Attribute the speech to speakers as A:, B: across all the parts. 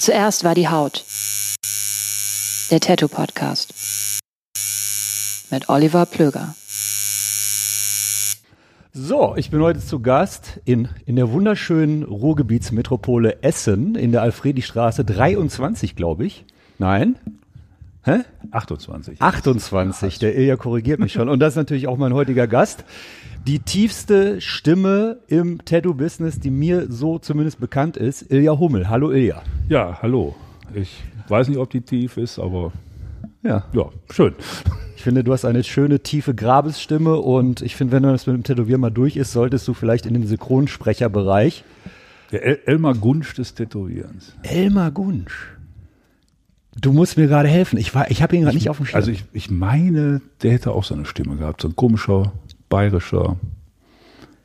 A: Zuerst war die Haut. Der Tattoo Podcast. Mit Oliver Plöger.
B: So, ich bin heute zu Gast in, in der wunderschönen Ruhrgebietsmetropole Essen in der Alfredistraße 23, glaube ich. Nein? Hä?
C: 28.
B: 28. Der Ilja korrigiert mich schon. Und das ist natürlich auch mein heutiger Gast. Die tiefste Stimme im Tattoo-Business, die mir so zumindest bekannt ist, Ilja Hummel. Hallo Ilja.
C: Ja, hallo. Ich weiß nicht, ob die tief ist, aber
B: Ja.
C: ja, schön.
B: Ich finde, du hast eine schöne, tiefe Grabesstimme und ich finde, wenn das mit dem Tätowieren mal durch ist, solltest du vielleicht in den Synchronsprecherbereich.
C: Der El Elmar Gunsch des Tätowierens.
B: Elmar Gunsch. Du musst mir gerade helfen. Ich, war, ich habe ihn gerade nicht auf dem Schirm.
C: Also ich, ich meine, der hätte auch so eine Stimme gehabt. So ein komischer, bayerischer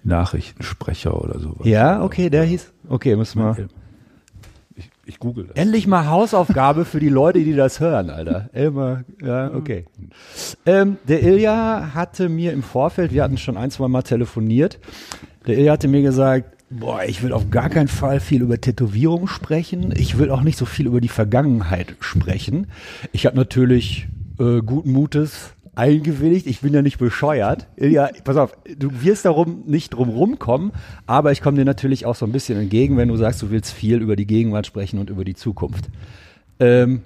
C: Nachrichtensprecher oder sowas.
B: ja, okay, der hieß. Okay, müssen wir.
C: El- Ich, ich google das.
B: Endlich mal Hausaufgabe für die Leute, die das hören, Alter. Elmar, ja, okay. Ähm, der Ilja hatte mir im Vorfeld, wir hatten schon ein, zwei Mal telefoniert, der Ilja hatte mir gesagt, boah, ich will auf gar keinen Fall viel über Tätowierung sprechen. Ich will auch nicht so viel über die Vergangenheit sprechen. Ich habe natürlich äh, guten Mutes eingewilligt. Ich bin ja nicht bescheuert. Ilja, pass auf, du wirst darum nicht drum rumkommen, aber ich komme dir natürlich auch so ein bisschen entgegen, wenn du sagst, du willst viel über die Gegenwart sprechen und über die Zukunft. Ähm,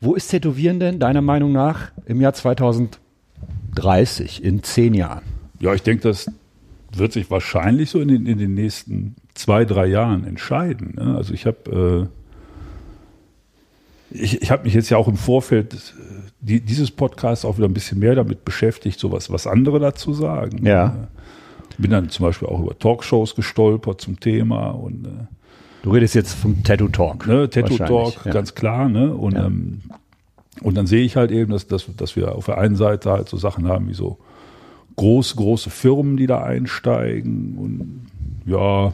B: wo ist Tätowieren denn deiner Meinung nach im Jahr 2030, in zehn Jahren?
C: Ja, ich denke, das wird sich wahrscheinlich so in den, in den nächsten zwei, drei Jahren entscheiden. Ne? Also ich habe äh, ich, ich hab mich jetzt ja auch im Vorfeld äh, die, dieses Podcasts auch wieder ein bisschen mehr damit beschäftigt, so was, was andere dazu sagen.
B: Ja.
C: Bin dann zum Beispiel auch über Talkshows gestolpert zum Thema und äh,
B: Du redest jetzt vom Tattoo Talk.
C: ne, Tattoo
B: wahrscheinlich,
C: Talk,
B: ja.
C: ganz klar, ne? Und,
B: Ja.
C: ähm, und dann sehe ich halt eben, dass, dass, dass wir auf der einen Seite halt so Sachen haben wie so große, große Firmen, die da einsteigen und ja,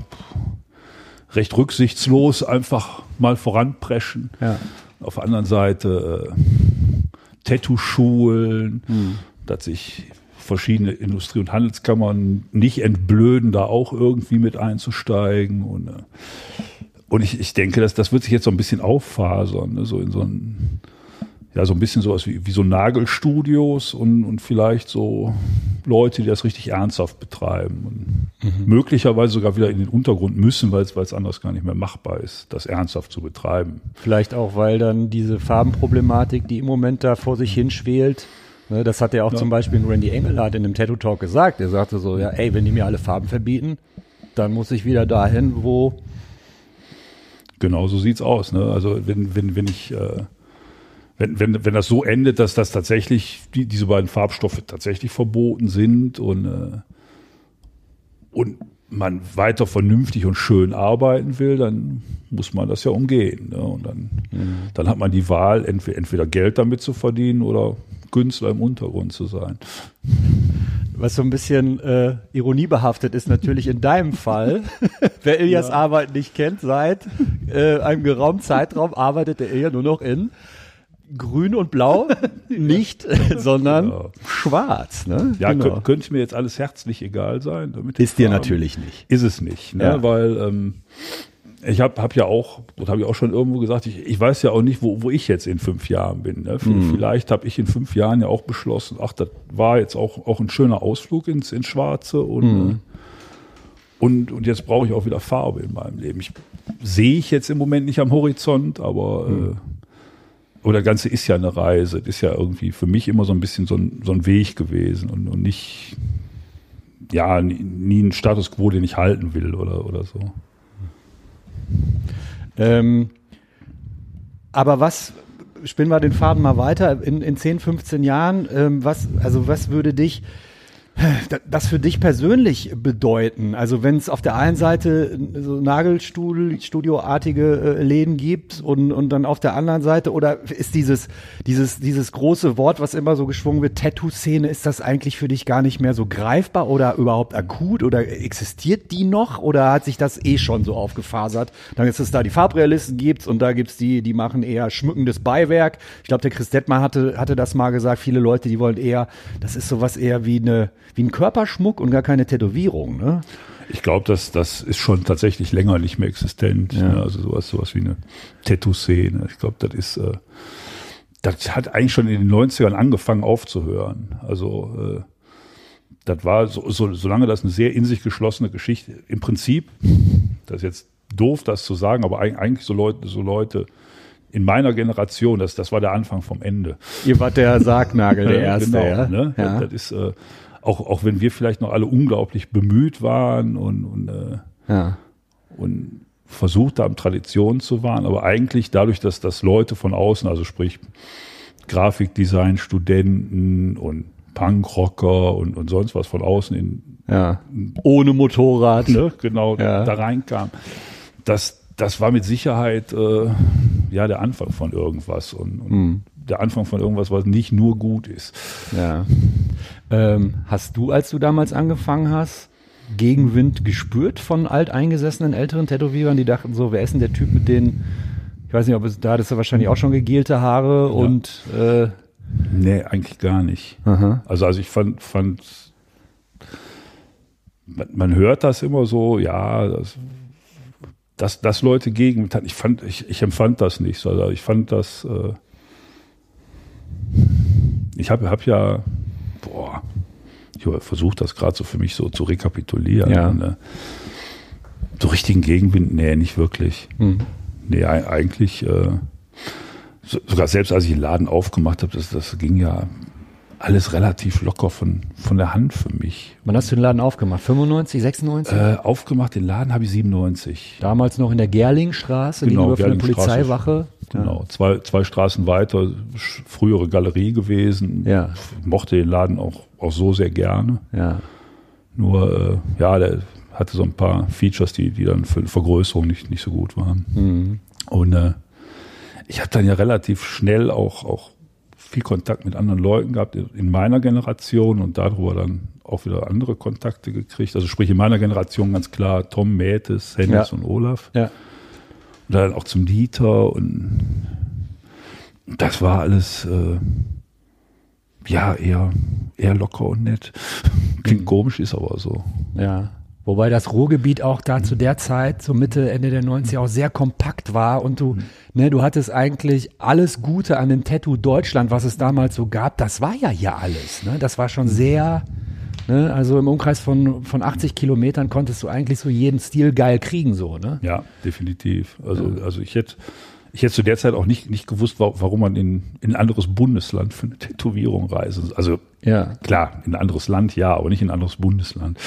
C: recht rücksichtslos einfach mal voranpreschen.
B: Ja.
C: Auf der anderen Seite äh, Tattoo-Schulen, dass sich verschiedene Industrie- und Handelskammern nicht entblöden, da auch irgendwie mit einzusteigen. Und, äh, und ich, ich denke, dass, das wird sich jetzt so ein bisschen auffasern, ne? so in so ein, ja, so ein bisschen sowas wie, wie so Nagelstudios und, und vielleicht so Leute, die das richtig ernsthaft betreiben und möglicherweise sogar wieder in den Untergrund müssen, weil es weil es anders gar nicht mehr machbar ist, das ernsthaft zu betreiben.
B: Vielleicht auch, weil dann diese Farbenproblematik, die im Moment da vor sich hinschwelt, ne, das hat ja auch zum Beispiel Randy Engelhardt in einem Tattoo Talk gesagt. Er sagte so, ja, ey, wenn die mir alle Farben verbieten, dann muss ich wieder dahin, wo
C: Genau so sieht's aus. Ne? Also wenn, wenn, wenn ich, äh, wenn, wenn, wenn das so endet, dass das tatsächlich, die, diese beiden Farbstoffe tatsächlich verboten sind und, äh, und man weiter vernünftig und schön arbeiten will, dann muss man das ja umgehen. Ne? Und dann, dann hat man die Wahl, entweder, entweder Geld damit zu verdienen oder Künstler im Untergrund zu sein.
B: Was so ein bisschen äh, ironiebehaftet ist natürlich in deinem Fall. Wer Ilias
C: Ja.
B: Arbeit nicht kennt, seit äh, einem geraumen Zeitraum arbeitet der Ilja nur noch in grün und blau, nicht, sondern
C: Genau.
B: schwarz. Ne?
C: Ja,
B: Genau.
C: könnt- könnte mir jetzt alles herzlich egal sein. Damit die
B: Ist dir
C: Farben-
B: natürlich nicht.
C: Ist es nicht, ne?
B: Ja.
C: weil ähm, ich habe hab ja auch, das habe ich auch schon irgendwo gesagt, ich, ich weiß ja auch nicht, wo, wo ich jetzt in fünf Jahren bin. Ne? V- Vielleicht habe ich in fünf Jahren ja auch beschlossen, ach, das war jetzt auch, auch ein schöner Ausflug ins, ins Schwarze und, äh, und, und jetzt brauche ich auch wieder Farbe in meinem Leben. Ich sehe ich jetzt im Moment nicht am Horizont, aber äh, aber das Ganze ist ja eine Reise. Das ist ja irgendwie für mich immer so ein bisschen so ein, so ein Weg gewesen und, und nicht, ja, nie, nie ein Status quo, den ich halten will oder, oder so.
B: Ähm, aber was, spinnen wir den Faden mal weiter, in, in 10, 15 Jahren, ähm, was, also was würde dich, da- das für dich persönlich bedeuten? Also wenn es auf der einen Seite so Nagelstudioartige äh, Läden gibt und, und dann auf der anderen Seite, oder ist dieses, dieses, dieses große Wort, was immer so geschwungen wird, Tattoo-Szene, ist das eigentlich für dich gar nicht mehr so greifbar oder überhaupt akut oder existiert die noch oder hat sich das eh schon so aufgefasert? Dann ist es da die Farbrealisten gibt's und da gibt's die, die machen eher schmückendes Beiwerk. Ich glaube, der Chris Detmar hatte, hatte das mal gesagt, viele Leute, die wollen eher, das ist sowas eher wie eine, wie ein Körperschmuck und gar keine Tätowierung, ne?
C: Ich glaube, das, das ist schon tatsächlich länger nicht mehr existent. Ne? Also sowas, sowas wie eine Tattoo-Szene. Ich glaube, das ist, äh, das hat eigentlich schon in den 90ern angefangen aufzuhören. Also äh, das war, so, so, solange das eine sehr in sich geschlossene Geschichte, im Prinzip, das ist jetzt doof, das zu sagen, aber eig- eigentlich so Leute, so Leute in meiner Generation, das, das war der Anfang vom Ende.
B: Ihr wart der Sargnagel, der
C: Ja,
B: Erste,
C: genau,
B: ja?
C: Ne?
B: ja.
C: Das ist, äh, auch, auch wenn wir vielleicht noch alle unglaublich bemüht waren und, und, äh,
B: ja.
C: und versucht haben, Traditionen zu wahren, aber eigentlich dadurch, dass das Leute von außen, also sprich Grafikdesign, Studenten und Punkrocker und, und sonst was von außen in,
B: Ja. Ohne Motorrad.
C: ne, genau
B: Ja.
C: da reinkam. Das, das war mit Sicherheit äh, ja der Anfang von irgendwas und, und
B: Hm.
C: der Anfang von irgendwas, was nicht nur gut ist.
B: Ja. Ähm, hast du, als du damals angefangen hast, Gegenwind gespürt von alteingesessenen älteren Tätowierern, die dachten so, wer ist denn der Typ mit den, ich weiß nicht, ob es da hattest du wahrscheinlich auch schon gegelte Haare und äh,
C: Nee, eigentlich gar nicht. Also, also ich fand, fand man, man hört das immer so, ja, das, dass, dass Leute gegen, ich fand, ich, ich empfand das nicht. so. Also ich fand das, äh, ich habe hab ja, boah, ich versuche das gerade so für mich so zu rekapitulieren.
B: Ja.
C: Ne? So richtigen Gegenwind, nee, nicht wirklich.
B: hm.
C: Nee, ei- eigentlich, äh, so- sogar selbst als ich den Laden aufgemacht habe, das, das ging ja alles relativ locker von, von der Hand für mich.
D: Wann hast du den Laden aufgemacht? 95, 96?
C: Äh, aufgemacht, den Laden habe ich 97.
D: Damals noch in der Gerlingstraße,
C: Genau,
D: gegenüber von der
C: Gerlingstraße.
D: Polizeiwache.
C: Genau, zwei, zwei Straßen weiter, sch- frühere Galerie gewesen.
D: Ja.
C: Mochte den Laden auch, auch so sehr gerne.
D: Ja.
C: Nur, äh, ja, der hatte so ein paar Features, die, die dann für eine Vergrößerung nicht, nicht so gut waren.
B: Hm.
C: Und äh, ich habe dann ja relativ schnell auch, auch viel Kontakt mit anderen Leuten gehabt in- in meiner Generation und darüber dann auch wieder andere Kontakte gekriegt. Also sprich in meiner Generation ganz klar Tom Mätes, Hennis
B: Ja.
C: und Olaf.
B: ja.
C: Und dann auch zum Dieter und das war alles äh, ja eher, eher locker und nett. Klingt komisch, ist aber so.
D: Ja. Wobei das Ruhrgebiet auch da zu der Zeit, so Mitte, Ende der 90er, auch sehr kompakt war und du, ne, du hattest eigentlich alles Gute an dem Tattoo Deutschland, was es damals so gab, das war ja hier alles, ne? Das war schon sehr, ne, also im Umkreis von, von 80 Kilometern konntest du eigentlich so jeden Stil geil kriegen, so, ne?
C: Ja, definitiv. Also, also ich hätte ich hätte zu der Zeit auch nicht, nicht gewusst, wa- warum man in, in ein anderes Bundesland für eine Tätowierung reisen. Also
D: Ja.
C: klar, in ein anderes Land, ja, aber nicht in ein anderes Bundesland.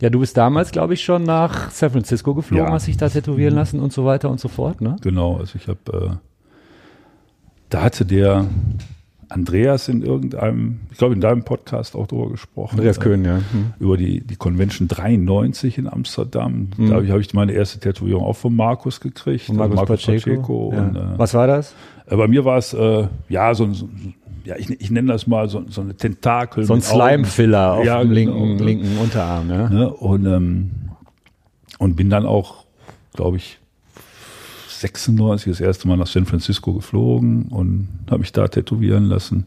B: Ja, du bist damals, glaube ich, schon nach San Francisco geflogen,
C: Ja.
B: hast dich da tätowieren lassen und so weiter und so fort, ne?
C: Genau, also ich habe, äh, da hatte der Andreas in irgendeinem, ich glaube in deinem Podcast auch drüber gesprochen. Äh,
B: ja.
C: über die, die Convention 93 in Amsterdam. Da habe ich, hab ich meine erste Tätowierung auch von Markus gekriegt.
B: Markus, Pacheco.
C: Pacheco.
B: ja.
C: Und, äh,
B: Was war das?
C: Äh, Bei mir war es äh, ja so ein, so ein- ja, ich, ich nenne das mal so, so eine Tentakel.
B: So ein
C: mit Augen.
B: Slime-Filler auf
C: Ja,
B: dem
C: genau,
B: linken,
C: ne?
B: linken Unterarm. Ne?
C: Ne? Und, ähm, und bin dann auch, glaube ich, 96 das erste Mal nach San Francisco geflogen und habe mich da tätowieren lassen.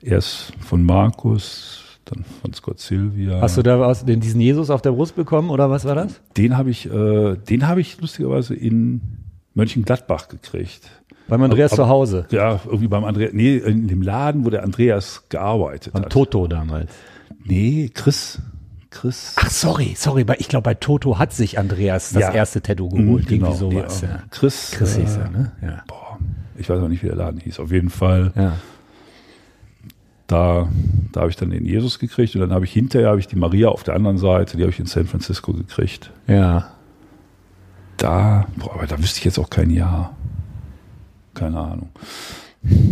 C: Erst von Markus, dann von Scott Silvia.
B: Hast du da aus, den, diesen Jesus auf der Brust bekommen oder was war das?
C: den habe ich, äh, den habe ich lustigerweise in Mönchengladbach gekriegt.
B: Beim Andreas
C: Ab- ab-
B: zu Hause.
C: Ja, irgendwie beim Andreas, nee, in dem Laden, wo der Andreas gearbeitet
B: Beim
C: hat.
B: Toto damals.
C: Nee, Chris. Chris.
B: Ach, sorry, sorry, bei- ich glaube, bei Toto hat sich Andreas das
C: Ja.
B: erste Tattoo geholt.
C: Mhm,
B: Genau,
C: genau.
B: irgendwie sowas.
C: Nee,
B: Ja.
C: Chris.
B: Chris
C: äh,
B: hieß er, ne? Ja.
C: Boah, ich weiß auch nicht, wie der Laden hieß. Auf jeden Fall,
B: ja.
C: da, da habe ich dann den Jesus gekriegt und dann habe ich hinterher habe ich die Maria auf der anderen Seite, die habe ich in San Francisco gekriegt.
B: Ja.
C: Da, boah, aber da wüsste ich jetzt auch kein Jahr. Keine Ahnung.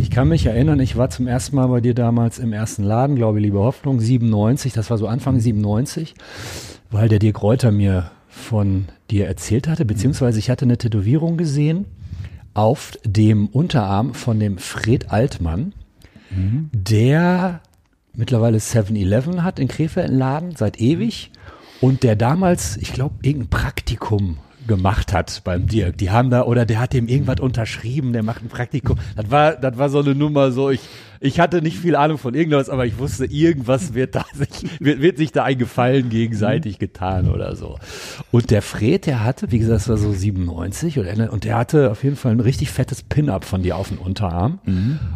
B: Ich kann mich erinnern, ich war zum ersten Mal bei dir damals im ersten Laden, glaube ich, liebe Hoffnung, 97, das war so Anfang 97, weil der Dirk Reuter mir von dir erzählt hatte, beziehungsweise ich hatte eine Tätowierung gesehen auf dem Unterarm von dem Fred Altmann, der mittlerweile 7-Eleven hat in Krefeld einen Laden, seit ewig, und der damals, ich glaube, irgendein Praktikum gemacht hat beim Dirk. Die haben da, oder der hat dem irgendwas unterschrieben, der macht ein Praktikum. Das war, das war so eine Nummer, so ich, ich hatte nicht viel Ahnung von irgendwas, aber ich wusste, irgendwas wird da sich, wird, wird sich da ein Gefallen gegenseitig getan oder so. Und der Fred, der hatte, wie gesagt, das war so 97 oder, und der hatte auf jeden Fall ein richtig fettes Pin-Up von dir auf den Unterarm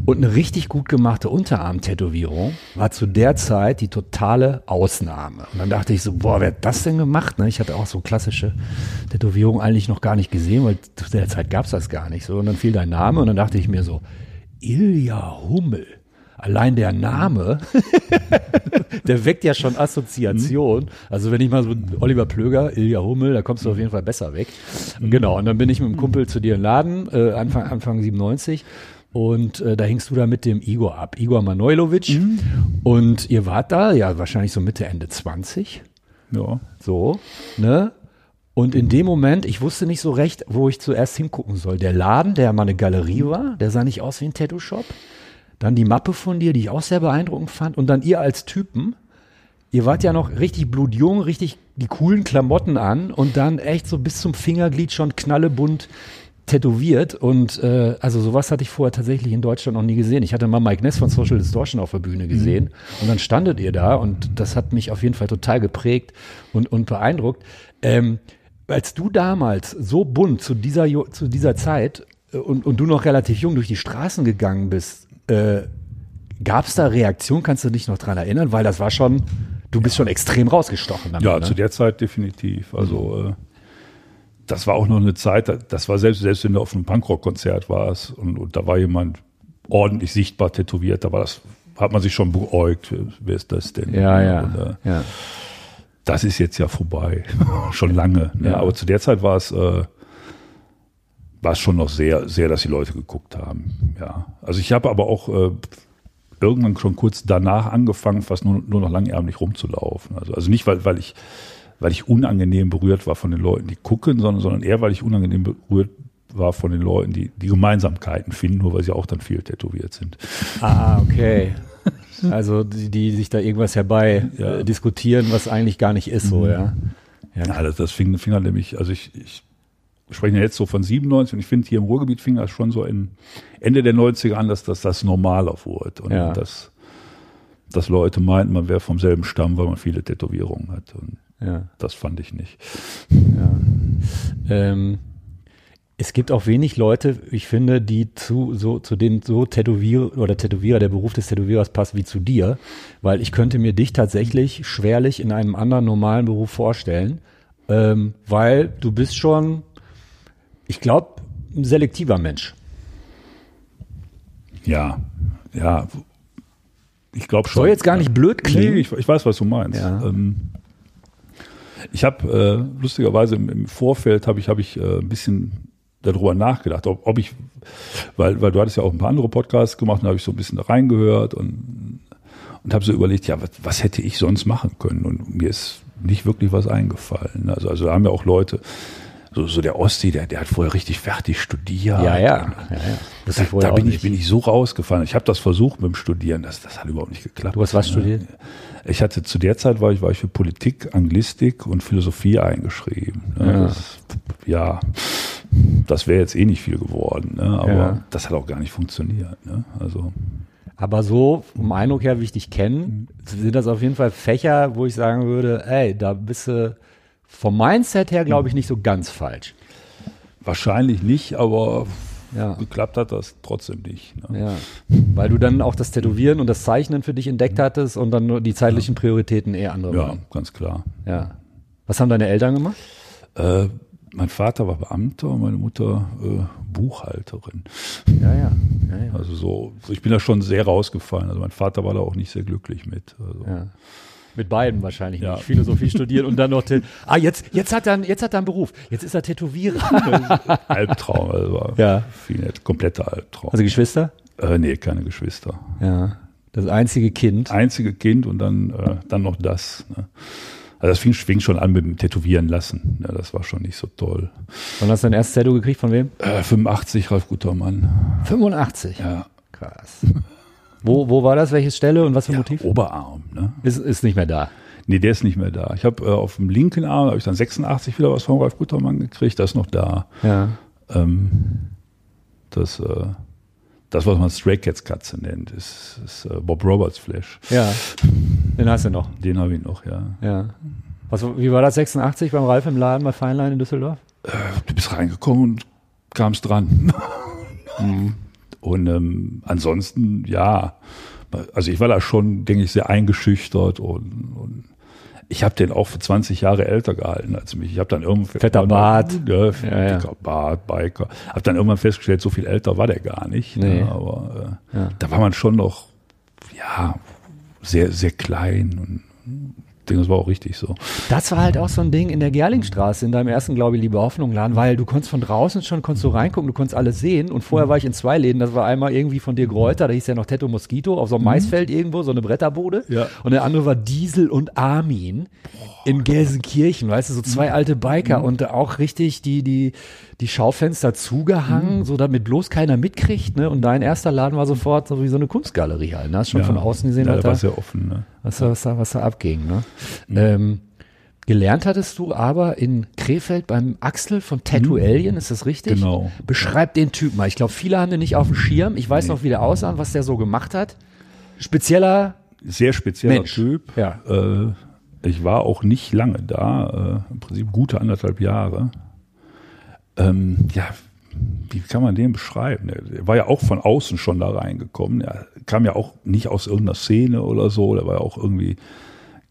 B: und eine richtig gut gemachte Unterarm-Tätowierung war zu der Zeit die totale Ausnahme. Und dann dachte ich so, boah, wer hat das denn gemacht? Ne? Ich hatte auch so klassische Tätowierungen eigentlich noch gar nicht gesehen, weil zu der Zeit gab's das gar nicht so. Und dann fiel dein Name und dann dachte ich mir so, Ilja Hummel. Allein der Name, der weckt ja schon Assoziation. Also wenn ich mal so Oliver Plöger, Ilja Hummel, da kommst du auf jeden Fall besser weg. Genau, und dann bin ich mit dem Kumpel zu dir im Laden, äh, Anfang, Anfang 97. Und äh, da hingst du da mit dem Igor ab, Igor Manojlovic. Und ihr wart da, ja, wahrscheinlich so Mitte, Ende 20.
C: Ja.
B: So, ne? Und in dem Moment, ich wusste nicht so recht, wo ich zuerst hingucken soll. Der Laden, der mal eine Galerie war, der sah nicht aus wie ein Tattoo-Shop. Dann die Mappe von dir, die ich auch sehr beeindruckend fand. Und dann ihr als Typen. Ihr wart ja noch richtig blutjung, richtig die coolen Klamotten an und dann echt so bis zum Fingerglied schon knallebunt tätowiert. Und äh, also sowas hatte ich vorher tatsächlich in Deutschland noch nie gesehen. Ich hatte mal Mike Ness von Social Distortion auf der Bühne gesehen und dann standet ihr da und das hat mich auf jeden Fall total geprägt und, und beeindruckt. Ähm, als du damals so bunt zu dieser, Jo- zu dieser Zeit äh, und, und du noch relativ jung durch die Straßen gegangen bist, äh, Gab es da Reaktion? Kannst du dich noch dran erinnern? Weil das war schon, du bist schon extrem rausgestochen. Damit,
C: Ja,
B: ne? Mhm.
C: zu der Zeit definitiv. Also äh, das war auch noch eine Zeit, da- das war selbst, selbst wenn du auf einem Punkrock-Konzert warst und, und da war jemand ordentlich sichtbar tätowiert, da war das, hat man sich schon beäugt, wer ist das denn?
B: ja, ja,
C: Und, äh,
B: ja.
C: das ist jetzt ja vorbei, schon lange. Ne?
B: Ja.
C: Aber zu der Zeit war es, äh, war es schon noch sehr, sehr, dass die Leute geguckt haben. Ja, also ich habe aber auch äh, irgendwann schon kurz danach angefangen, fast nur, nur noch langärmlich rumzulaufen. Also, also nicht weil, weil ich, weil ich unangenehm berührt war von den Leuten, die gucken, sondern, sondern eher weil ich unangenehm berührt war von den Leuten, die die Gemeinsamkeiten finden, nur weil sie auch dann viel tätowiert sind.
B: Ah, okay. Also die, die sich da irgendwas herbei
C: Ja. Mhm.
B: äh, diskutieren, was eigentlich gar nicht ist, so ja.
C: Ja, das, das fing, fing an nämlich, also ich, ich spreche ja jetzt so von 97 und ich finde hier im Ruhrgebiet fing das schon so in Ende der 90er an, dass das, das normaler wurde und
B: Ja.
C: dass, dass Leute meinten, man wäre vom selben Stamm, weil man viele Tätowierungen hat und
B: ja.
C: das fand ich nicht.
B: Ähm, es gibt auch wenig Leute, ich finde, die zu, so, zu denen so Tätowierer oder Tätowierer, der Beruf des Tätowierers passt wie zu dir, weil ich könnte mir dich tatsächlich schwerlich in einem anderen normalen Beruf vorstellen, ähm, weil du bist schon, ich glaube, ein selektiver Mensch.
C: Ja, ja, ich glaube schon.
B: Soll jetzt gar nicht blöd klingen.
C: Nee, ich, ich weiß, was du meinst.
B: Ja.
C: Ähm, ich habe äh, lustigerweise im, im Vorfeld habe ich habe ich äh, ein bisschen darüber nachgedacht, ob, ob ich, weil, weil du hattest ja auch ein paar andere Podcasts gemacht, und da habe ich so ein bisschen da reingehört und und habe so überlegt, ja, was, was hätte ich sonst machen können? Und mir ist nicht wirklich was eingefallen. Also, also da haben ja auch Leute, so, so der Osti, der, der hat vorher richtig fertig studiert.
B: Ja, ja.
C: Und,
B: ja, ja. Wusste ich vorher
C: da
B: auch
C: bin ich,
B: nicht.
C: bin ich so rausgefahren. Ich habe das versucht mit dem Studieren, das, das hat überhaupt nicht geklappt.
B: Du hast was studiert?
C: Ich hatte zu der Zeit war ich, war ich für Politik, Anglistik und Philosophie eingeschrieben. ne?
B: Ja.
C: Das, ja, das wäre jetzt eh nicht viel geworden, ne? aber
B: Ja.
C: das hat auch gar nicht funktioniert. Ne? Also
B: Aber so, vom Eindruck her, wie ich dich kenne, sind das auf jeden Fall Fächer, wo ich sagen würde, ey, da bist du vom Mindset her, glaube ich, nicht so ganz falsch.
C: wahrscheinlich nicht, aber
B: Ja.
C: geklappt hat das trotzdem nicht. Ne?
B: Ja. Weil du dann auch das Tätowieren und das Zeichnen für dich entdeckt hattest und dann nur die zeitlichen Prioritäten eher andere
C: Ja,
B: waren.
C: ganz klar.
B: Ja. Was haben deine Eltern gemacht?
C: Äh, mein Vater war Beamter und meine Mutter äh, Buchhalterin.
B: Ja, ja. ja, ja.
C: Also so, ich bin da schon sehr rausgefallen. Also mein Vater war da auch nicht sehr glücklich mit. Also,
B: Ja. Mit beiden wahrscheinlich
C: Ja.
B: nicht. Philosophie studiert und dann noch Tät Ah, jetzt, jetzt, hat er, einen- jetzt hat er einen Beruf. Jetzt ist er Tätowierer.
C: Albtraum, also war
B: Ja.
C: viel nicht, kompletter Albtraum.
B: Also Geschwister?
C: äh, nee, keine Geschwister.
B: Ja. Das einzige Kind.
C: Einzige Kind und dann, äh, dann noch das. Ne? Also das fing, fing schon an mit dem Tätowieren lassen. Ne? Das war schon nicht so toll.
B: Wann hast du dein erstes Tattoo gekriegt? Von wem?
C: Äh, 85, Ralf Gutermann.
B: 85.
C: Ja,
B: Krass. Wo, wo war das? Welches Stelle und was für ein
C: ja
B: Motiv?
C: Oberarm. Ne?
B: Ist, ist nicht mehr da.
C: Nee, der ist nicht mehr da. Ich habe äh, auf dem linken Arm, habe ich dann 86 wieder was von Ralf Gutermann gekriegt. Das ist noch da.
B: Ja.
C: Ähm, das, äh, das, was man Stray Cats Katze nennt, ist, ist äh, Bob Roberts Flash.
B: Ja. Den hast du noch.
C: Den habe ich noch, ja.
B: Ja. Was, wie war das 86 beim Ralf im Laden bei Feinlein in Düsseldorf?
C: Du bist reingekommen und kamst dran. Mhm. und ähm, ansonsten, ja. Also ich war da schon, denke ich, sehr eingeschüchtert und, und ich habe den auch für 20 Jahre älter gehalten als mich. Ich habe dann irgendwann
B: Fetter Bart.
C: ja,
B: Ja, ja.
C: dicker Bart, Biker. Habe dann irgendwann festgestellt, so viel älter war der gar nicht.
B: Nee.
C: Ne? Aber äh, da war man schon noch, ja, sehr, sehr klein und ich denke, das war auch richtig so.
B: Das war halt auch so ein Ding in der Gerlingstraße, in deinem ersten, glaube ich, Liebe Hoffnung Laden, weil du konntest von draußen schon, konntest du reingucken, du konntest alles sehen und
C: Mhm.
B: vorher war ich in zwei Läden, das war einmal irgendwie von dir Gräuter, da hieß ja noch Tetto Mosquito, auf so einem Maisfeld irgendwo, so eine Bretterbude
C: Mhm. Ja.
B: und der andere war Diesel und Armin in Gelsenkirchen, weißt du, so
C: Mhm.
B: zwei alte Biker und auch richtig die, die, die Schaufenster
C: Mhm.
B: zugehangen, so damit bloß keiner mitkriegt, ne, und dein erster Laden war sofort so wie so eine Kunstgalerie halt, ne, hast schon von außen gesehen,
C: ja, da
B: Alter
C: war sehr offen. Ne?
B: was da, was da, was da abging. Ne?
C: Mhm.
B: Ähm, gelernt hattest du aber in Krefeld beim Axel von Tattoo Alien, ist das richtig?
C: Mhm. Genau.
B: Beschreib den Typ mal. Ich glaube, viele haben den nicht auf dem Schirm. Ich weiß noch, wie der aussah und was der so gemacht hat. Spezieller,
C: sehr spezieller
B: Mensch.
C: Typ.
B: Ja.
C: Äh, ich war auch nicht lange da, äh, im Prinzip gute anderthalb Jahre. Ähm, ja, wie kann man den beschreiben? Der- Der war ja auch von außen schon da reingekommen. Er kam ja auch nicht aus irgendeiner Szene oder so. Der war ja auch irgendwie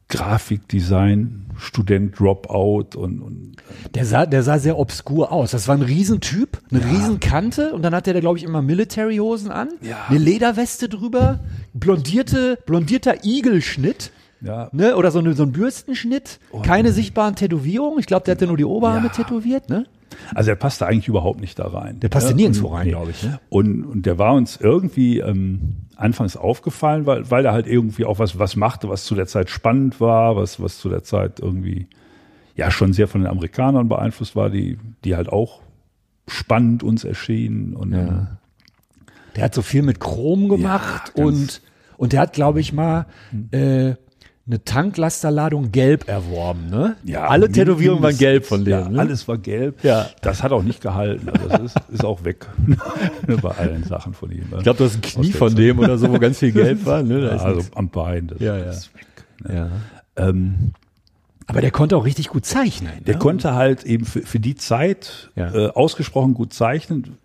C: Grafikdesign, Student Dropout und, und
B: der sah, der sah sehr obskur aus. Das war ein Riesentyp, eine Riesenkante und dann hatte der, glaube ich, immer Military-Hosen an,
C: Ja.
B: eine Lederweste drüber, blondierte, blondierter Igelschnitt.
C: ja,
B: Ne? Oder so, eine, so ein Bürstenschnitt, keine sichtbaren Tätowierungen. Ich glaube, der hatte nur die Oberarme
C: Oh, Ja.
B: tätowiert, ne?
C: Also er passte eigentlich überhaupt nicht da rein.
B: Der passte
C: Ja,
B: nirgendwo
C: und-
B: rein, glaube ich, ne?
C: Und, und der war uns irgendwie ähm, anfangs aufgefallen, weil, weil er halt irgendwie auch was, was machte, was zu der Zeit spannend war, was, was zu der Zeit irgendwie ja schon sehr von den Amerikanern beeinflusst war, die, die halt auch spannend uns erschienen. Und
B: Der hat so viel mit Chrom gemacht
C: ganz- Hm.
B: und, und der hat, glaube ich, mal äh, eine Tanklasterladung gelb erworben, ne? Alle Tätowierungen waren
C: mindestens-
B: gelb von dem.
C: Ja,
B: ne?
C: Alles war gelb.
B: Ja.
C: Das hat auch nicht gehalten. Also das ist, ist auch weg ne, bei allen Sachen von ihm.
B: Ich glaube, du hast ein Knie
C: Aus der
B: von
C: Zeit.
B: dem oder so, wo ganz viel gelb war. Ne? Da
C: ja,
B: ist
C: also
B: nichts.
C: am Bein. Das,
B: Ja, ja.
C: das ist weg. Ne?
B: ja.
C: Ähm,
B: Aber der konnte auch richtig gut zeichnen.
C: Der
B: ne?
C: konnte halt eben für, für die Zeit
B: Ja.
C: äh, ausgesprochen gut zeichnen.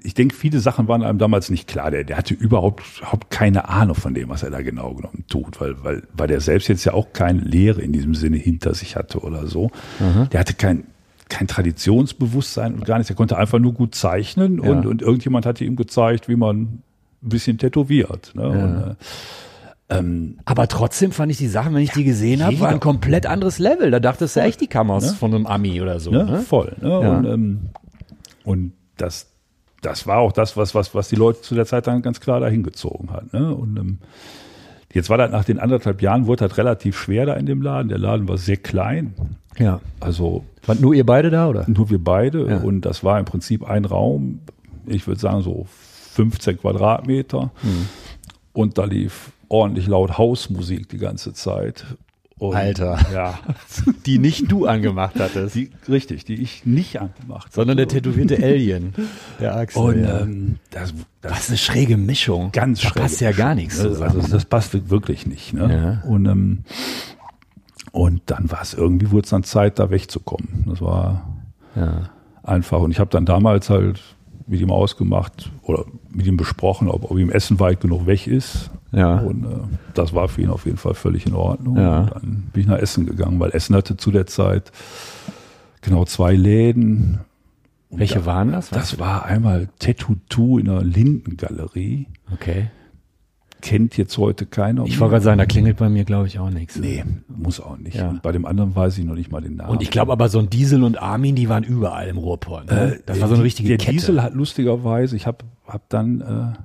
C: Ich denke, viele Sachen waren einem damals nicht klar. Der, der hatte überhaupt, überhaupt keine Ahnung von dem, was er da genau genommen tut, weil, weil, weil der selbst jetzt ja auch keine Lehre in diesem Sinne hinter sich hatte oder so.
B: Mhm.
C: Der hatte kein, kein Traditionsbewusstsein und gar nichts. Er konnte einfach nur gut zeichnen
B: Ja.
C: und, und irgendjemand hatte ihm gezeigt, wie man ein bisschen tätowiert. Ne? Und, äh,
B: Aber trotzdem fand ich die Sachen, wenn ich die gesehen habe, war ein komplett anderes Level. Da dachtest du echt, die kam aus von einem Ami oder so.
C: ne?
B: Ne?
C: Voll. Ne? Und, ähm, und das, das war auch das, was, was, was die Leute zu der Zeit dann ganz klar dahin gezogen hat. Ne? Und ähm, jetzt war das nach den anderthalb Jahren, wurde das relativ schwer da in dem Laden. Der Laden war sehr klein.
B: Ja.
C: Also
B: Wart nur ihr beide da, oder?
C: nur wir beide.
B: Ja.
C: Und das war im Prinzip ein Raum, ich würde sagen, so 15 Quadratmeter.
B: Mhm.
C: Und da lief ordentlich laut Hausmusik die ganze Zeit. Und,
B: Alter.
C: Ja,
B: Die nicht du angemacht hattest,
C: die, richtig, die ich nicht angemacht
B: sondern der
C: hatte.
B: tätowierte Alien. Der Axel.
C: Und
B: ja.
C: ähm, das, das
B: Was äh, eine schräge Mischung.
C: ganz
B: da
C: schräg.
B: passt ja gar nichts
C: Also,
B: zusammen. ne?
C: also das passt wirklich nicht. Ne? Und, ähm, und dann war es irgendwie, wurde es dann Zeit, da wegzukommen. Das war
B: ja.
C: einfach. Und ich habe dann damals halt mit ihm ausgemacht oder mit ihm besprochen, ob, ob ihm Essen weit genug weg ist.
B: Ja.
C: Und äh, das war für ihn auf jeden Fall völlig in Ordnung.
B: Ja.
C: Und dann bin ich nach Essen gegangen, weil Essen hatte zu der Zeit genau zwei Läden. Und
B: Welche
C: da-
B: waren das?
C: Das war einmal Tattoo 2 in der Lindengalerie.
B: okay.
C: Kennt jetzt heute keiner.
B: Ich wollte gerade sagen, da klingelt bei mir, glaube ich, auch nichts.
C: Nee, muss auch nicht.
B: Ja.
C: Und bei dem anderen weiß ich noch nicht mal den Namen.
B: Und ich glaube aber, so ein Diesel und Armin, die waren überall im Ruhrpott. Ne? das war so eine richtige
C: der
B: Kette.
C: Diesel hat lustigerweise, ich habe hab dann, äh,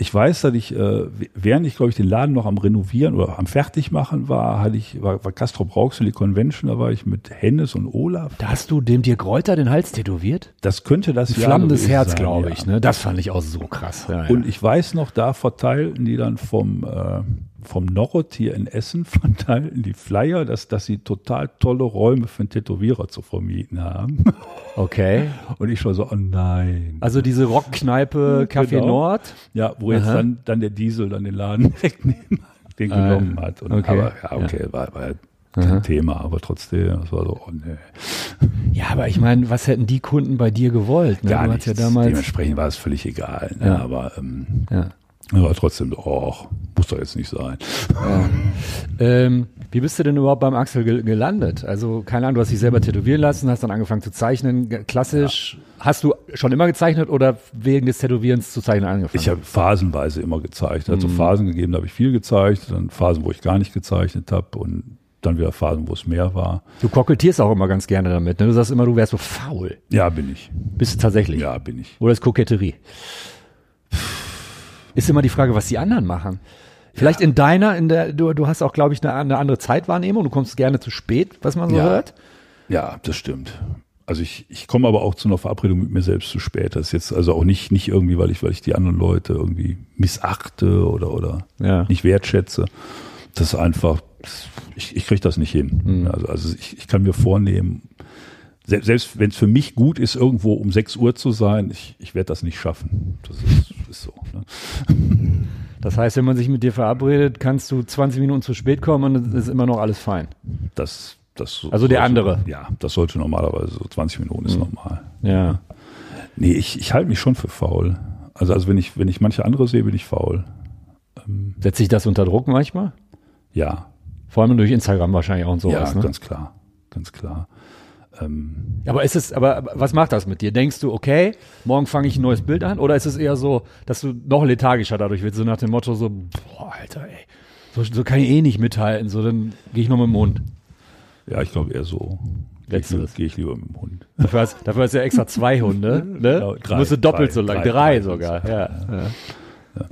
C: ich weiß, dass ich, äh, während ich, glaube ich, den Laden noch am Renovieren oder am Fertigmachen war, hatte ich, war, war Castrop Rauxel die Convention, da war ich mit Hennes und Olaf.
B: da hast du dem dir Kräuter den Hals tätowiert?
C: Das könnte das
B: Ein flammendes
C: gewesen
B: Herz,
C: sein,
B: glaube
C: ja.
B: ich. Ne? Das fand ich auch so krass. Ja, ja.
C: Und ich weiß noch, da verteilten die dann vom, äh, vom Norrot hier in Essen, verteilten die Flyer, dass, dass sie total tolle Räume für einen Tätowierer zu vermieten haben.
B: okay.
C: Und ich war so, oh nein.
B: Also diese Rockkneipe Café
C: Genau.
B: Nord.
C: Ja, wo jetzt
B: Aha.
C: dann, dann der Diesel dann den Laden wegnehmen hat, den
B: Ah,
C: genommen hat. Und,
B: okay.
C: Aber ja, okay, war, war kein Thema, aber trotzdem, das war so, oh nee.
B: Ja, aber ich meine, was hätten die Kunden bei dir gewollt? Ne? du hast ja
C: nichts.
B: damals.
C: Dementsprechend war es völlig egal. Ne?
B: Ja.
C: Aber ähm,
B: Ja.
C: war trotzdem so, oh, muss doch jetzt nicht sein.
B: Ähm, wie bist du denn überhaupt beim Axel gel gelandet? Also, keine Ahnung, du hast dich selber tätowieren lassen, hast dann angefangen zu zeichnen. G- Klassisch. Hast du schon immer gezeichnet oder wegen des Tätowierens zu zeichnen angefangen?
C: Ich habe phasenweise immer gezeichnet. Hat so Phasen gegeben, da habe ich viel gezeichnet, dann Phasen, wo ich gar nicht gezeichnet habe und dann wieder Phasen, wo es mehr war.
B: du koketierst auch immer ganz gerne damit. Ne? Du sagst immer, du wärst so faul.
C: Ja, bin ich.
B: Bist du tatsächlich?
C: Ja, bin ich.
B: Oder ist Koketterie? Ist immer die Frage, was die anderen machen. Vielleicht in deiner, in der, du, du hast auch, glaube ich, eine, eine andere Zeitwahrnehmung, du kommst gerne zu spät, was man so
C: Ja.
B: hört.
C: Ja, das stimmt. Also ich, ich komme aber auch zu einer Verabredung mit mir selbst zu spät. Das ist jetzt also auch nicht, nicht irgendwie, weil ich, weil ich die anderen Leute irgendwie missachte oder, oder
B: Ja.
C: nicht wertschätze. Das ist einfach, ich, ich kriege das nicht hin.
B: Mhm.
C: Also, also ich, ich kann mir vornehmen, selbst, selbst wenn es für mich gut ist, irgendwo um 6 Uhr zu sein, ich, ich werde das nicht schaffen. Das ist, ist so. Ne?
B: Das heißt, wenn man sich mit dir verabredet, kannst du 20 Minuten zu spät kommen und es ist immer noch alles fein.
C: Das, das so-
B: Also der
C: sollte-
B: andere. Mhm.
C: Ja, das sollte normalerweise so 20 Minuten ist normal.
B: Ja.
C: Nee, ich, ich halte mich schon für faul. Also, also wenn, ich, wenn ich manche andere sehe, bin ich faul.
B: Setzt sich das unter Druck manchmal?
C: Ja,
B: Vor allem durch Instagram wahrscheinlich auch und
C: ja
B: sowas. ne?
C: ganz klar. Ganz klar.
B: Aber ist es, aber aber was macht das mit dir? Denkst du, okay, morgen fange ich ein neues Bild an? Oder ist es eher so, dass du noch lethargischer dadurch wirst, so nach dem Motto so, boah, Alter, ey, so, so kann ich eh nicht mithalten, so dann gehe ich noch mit dem Hund.
C: Ja, ich glaube eher so. Gehe ich,
B: Letzteres.
C: gehe ich lieber mit dem Hund.
B: Dafür hast, dafür hast du ja extra zwei Hunde, ne?
C: Genau, drei,
B: Musst du doppelt
C: drei,
B: so lang,
C: drei,
B: drei,
C: drei
B: sogar,
C: sogar,
B: ja. ja.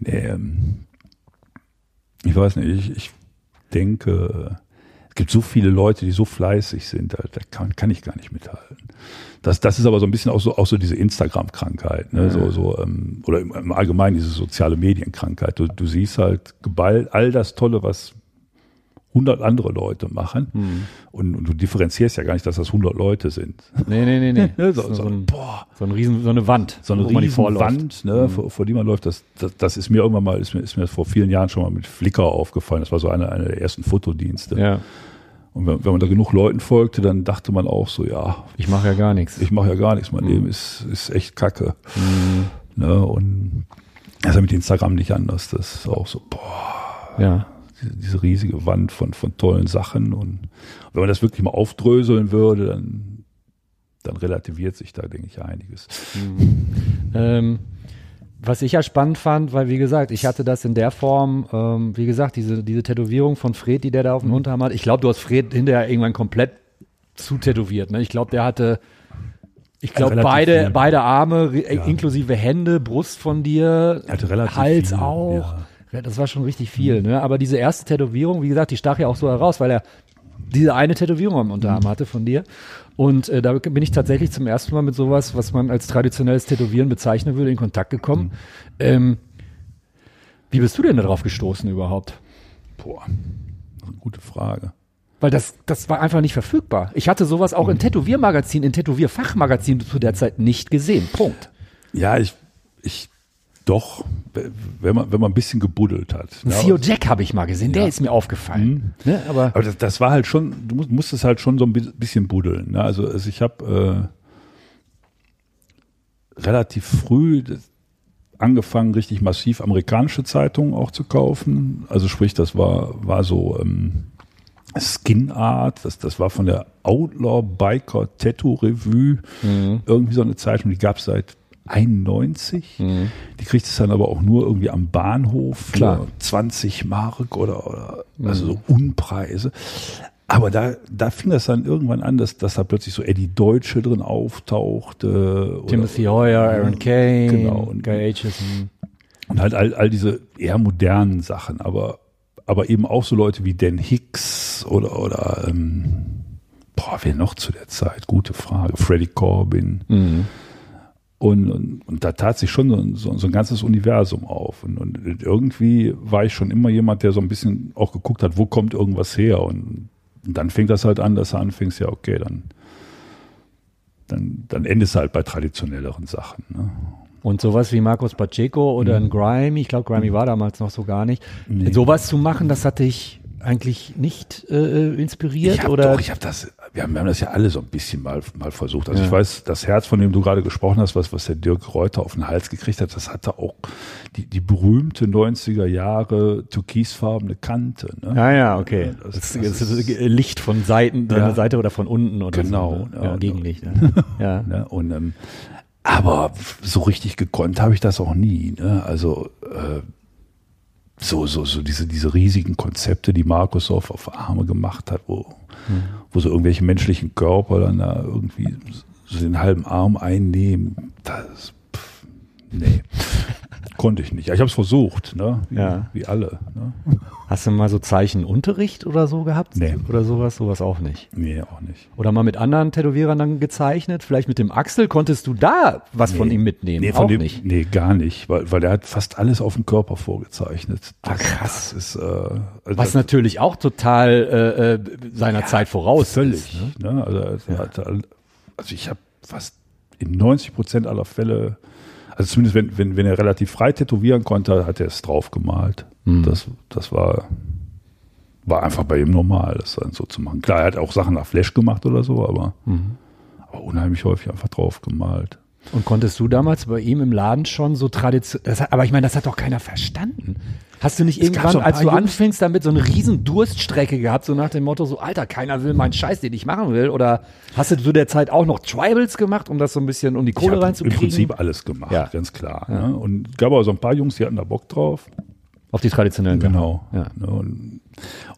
C: Nee, ähm, ich weiß nicht, ich, ich denke, es gibt so viele Leute, die so fleißig sind, da, da kann, kann ich gar nicht mithalten. Das, das ist aber so ein bisschen auch so, auch so diese Instagram-Krankheit, ne? so, so, ähm, oder im, im Allgemeinen diese soziale Medienkrankheit. Du, du siehst halt geballt all das Tolle, was 100 andere Leute machen und, und du differenzierst ja gar nicht, dass das 100 Leute sind.
B: Nee, nee, nee, nee.
C: Ne?
B: Das
C: So,
B: ist
C: so,
B: nur ein-
C: boah,
B: So ein riesen, so eine Wand,
C: so eine
B: wo man die
C: riesen
B: vorläuft. Mhm.
C: Wand, ne, vor, vor die man läuft. Das, das, das ist mir irgendwann mal, ist mir, ist mir vor vielen Jahren schon mal mit Flickr aufgefallen. Das war so einer einer der ersten Fotodienste.
B: Ja,
C: Und wenn, wenn man da genug Leuten folgte, dann dachte man auch so, ja,
B: ich mache ja gar nichts.
C: ich mache ja gar nichts, mein
B: Mhm.
C: Leben ist, ist echt kacke.
B: Mm,
C: Ne, und das ist ja mit Instagram nicht anders. Das ist auch so, boah,
B: ja.
C: diese, diese riesige Wand von, von tollen Sachen. Und wenn man das wirklich mal aufdröseln würde, dann, dann relativiert sich da, denke ich, einiges.
B: Ähm, was ich ja spannend fand, weil wie gesagt, ich hatte das in der Form, ähm, wie gesagt, diese, diese Tätowierung von Fred, die der da auf
C: Mhm.
B: dem Unterarm hat. Ich glaube, du hast Fred hinterher irgendwann komplett zutätowiert. Ne? Ich glaube, der hatte, ich glaube,
C: Relativ
B: beide,
C: viel.
B: beide Arme, re- inklusive Hände, Brust von dir,
C: Er hatte Halt relativ
B: Hals
C: viel,
B: auch. Das war schon richtig viel. Ne? Aber diese erste Tätowierung, wie gesagt, die stach ja auch so heraus, weil er diese eine Tätowierung am Unterarm
C: Mhm.
B: hatte von dir. Und äh, da bin ich tatsächlich zum ersten Mal mit sowas, was man als traditionelles Tätowieren bezeichnen würde, in Kontakt
C: Mhm.
B: gekommen. Ähm, wie bist du denn darauf gestoßen überhaupt?
C: Boah, das ist eine gute Frage.
B: Weil das, das war einfach nicht verfügbar. Ich hatte sowas auch
C: Mhm.
B: in Tätowiermagazinen, in Tätowierfachmagazinen zu der Zeit nicht gesehen. Punkt.
C: Ja, ich, ich doch, wenn man, wenn man ein bisschen gebuddelt hat.
B: Ein
C: Ja, Mhm.
B: Theo Jack habe ich mal gesehen, der ist mir aufgefallen. Ne, aber
C: Aber das, das war halt schon, du musst, musstest halt schon so ein bi- bisschen buddeln. Ne? Also, also ich habe äh, relativ früh das- angefangen, richtig massiv amerikanische Zeitungen auch zu kaufen. Also sprich, das war, war so ähm, Skin Art, das, das war von der Outlaw Biker Tattoo Revue, irgendwie so eine Zeitung, die gab es seit 91. Die kriegt es dann aber auch nur irgendwie am Bahnhof für
B: Klar.
C: 20 Mark oder, oder also so Unpreise. Aber da, da fing das dann irgendwann an, dass, dass da plötzlich so Eddie Deutsche drin auftauchte. oder- Mhm.
B: Timothy Hoyer, Aaron Kane,
C: Genau. Und-
B: Guy Aitchison.
C: und halt all, all diese eher modernen Sachen, aber, aber eben auch so Leute wie Dan Hicks oder, oder ähm, boah, wer noch zu der Zeit? Gute Frage. Freddie Corbin. Und, und, und da tat sich schon so ein, so, ein- so ein ganzes Universum auf. Und, und irgendwie war ich schon immer jemand, der so ein bisschen auch geguckt hat, wo kommt irgendwas her? Und, und dann fing das halt an, dass du anfingst, ja, okay, dann, dann, dann endest du halt bei traditionelleren Sachen. Ne?
B: Und sowas wie Marcos Pacheco oder
C: Mhm.
B: ein Grime, ich glaube, Grimy war damals noch so gar nicht. Sowas zu machen, das hatte ich eigentlich nicht äh, inspiriert
C: Ich hab
B: oder
C: Doch, ich habe das, wir haben, wir haben das ja alle so ein bisschen mal, mal versucht. Also ich weiß, das Herz, von dem du gerade gesprochen hast, was, was der Dirk Reuter auf den Hals gekriegt hat, das hatte auch die, die berühmte 90er Jahre türkisfarbene Kante. Ne?
B: Ja, Ah ja, okay.
C: Das-
B: Das,
C: das
B: das ist äh, Licht von Seiten,
C: Ja.
B: deiner Seite oder von unten oder so.
C: Genau,
B: ne?
C: ja,
B: Ja,
C: genau.
B: Gegenlicht. Ne? ja.
C: Ne? Und, ähm, aber so richtig gekonnt habe ich das auch nie. Ne? Also äh, so, so, so diese, diese riesigen Konzepte, die Markus auf, auf Arme gemacht hat, wo, wo so irgendwelche menschlichen Körper dann da irgendwie so den halben Arm einnehmen, das pff, nee. Konnte ich nicht. Ja, Ich habe es versucht, ne? Wie,
B: Ja.
C: wie alle. Ne?
B: Hast du mal so Zeichenunterricht oder so gehabt?
C: Nee.
B: Oder sowas? Sowas auch nicht.
C: Nee, auch nicht.
B: Oder mal mit anderen Tätowierern dann gezeichnet? Vielleicht mit dem Axel? Konntest du da was von ihm mitnehmen?
C: Nee, von
B: auch
C: dem,
B: nicht.
C: Nee, gar nicht, weil, weil er hat fast alles auf dem Körper vorgezeichnet. Das,
B: Ah, krass.
C: Das ist, äh, also
B: Was
C: das,
B: natürlich auch total äh, äh, seiner Zeit voraus
C: völlig.
B: ist. Ne?
C: Ne? Also, also, hat all- also ich habe fast in 90 Prozent aller Fälle, also zumindest wenn, wenn, wenn er relativ frei tätowieren konnte, hat er es drauf gemalt.
B: Hm.
C: Das, das war, war einfach bei ihm normal, das dann so zu machen. Klar, er hat auch Sachen nach Flash gemacht oder so, aber,
B: Mhm.
C: aber unheimlich häufig einfach drauf gemalt.
B: Und konntest du damals bei ihm im Laden schon so traditionell, aber ich meine, das hat doch keiner verstanden. Hast du nicht
C: Es gab
B: irgendwann,
C: so ein
B: als
C: paar
B: du
C: Jungs-
B: anfingst, damit so eine riesen Durststrecke gehabt, so nach dem Motto, so Alter, keiner will meinen Scheiß, den ich machen will? Oder hast du zu der Zeit auch noch Tribals gemacht, um das so ein bisschen, um die
C: Ich
B: Kohle
C: hab
B: reinzukriegen?
C: Im Prinzip alles gemacht,
B: Ja.
C: ganz klar. Ne? Und gab aber so ein paar Jungs, die hatten da Bock drauf.
B: Auf die traditionellen.
C: Genau.
B: Ja.
C: Ne, Und,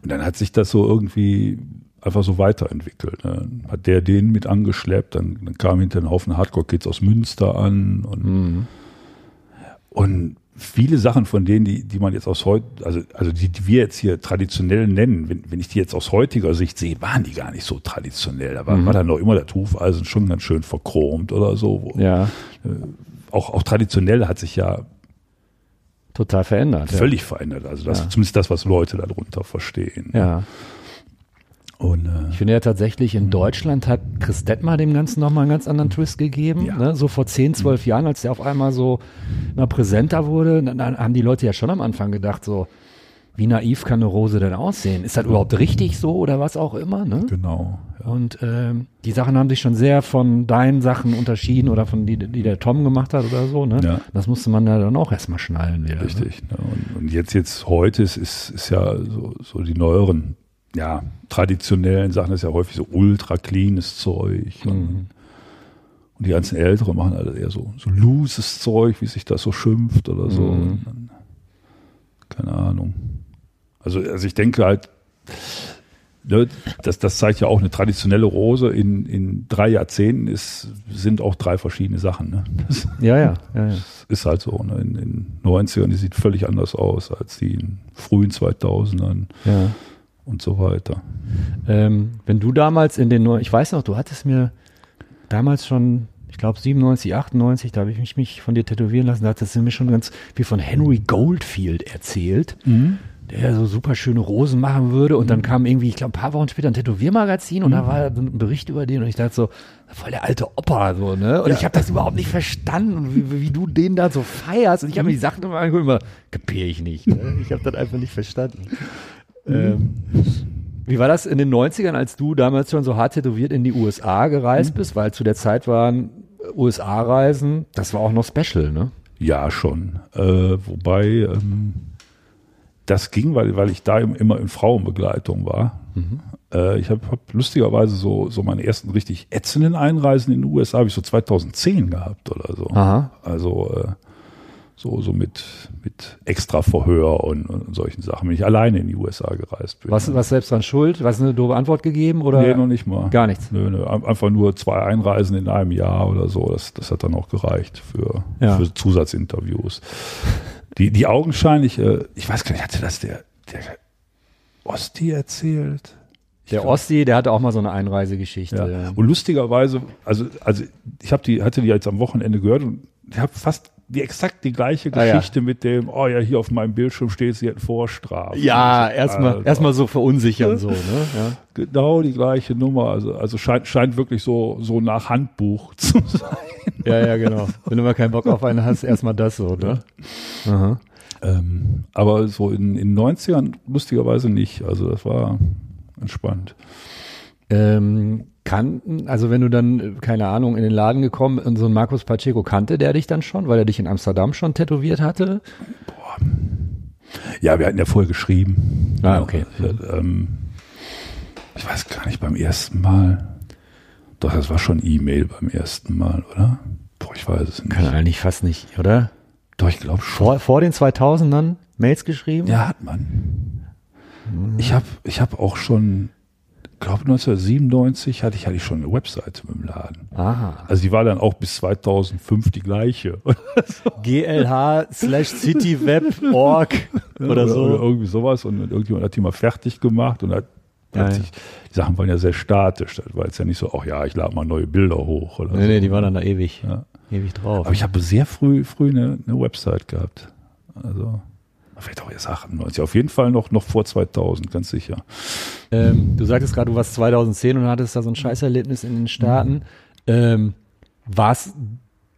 C: und dann hat sich das so irgendwie einfach so weiterentwickelt. Ne? Hat der den mit angeschleppt, dann, dann kam hinter ein Haufen Hardcore-Kids aus Münster an und,
B: Mhm.
C: und viele Sachen von denen, die, die man jetzt aus heute, also, also die, die wir jetzt hier traditionell nennen, wenn, wenn ich die jetzt aus heutiger Sicht sehe, waren die gar nicht so traditionell. Da war,
B: Mhm.
C: war dann noch immer das Hufeisen schon ganz schön verchromt oder so. Wo,
B: Ja,
C: auch, auch traditionell hat sich ja
B: total verändert.
C: völlig verändert. Also das,
B: Ja.
C: zumindest das, was Leute darunter verstehen.
B: Ja. ja.
C: Und äh,
B: Ich finde ja tatsächlich,
C: Mhm.
B: in Deutschland hat Chris Detmar dem Ganzen nochmal einen ganz anderen Twist gegeben.
C: Ja. Mhm.
B: Ne? So vor 10, 12 Jahren, als der auf einmal so na, präsenter wurde, dann, dann haben die Leute ja schon am Anfang gedacht, so, wie naiv kann eine Rose denn aussehen? Ist das überhaupt richtig so oder was auch immer? Ne?
C: genau.
B: Und ähm, die Sachen haben sich schon sehr von deinen Sachen unterschieden oder von die, die der Tom gemacht hat oder so. Ne?
C: Ja.
B: Das musste man ja dann auch erstmal schnallen. Wieder, Ne?
C: Richtig. Ne? Und, und jetzt, jetzt heute ist, ist, ist ja so, so die neueren, ja, traditionellen Sachen ist ja häufig so ultra cleanes Zeug. Und, und die ganzen Älteren machen alle eher so, so looses Zeug, wie sich das so schimpft oder so. Und dann, keine Ahnung. Also, also ich denke halt, ne, das, das zeigt ja auch eine traditionelle Rose in, in drei Jahrzehnten ist, sind auch drei verschiedene Sachen. Ne? Das,
B: Ja, ja, ja, ja.
C: ist halt so. Ne? In den 90ern, die sieht völlig anders aus als die in frühen 2000ern.
B: ja.
C: und so weiter.
B: Ähm, wenn du damals in den, Neu- ich weiß noch, du hattest mir damals schon, ich glaube 97, 98, da habe ich mich, mich von dir tätowieren lassen, da hattest du mir schon ganz viel von Henry Goldfield erzählt, der so super schöne Rosen machen würde und dann kam irgendwie, ich glaube ein paar Wochen später ein Tätowiermagazin und da war ein Bericht über den und ich dachte so, voll der alte Opa so, ne? Und ich habe das überhaupt nicht verstanden und wie, wie du den da so feierst und ich habe mir die Sachen immer angeguckt, immer, kapier ich nicht, ne? Ich habe das einfach nicht verstanden. Ähm, Wie war das in den 90ern, als du damals schon so hart tätowiert in die USA
C: Mhm.
B: gereist bist? Weil zu der Zeit waren äh, USA-Reisen, das war auch noch special, ne?
C: Ja, schon. Äh, wobei ähm, das ging, weil, weil ich da im- immer in Frauenbegleitung war.
B: Mhm.
C: Äh, ich habe hab lustigerweise so, so meinen ersten richtig ätzenden Einreisen in den USA, habe ich so 2010 gehabt oder so.
B: Aha.
C: Also äh, so, so mit, mit extra Verhör und, und solchen Sachen, wenn ich alleine in die USA gereist bin.
B: Was, was selbst dran schuld? Was eine doofe Antwort gegeben? Oder?
C: Genau. Nee, noch nicht mal.
B: Äh, Gar nichts.
C: Nö, nö. Ein- Einfach nur zwei Einreisen in einem Jahr oder so. Das, das hat dann auch gereicht für,
B: Ja.
C: für Zusatzinterviews. Die, die augenscheinlich, äh, ich weiß gar nicht, hatte das der, der Osti erzählt?
B: Der Ossi, der hatte auch mal so eine Einreisegeschichte.
C: Ja. Und lustigerweise, also, also ich hab die, hatte die jetzt am Wochenende gehört und ich habe fast die exakt die gleiche
B: Ah, ja.
C: Geschichte mit dem, oh ja, hier auf meinem Bildschirm steht, sie hätten Vorstrafe.
B: Ja,
C: Also,
B: erstmal erstmal so verunsichern so, ne? Ja.
C: Genau die gleiche Nummer. Also, also scheint, scheint wirklich so, so nach Handbuch zu sein.
B: ja, ja, genau. Wenn du mal keinen Bock auf einen hast, erstmal das so, ne?
C: Ähm, aber so in den 90ern lustigerweise nicht. Also das war entspannt.
B: Ähm, kannten, also wenn du dann, äh, keine Ahnung, in den Laden gekommen und so ein Markus Pacheco kannte der dich dann schon, weil er dich in Amsterdam schon tätowiert hatte?
C: Ja, wir hatten ja vorher geschrieben.
B: Ah, okay.
C: Ja, ähm, ich weiß gar nicht, beim ersten Mal. Doch, das war schon E-Mail beim ersten Mal, oder? Boah, ich weiß es nicht.
B: Kann eigentlich fast nicht, oder?
C: Doch, ich glaube schon.
B: Vor, vor den 2000ern Mails geschrieben?
C: Ja, hat man.
B: Mhm.
C: Ich habe ich hab auch schon, glaube 1997 hatte ich, hatte ich schon eine Webseite mit dem Laden.
B: Aha.
C: Also die war dann auch bis 2005 die gleiche.
B: GLH slash cityweb.org oder
C: Oder
B: so.
C: irgendwie sowas. Und irgendjemand hat die mal fertig gemacht und hat
B: Geil.
C: plötzlich, die Sachen waren ja sehr statisch. Das war jetzt ja nicht so, ach ja, ich lade mal neue Bilder hoch oder
B: Nee,
C: so.
B: nee, die waren dann da ewig.
C: Ja.
B: Ewig drauf.
C: Aber ich habe sehr früh, früh eine, eine Website gehabt. Also, vielleicht auch erst 98. Auf jeden Fall noch, noch vor 2000, ganz sicher.
B: Ähm, du sagtest gerade, du warst 2010 und hattest da so ein Scheißerlebnis in den Staaten. Ähm, warst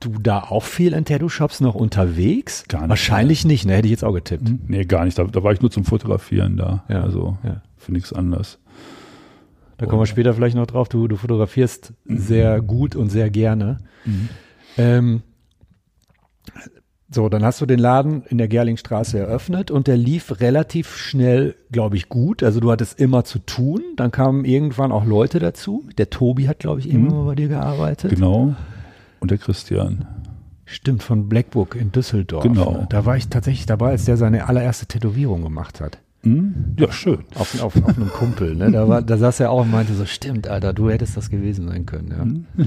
B: du da auch viel in Tattoo-Shops noch unterwegs?
C: Gar nicht.
B: Wahrscheinlich nicht, ne? Hätte ich jetzt auch getippt.
C: Nee, gar nicht. Da, da war ich nur zum Fotografieren da.
B: Ja,
C: Also,
B: ja.
C: für nichts anderes.
B: Da kommen wir später vielleicht noch drauf. Du, du fotografierst
C: Mhm.
B: sehr gut und sehr gerne. Ähm, so, dann hast du den Laden in der Gerlingstraße eröffnet und der lief relativ schnell, glaube ich, gut. Also du hattest immer zu tun. Dann kamen irgendwann auch Leute dazu. Der Tobi hat, glaube ich, irgendwann mal bei dir gearbeitet.
C: Mhm. Genau. Und der Christian.
B: Stimmt, von Blackbook in Düsseldorf.
C: Genau.
B: ne? Da war ich tatsächlich dabei, als der seine allererste Tätowierung gemacht hat.
C: Hm? Ja, schön.
B: Auf, auf, auf einem Kumpel. Ne? Da, war, da saß er auch und meinte so, stimmt, Alter, du hättest das gewesen sein können. Ja.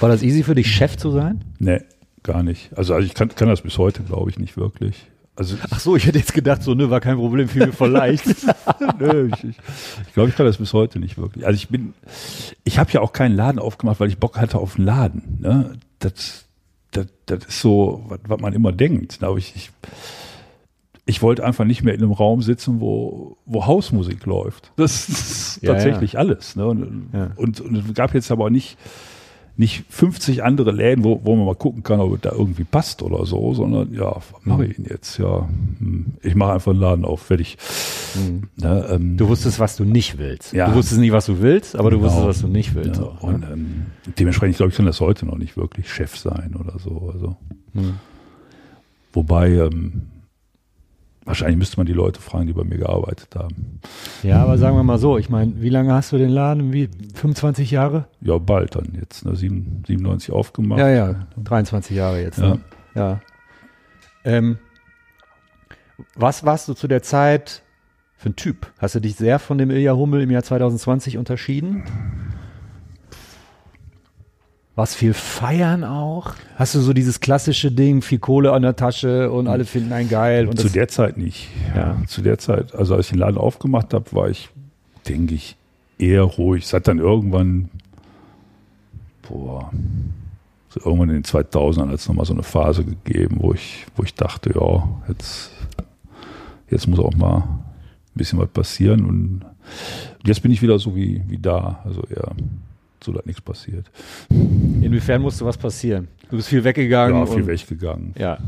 B: War das easy für dich, Chef zu sein?
C: Nee, gar nicht. Also, also ich kann, kann das bis heute, glaube ich, nicht wirklich. Also,
B: Ach so, ich hätte jetzt gedacht, so, ne, war kein Problem, fiel mir voll leicht.
C: Nö, ich ich, ich glaube, ich kann das bis heute nicht wirklich. Also ich bin, ich habe ja auch keinen Laden aufgemacht, weil ich Bock hatte auf einen Laden. Ne? Das, das, das ist so, was, was man immer denkt. ne? Aber ich, ich, ich wollte einfach nicht mehr in einem Raum sitzen, wo, wo Hausmusik läuft. Das ist
B: Ja,
C: tatsächlich alles. Ne? Und,
B: Ja.
C: und, und es gab jetzt aber nicht nicht 50 andere Läden, wo, wo man mal gucken kann, ob es da irgendwie passt oder so, sondern ja, was mache ich denn jetzt? Ja, hm, ich mache einfach einen Laden auf, fertig. Ne, ähm,
B: Du wusstest, was du nicht willst.
C: Ja.
B: Du wusstest nicht, was du willst, aber du
C: Genau.
B: wusstest, was du nicht willst.
C: ja,
B: auch, ne?
C: und ähm, dementsprechend, ich glaube, ich kann das heute noch nicht wirklich Chef sein oder so. Also. Wobei, ähm, wahrscheinlich müsste man die Leute fragen, die bei mir gearbeitet haben.
B: ja, aber sagen wir mal so, ich meine, wie lange hast du den Laden? Wie, 25 Jahre?
C: Ja, bald dann jetzt, ne? Sieben- 97 aufgemacht.
B: Ja, ja, 23 Jahre jetzt. Ne? Ja. Ähm, was warst du zu der Zeit für ein Typ? Hast du dich sehr von dem Ilja Hummel im Jahr 2020 unterschieden? Was viel feiern auch? Hast du so dieses klassische Ding, viel Kohle an der Tasche und alle finden einen geil und
C: Zu
B: das,
C: der Zeit nicht. Ja. Zu der Zeit, also als ich den Laden aufgemacht habe, war ich, denke ich, eher ruhig. Seit dann irgendwann, boah, so irgendwann in den 2000ern hat es nochmal so eine Phase gegeben, wo ich, wo ich dachte, ja, jetzt, jetzt muss auch mal ein bisschen was passieren. Und jetzt bin ich wieder so wie, wie da. Also eher, so dass nichts passiert.
B: inwiefern musste was passieren? Du bist viel weggegangen.
C: Ja, viel
B: und,
C: weggegangen.
B: Ja.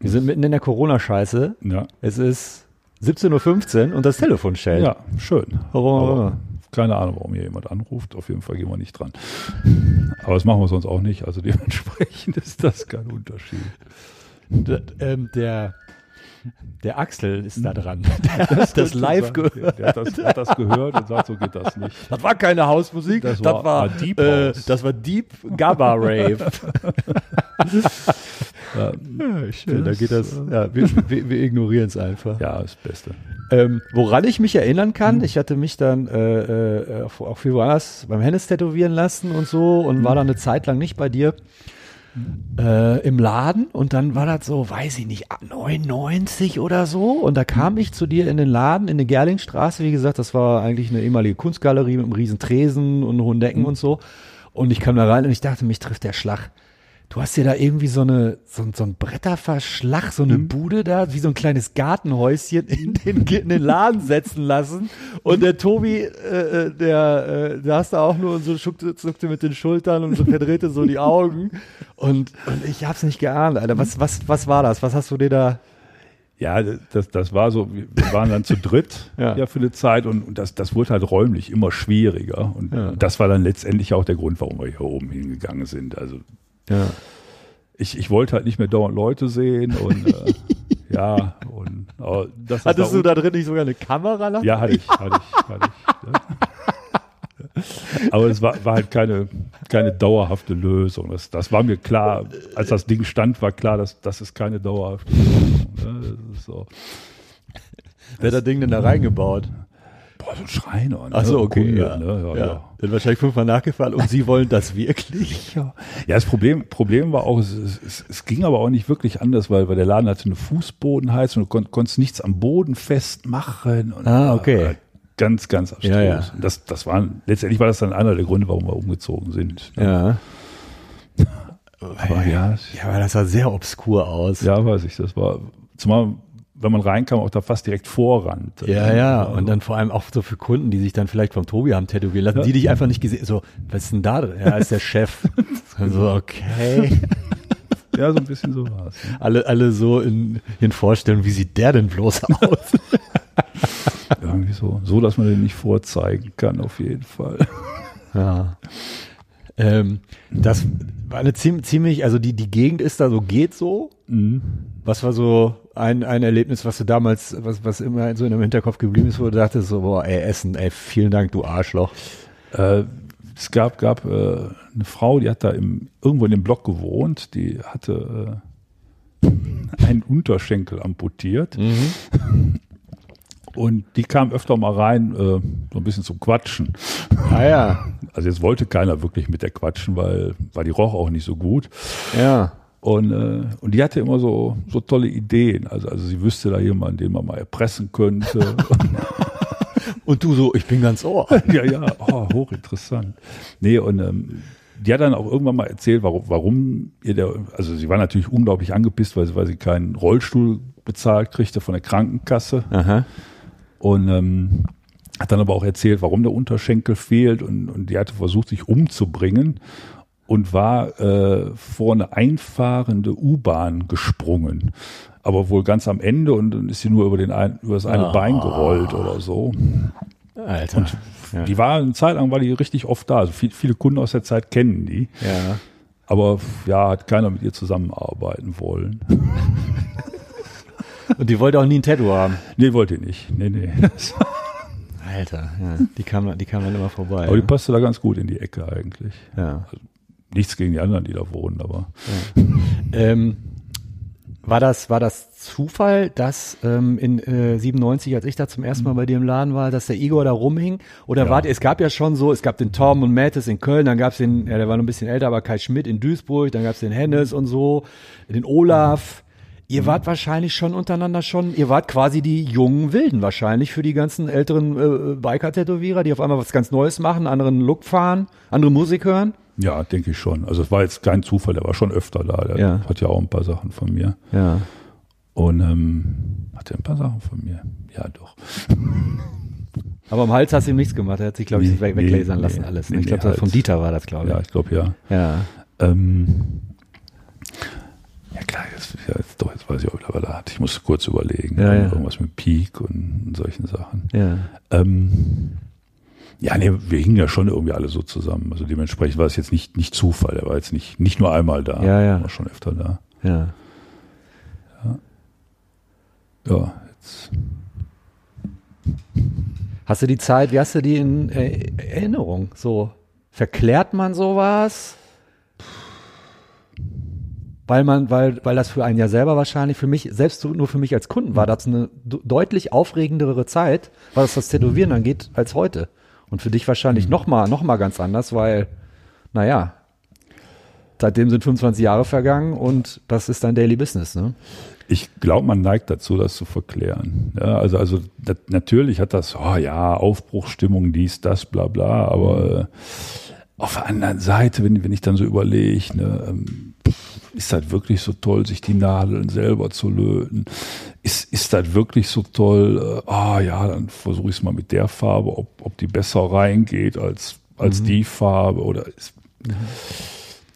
B: Wir sind mitten in der Corona-Scheiße.
C: Ja.
B: Es ist 17.15 Uhr und das Telefon schellt. Oh.
C: Ja, schön.
B: Warum auch
C: Aber
B: immer.
C: Keine Ahnung, warum hier jemand anruft. Auf jeden Fall gehen wir nicht dran. Aber das machen wir sonst auch nicht. Also dementsprechend ist das kein Unterschied.
B: D- ähm, der, der Axel ist da dran. Der hat das live
C: Der-
B: gehört.
C: Der hat das, der hat das gehört und sagt, so geht das nicht.
B: Das war keine Hausmusik, das,
C: Das
B: war,
C: war- war
B: Deep
C: Deep
B: äh,
C: House.
B: das war Deep Gabba Rave. ja, schön, da geht das. Ja, wir, wir, wir ignorieren es einfach.
C: Ja, ist das Beste.
B: Ähm, woran ich mich erinnern kann, ich hatte mich dann äh, äh, auch- auch viel woanders beim Hennes tätowieren lassen und so und war dann eine Zeit lang nicht bei dir äh, im Laden und dann war das so, weiß ich nicht, 99 oder so und da kam ich zu dir in den Laden in der Gerlingstraße, wie gesagt, das war eigentlich eine ehemalige Kunstgalerie mit einem riesen Tresen und hohen Decken und so und ich kam da rein und ich dachte, mich trifft der Schlag. Du hast dir da irgendwie so eine so, ein- so ein Bretterverschlag, so
C: Mhm.
B: eine Bude da, wie so ein kleines Gartenhäuschen in den, in den Laden setzen lassen. Und der Tobi, äh, äh, der, äh, der hast da auch nur und so zuckte, zuckte mit den Schultern und so verdrehte so die Augen. Und, und ich hab's nicht geahnt, Alter. Was, was, was war das? Was hast du dir da?
C: Ja, das, das war so, wir waren dann zu dritt
B: Ja.
C: ja. für eine Zeit und, und das, das wurde halt räumlich immer schwieriger. Und das war dann letztendlich auch der Grund, warum wir hier oben hingegangen sind. Also
B: Ja.
C: ich, ich wollte halt nicht mehr dauernd Leute sehen und äh, ja, und aber das ist
B: Hattest
C: da
B: du da drin nicht sogar eine Kamera? lassen?
C: Ja, hatte ich, hatte ich, hatte ich. Ja. Aber es war, war halt keine, keine dauerhafte Lösung. Das, das war mir klar, als das Ding stand, war klar, dass das ist keine dauerhafte Lösung. Ne? Das ist so.
B: Wer hat das Ding denn da reingebaut?
C: Boah, so ein Schreiner. Ne?
B: Ach so, okay.
C: Kunde,
B: ja.
C: Ne? Ja, ja. Ja.
B: Dann wahrscheinlich fünfmal nachgefragt und sie wollen das wirklich?
C: das Problem, Problem war auch, es, es, es- es ging aber auch nicht wirklich anders, weil, weil der Laden hatte eine Fußbodenheizung und du kon, konntest nichts am Boden festmachen. Und
B: Ah, okay.
C: Ganz, ganz abstrus.
B: Ja, ja.
C: Und Das, das war, letztendlich war das dann einer der Gründe, warum wir umgezogen sind.
B: Ja.
C: Aber Ah, ja,
B: Ja, aber das sah sehr obskur aus.
C: Ja, weiß ich. Das war, zumal, wenn man reinkam, auch da fast direkt vorrannte.
B: Ja, ja.
C: äh,
B: Und dann vor allem auch so für Kunden, die sich dann vielleicht vom Tobi haben tätowieren lassen, die dich einfach nicht gesehen. So, was ist denn da drin? Ja, ist der Chef. so, okay.
C: Ja, so ein bisschen so war es. Ne?
B: Alle, alle so in, in Vorstellung, wie sieht der denn bloß aus?
C: Irgendwie so. So, dass man den nicht vorzeigen kann, auf jeden Fall.
B: ja. Ähm, das war eine ziemlich, ziemlich, also die, die Gegend ist da so, geht so. Was war so ein, ein Erlebnis, was du damals, was, was immer so in deinem Hinterkopf geblieben ist, wo du dachtest, so, boah, ey, Essen, ey, vielen Dank, du Arschloch.
C: Äh, es gab, gab äh, eine Frau, die hat da im, irgendwo in dem Block gewohnt, die hatte äh, einen Unterschenkel amputiert.
B: Mhm.
C: Und die kam öfter mal rein, äh, so ein bisschen zum Quatschen.
B: Ah ja,
C: Also jetzt wollte keiner wirklich mit der quatschen, weil, weil die roch auch nicht so gut.
B: ja.
C: Und, äh, und die hatte immer so, so tolle Ideen. Also, also sie wüsste da jemanden, den man mal erpressen könnte.
B: Und du so, ich bin ganz ohr.
C: ja, ja, oh, hochinteressant. Nee, und ähm, die hat dann auch irgendwann mal erzählt, warum, warum ihr der, also sie war natürlich unglaublich angepisst, weil, sie- weil sie keinen Rollstuhl bezahlt kriegte von der Krankenkasse.
B: Aha.
C: Und ähm, hat dann aber auch erzählt, warum der Unterschenkel fehlt und, und die hatte versucht, sich umzubringen und war äh, vor eine einfahrende U-Bahn gesprungen. Aber wohl ganz am Ende und dann ist sie nur über, den ein, über das eine Bein gerollt oder so.
B: Alter. ja.
C: Die war eine Zeit lang war die richtig oft da. Also viel, viele Kunden aus der Zeit kennen die.
B: ja.
C: Aber ja, hat keiner mit ihr zusammenarbeiten wollen.
B: Und die wollte auch nie ein Tattoo haben.
C: Nee, wollte die nicht. Nee, nee.
B: Alter, ja. Die kam, die kam dann immer vorbei.
C: Aber die passte da ganz gut in die Ecke eigentlich.
B: ja.
C: Nichts gegen die anderen, die da wohnen, aber.
B: Ähm, War das, war das Zufall, dass ähm, in äh, 97, als ich da zum ersten Mal bei dir im Laden war, dass der Igor da rumhing? Oder wart ihr, es gab ja schon so, es gab den Tom und Mattis in Köln, dann gab es den, ja, der war noch ein bisschen älter, aber Kai Schmidt in Duisburg, dann gab es den Hennes und so, den Olaf. Ihr wart wahrscheinlich schon untereinander schon, ihr wart quasi die jungen Wilden wahrscheinlich für die ganzen älteren äh, Biker-Tätowierer, die auf einmal was ganz Neues machen, anderen Look fahren, andere Musik hören.
C: Ja, denke ich schon. Also es war jetzt kein Zufall, der war schon öfter da. Der
B: Ja.
C: hat ja auch ein paar Sachen von mir.
B: Ja.
C: Und ähm, hat er ein paar Sachen von mir? Ja, doch.
B: Aber am Hals hast du ihm nichts gemacht. Er hat sich, glaube ich,
C: Nee,
B: weg,
C: nee,
B: weglasern lassen
C: nee,
B: alles.
C: nee,
B: Ne? Ich
C: nee,
B: glaube, das
C: Hals.
B: vom Dieter war das, glaube
C: Ja, ich glaube ja.
B: ich. Ja.
C: Ähm, ja klar, jetzt, ja, jetzt, doch, jetzt weiß ich auch wieder, was er hat. Ich muss kurz überlegen.
B: Ja, ja.
C: Irgendwas mit Peak und solchen Sachen.
B: ja.
C: Ähm, ja, nee, wir hingen ja schon irgendwie alle so zusammen. Also dementsprechend war es jetzt nicht, nicht Zufall. Er war jetzt nicht, nicht nur einmal da.
B: Ja, ja.
C: War schon öfter da.
B: Ja.
C: Ja, jetzt.
B: Hast du die Zeit, wie hast du die in äh, Erinnerung? So, verklärt man sowas? Weil man, weil, weil das für einen ja selber wahrscheinlich für mich, selbst so nur für mich als Kunden war das eine d- deutlich aufregendere Zeit, was das Tätowieren angeht, als heute. Und für dich wahrscheinlich nochmal, noch mal ganz anders, weil, naja, seitdem sind 25 Jahre vergangen und das ist dein Daily Business, ne?
C: Ich glaube, man neigt dazu, das zu verklären. Ja, also, also das, natürlich hat das, oh ja, Aufbruchstimmung, dies, das, bla bla, aber äh, auf der anderen Seite, wenn, wenn ich dann so überlege, ne, ähm, pff, ist das wirklich so toll, sich die Nadeln selber zu löten? Ist, ist das wirklich so toll? Äh, Ah ja, dann versuche ich es mal mit der Farbe, ob, ob die besser reingeht als, als die Farbe. Oder ist,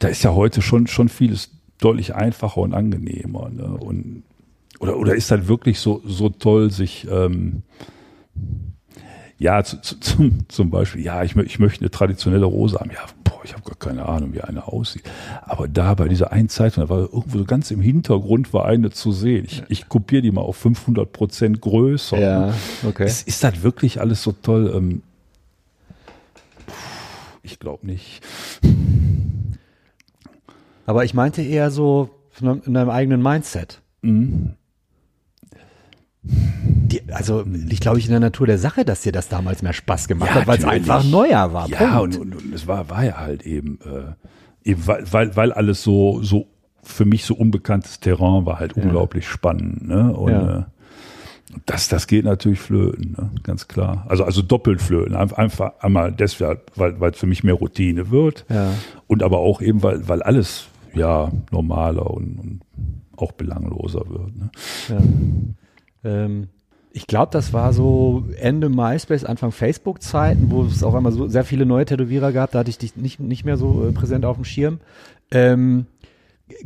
C: da ist ja heute schon, schon vieles deutlich einfacher und angenehmer. Ne? Und, oder, oder ist das wirklich so, so toll, sich ähm, ja, zu, zu, zum, zum Beispiel, ja, ich, mö ich möchte eine traditionelle Rose haben. Ja, boah, ich habe gar keine Ahnung, wie eine aussieht. Aber da bei dieser einen Zeitung, da war irgendwo so ganz im Hintergrund war eine zu sehen. Ich, ich kopiere die mal auf 500 Prozent größer.
B: ne? okay.
C: Ist, ist das wirklich alles so toll? Ähm, puh, ich glaube nicht.
B: Aber ich meinte eher so von- in deinem eigenen Mindset.
C: Mhm.
B: Die, also liegt, glaube ich, in der Natur der Sache, dass dir das damals mehr Spaß gemacht
C: Ja,
B: hat, weil es
C: natürlich.
B: einfach neuer war.
C: Ja,
B: Punkt.
C: und, und, und es war, war ja halt eben, äh, eben weil, weil, weil alles so, so für mich so unbekanntes Terrain war halt unglaublich spannend. Ne? Und
B: Ja.
C: äh, das, das geht natürlich flöten, ne? ganz klar. Also, also doppelt flöten. Einf- Einfach einmal deshalb, weil weil es für mich mehr Routine wird.
B: Ja.
C: Und aber auch eben, weil, weil alles ja normaler und, und auch belangloser wird. Ne?
B: Ähm, ich glaube, das war so Ende MySpace, Anfang Facebook-Zeiten, wo es auf einmal so sehr viele neue Tätowierer gab. Da hatte ich dich nicht, nicht mehr so äh, präsent auf dem Schirm. Ähm,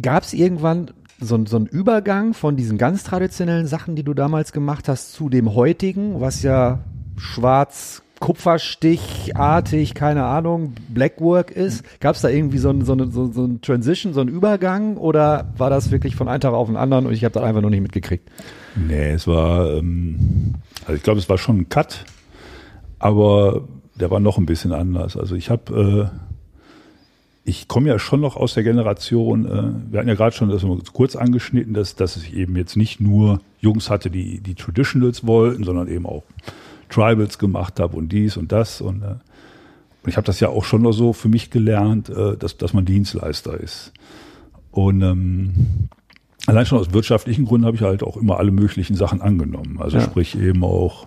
B: Gab es irgendwann so, ein- so einen Übergang von diesen ganz traditionellen Sachen, die du damals gemacht hast, zu dem heutigen, was ja schwarz, kupferstichartig, keine Ahnung, Blackwork ist? Gab es da irgendwie so einen so einen- so, so ein Transition, so einen Übergang oder war das wirklich von einem Tag auf den anderen und ich habe das einfach nur nicht mitgekriegt?
C: Nee, es war, ähm, also ich glaube, es war schon ein Cut, aber der war noch ein bisschen anders. Also ich habe, äh, ich komme ja schon noch aus der Generation, äh, wir hatten ja gerade schon das mal kurz angeschnitten, dass, dass ich eben jetzt nicht nur Jungs hatte, die, die Traditionals wollten, sondern eben auch Tribals gemacht habe und dies und das und, äh, und ich habe das ja auch schon noch so für mich gelernt, äh, dass, dass man Dienstleister ist. Und ähm, Allein schon aus wirtschaftlichen Gründen habe ich halt auch immer alle möglichen Sachen angenommen. Also
B: Ja.
C: sprich eben auch,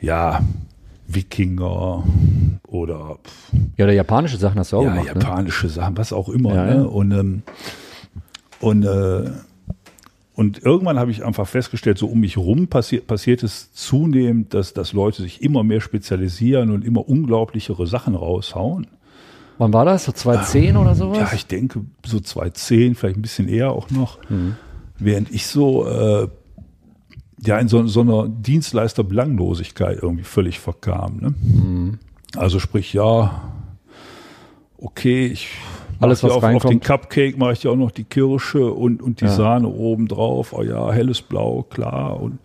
C: ja, Wikinger oder pf,
B: Ja, oder japanische Sachen hast du auch
C: ja,
B: gemacht. Ne?
C: japanische Sachen, was auch immer.
B: Ja,
C: ne?
B: ja.
C: Und, ähm, und, äh, und irgendwann habe ich einfach festgestellt, so um mich rum passi passiert es zunehmend, dass, dass Leute sich immer mehr spezialisieren und immer unglaublichere Sachen raushauen.
B: Wann war das? So 2010 oder sowas?
C: Ja, ich denke so 2010, vielleicht ein bisschen eher auch noch.
B: Mhm.
C: Während ich so, äh, ja, in so, so einer Dienstleisterbelanglosigkeit irgendwie völlig verkam. Ne?
B: Mhm.
C: Also sprich, ja, okay, ich mach
B: Alles,
C: dir
B: was
C: auf, auf
B: reinkommt.
C: den Cupcake mache ich dir auch noch die Kirsche und, und die Sahne oben drauf. Oh ja, helles Blau, klar und,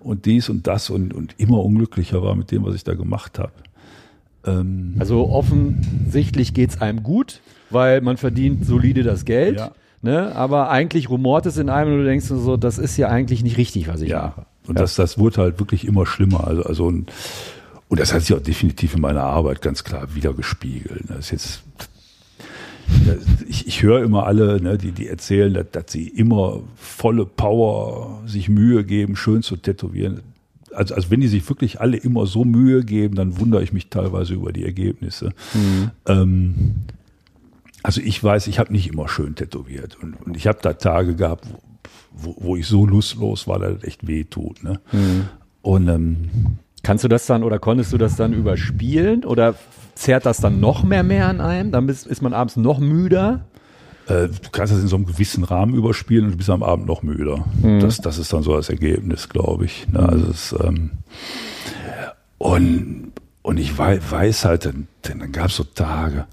C: und dies und das und, und immer unglücklicher war mit dem, was ich da gemacht habe. Ähm,
B: also offensichtlich geht's einem gut. weil man verdient solide das Geld.
C: Ja.
B: Ne? Aber eigentlich rumort es in einem und du denkst so, das ist ja eigentlich nicht richtig, was ich mache.
C: Ja. Und Das, das wurde halt wirklich immer schlimmer. Also, also und, und das hat sich auch definitiv in meiner Arbeit ganz klar wiedergespiegelt. Das ist jetzt, das- ich, ich höre immer alle, ne, die, die erzählen, dass, dass sie immer volle Power sich Mühe geben, schön zu tätowieren. Also, also wenn die sich wirklich alle immer so Mühe geben, dann wundere ich mich teilweise über die Ergebnisse. Ähm, also ich weiß, ich habe nicht immer schön tätowiert. Und, und ich habe da Tage gehabt, wo, wo, wo ich so lustlos war, dass das echt weh tut. Ne? Und ähm,
B: Kannst du das dann oder konntest du das dann überspielen oder zerrt das dann noch mehr mehr an einem? Dann bist, ist man abends noch müder.
C: äh, du kannst das in so einem gewissen Rahmen überspielen und du bist am Abend noch müder. Das, das ist dann so das Ergebnis, glaube ich. Ne? Also es, ähm, und, und ich wei- weiß halt, dann, dann dann gab's so Tage,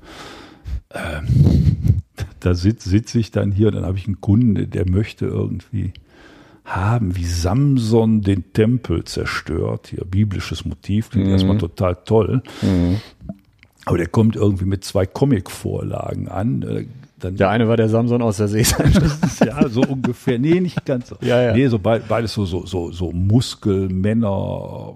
C: ähm, da sitze sitz ich dann hier und dann habe ich einen Kunden, der möchte irgendwie haben, wie Samson den Tempel zerstört. Hier, biblisches Motiv, klingt erstmal total toll. Aber der kommt irgendwie mit zwei Comic-Vorlagen an. äh, Dann
B: Der eine war der Samson aus der See.
C: ja, so ungefähr. Nee, nicht ganz so.
B: Ja, ja.
C: Nee, so be- beides so, so, so, so Muskelmänner,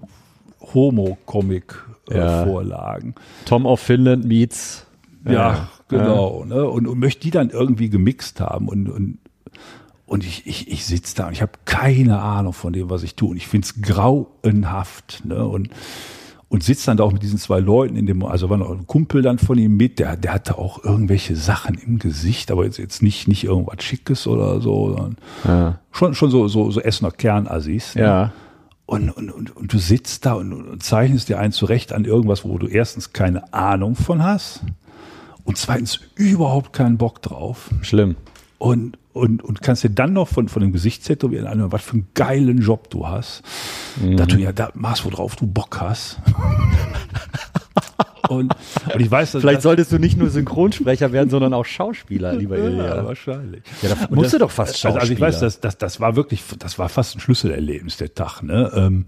B: Ja.
C: äh, Homo-Comic-Vorlagen.
B: Tom of Finland meets.
C: Ja, genau. Ne? Und, und möchte die dann irgendwie gemixt haben. Und, und, und ich, ich, ich sitze da und ich habe keine Ahnung von dem, was ich tue. Und ich finde es grauenhaft. Ne? Und, und sitzt dann da auch mit diesen zwei Leuten in dem, also war noch ein Kumpel dann von ihm mit, der, der hatte auch irgendwelche Sachen im Gesicht, aber jetzt, jetzt nicht, nicht irgendwas Schickes oder so, sondern schon, schon so, so, so Essener Kernassis. ne?
B: Ja.
C: Und, und, und, und du sitzt da und, und zeichnest dir einen zurecht an irgendwas, wo du erstens keine Ahnung von hast und zweitens überhaupt keinen Bock drauf
B: Schlimm.
C: und, und, und kannst dir dann noch von, von dem Gesichtstätowieren anhören, was für einen geilen Job du hast. Da du ja da machst, worauf du Bock hast. und, und ich weiß, dass
B: Vielleicht
C: das,
B: solltest du nicht nur Synchronsprecher werden, sondern auch Schauspieler, lieber Ilja.
C: ja, wahrscheinlich.
B: da musst du doch fast
C: Also, also ich
B: Schauspieler.
C: weiß, das, das, das war wirklich, das war fast ein Schlüsselerlebnis, der Tag, ne? Ähm,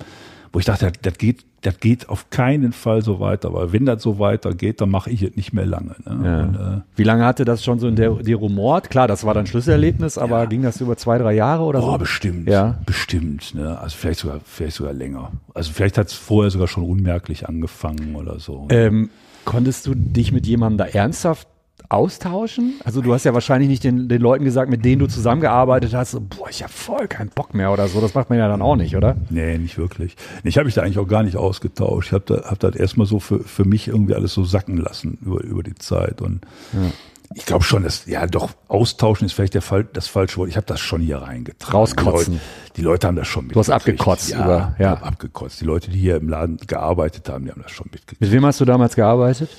C: wo ich dachte, das- das geht, das geht auf keinen Fall so weiter, weil wenn das so weitergeht, dann mache ich es nicht mehr lange. Ne? Und, äh, Mhm.
B: Wie lange hatte das schon so in der, die Rumort? Klar, das war dann Schlüsselerlebnis, aber ging das über zwei, drei Jahre oder
C: boah,
B: so?
C: bestimmt.
B: Ja.
C: Bestimmt, ne? Also vielleicht sogar, vielleicht sogar länger. Also vielleicht hat es vorher sogar schon unmerklich angefangen oder so. ne?
B: Ähm, konntest du dich mit jemandem da ernsthaft austauschen? Also du hast ja wahrscheinlich nicht den, den Leuten gesagt, mit denen du zusammengearbeitet hast, so, boah, ich habe voll keinen Bock mehr oder so. Das macht man ja dann auch nicht, oder?
C: Nee, nicht wirklich. Nee, Ich habe mich da eigentlich auch gar nicht ausgetauscht. Ich habe da, hab das erstmal so für, für mich irgendwie alles so sacken lassen über, über die Zeit. Und ich glaube schon, dass, ja doch, austauschen ist vielleicht der Fall, das falsche Wort. Ich habe das schon hier reingetragen.
B: Rauskotzen.
C: Die Leute, die Leute haben das schon
B: hast
C: mitgekriegt.
B: abgekotzt
C: ja,
B: über-
C: ich
B: ja.
C: hab abgekotzt. Die Leute, die hier im Laden gearbeitet haben, die haben das schon mitgekriegt.
B: Mit wem hast du damals gearbeitet?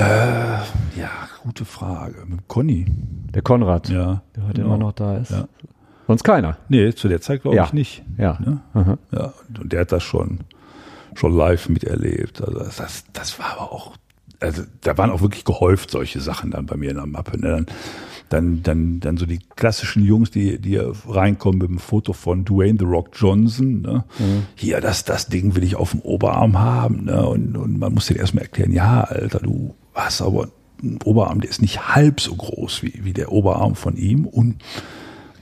C: Ja, gute Frage. Mit Conny.
B: Der Konrad,
C: Ja.
B: der heute
C: genau.
B: immer noch da ist.
C: Ja.
B: Sonst keiner.
C: Nee, zu der Zeit glaube
B: Ja.
C: ich nicht.
B: Ja.
C: Ne? ja. Und der hat das schon, schon live miterlebt. Also das, das, das war aber auch, also da waren auch wirklich gehäuft solche Sachen dann bei mir in der Mappe. Ne? Dann, dann, dann, dann so die klassischen Jungs, die, die reinkommen mit dem Foto von Dwayne The Rock Johnson. Ne? Hier, das, das Ding will ich auf dem Oberarm haben. Ne? Und, und man muss denen erstmal erklären, ja, Alter, du hast aber einen Oberarm, der ist nicht halb so groß wie, wie der Oberarm von ihm. Und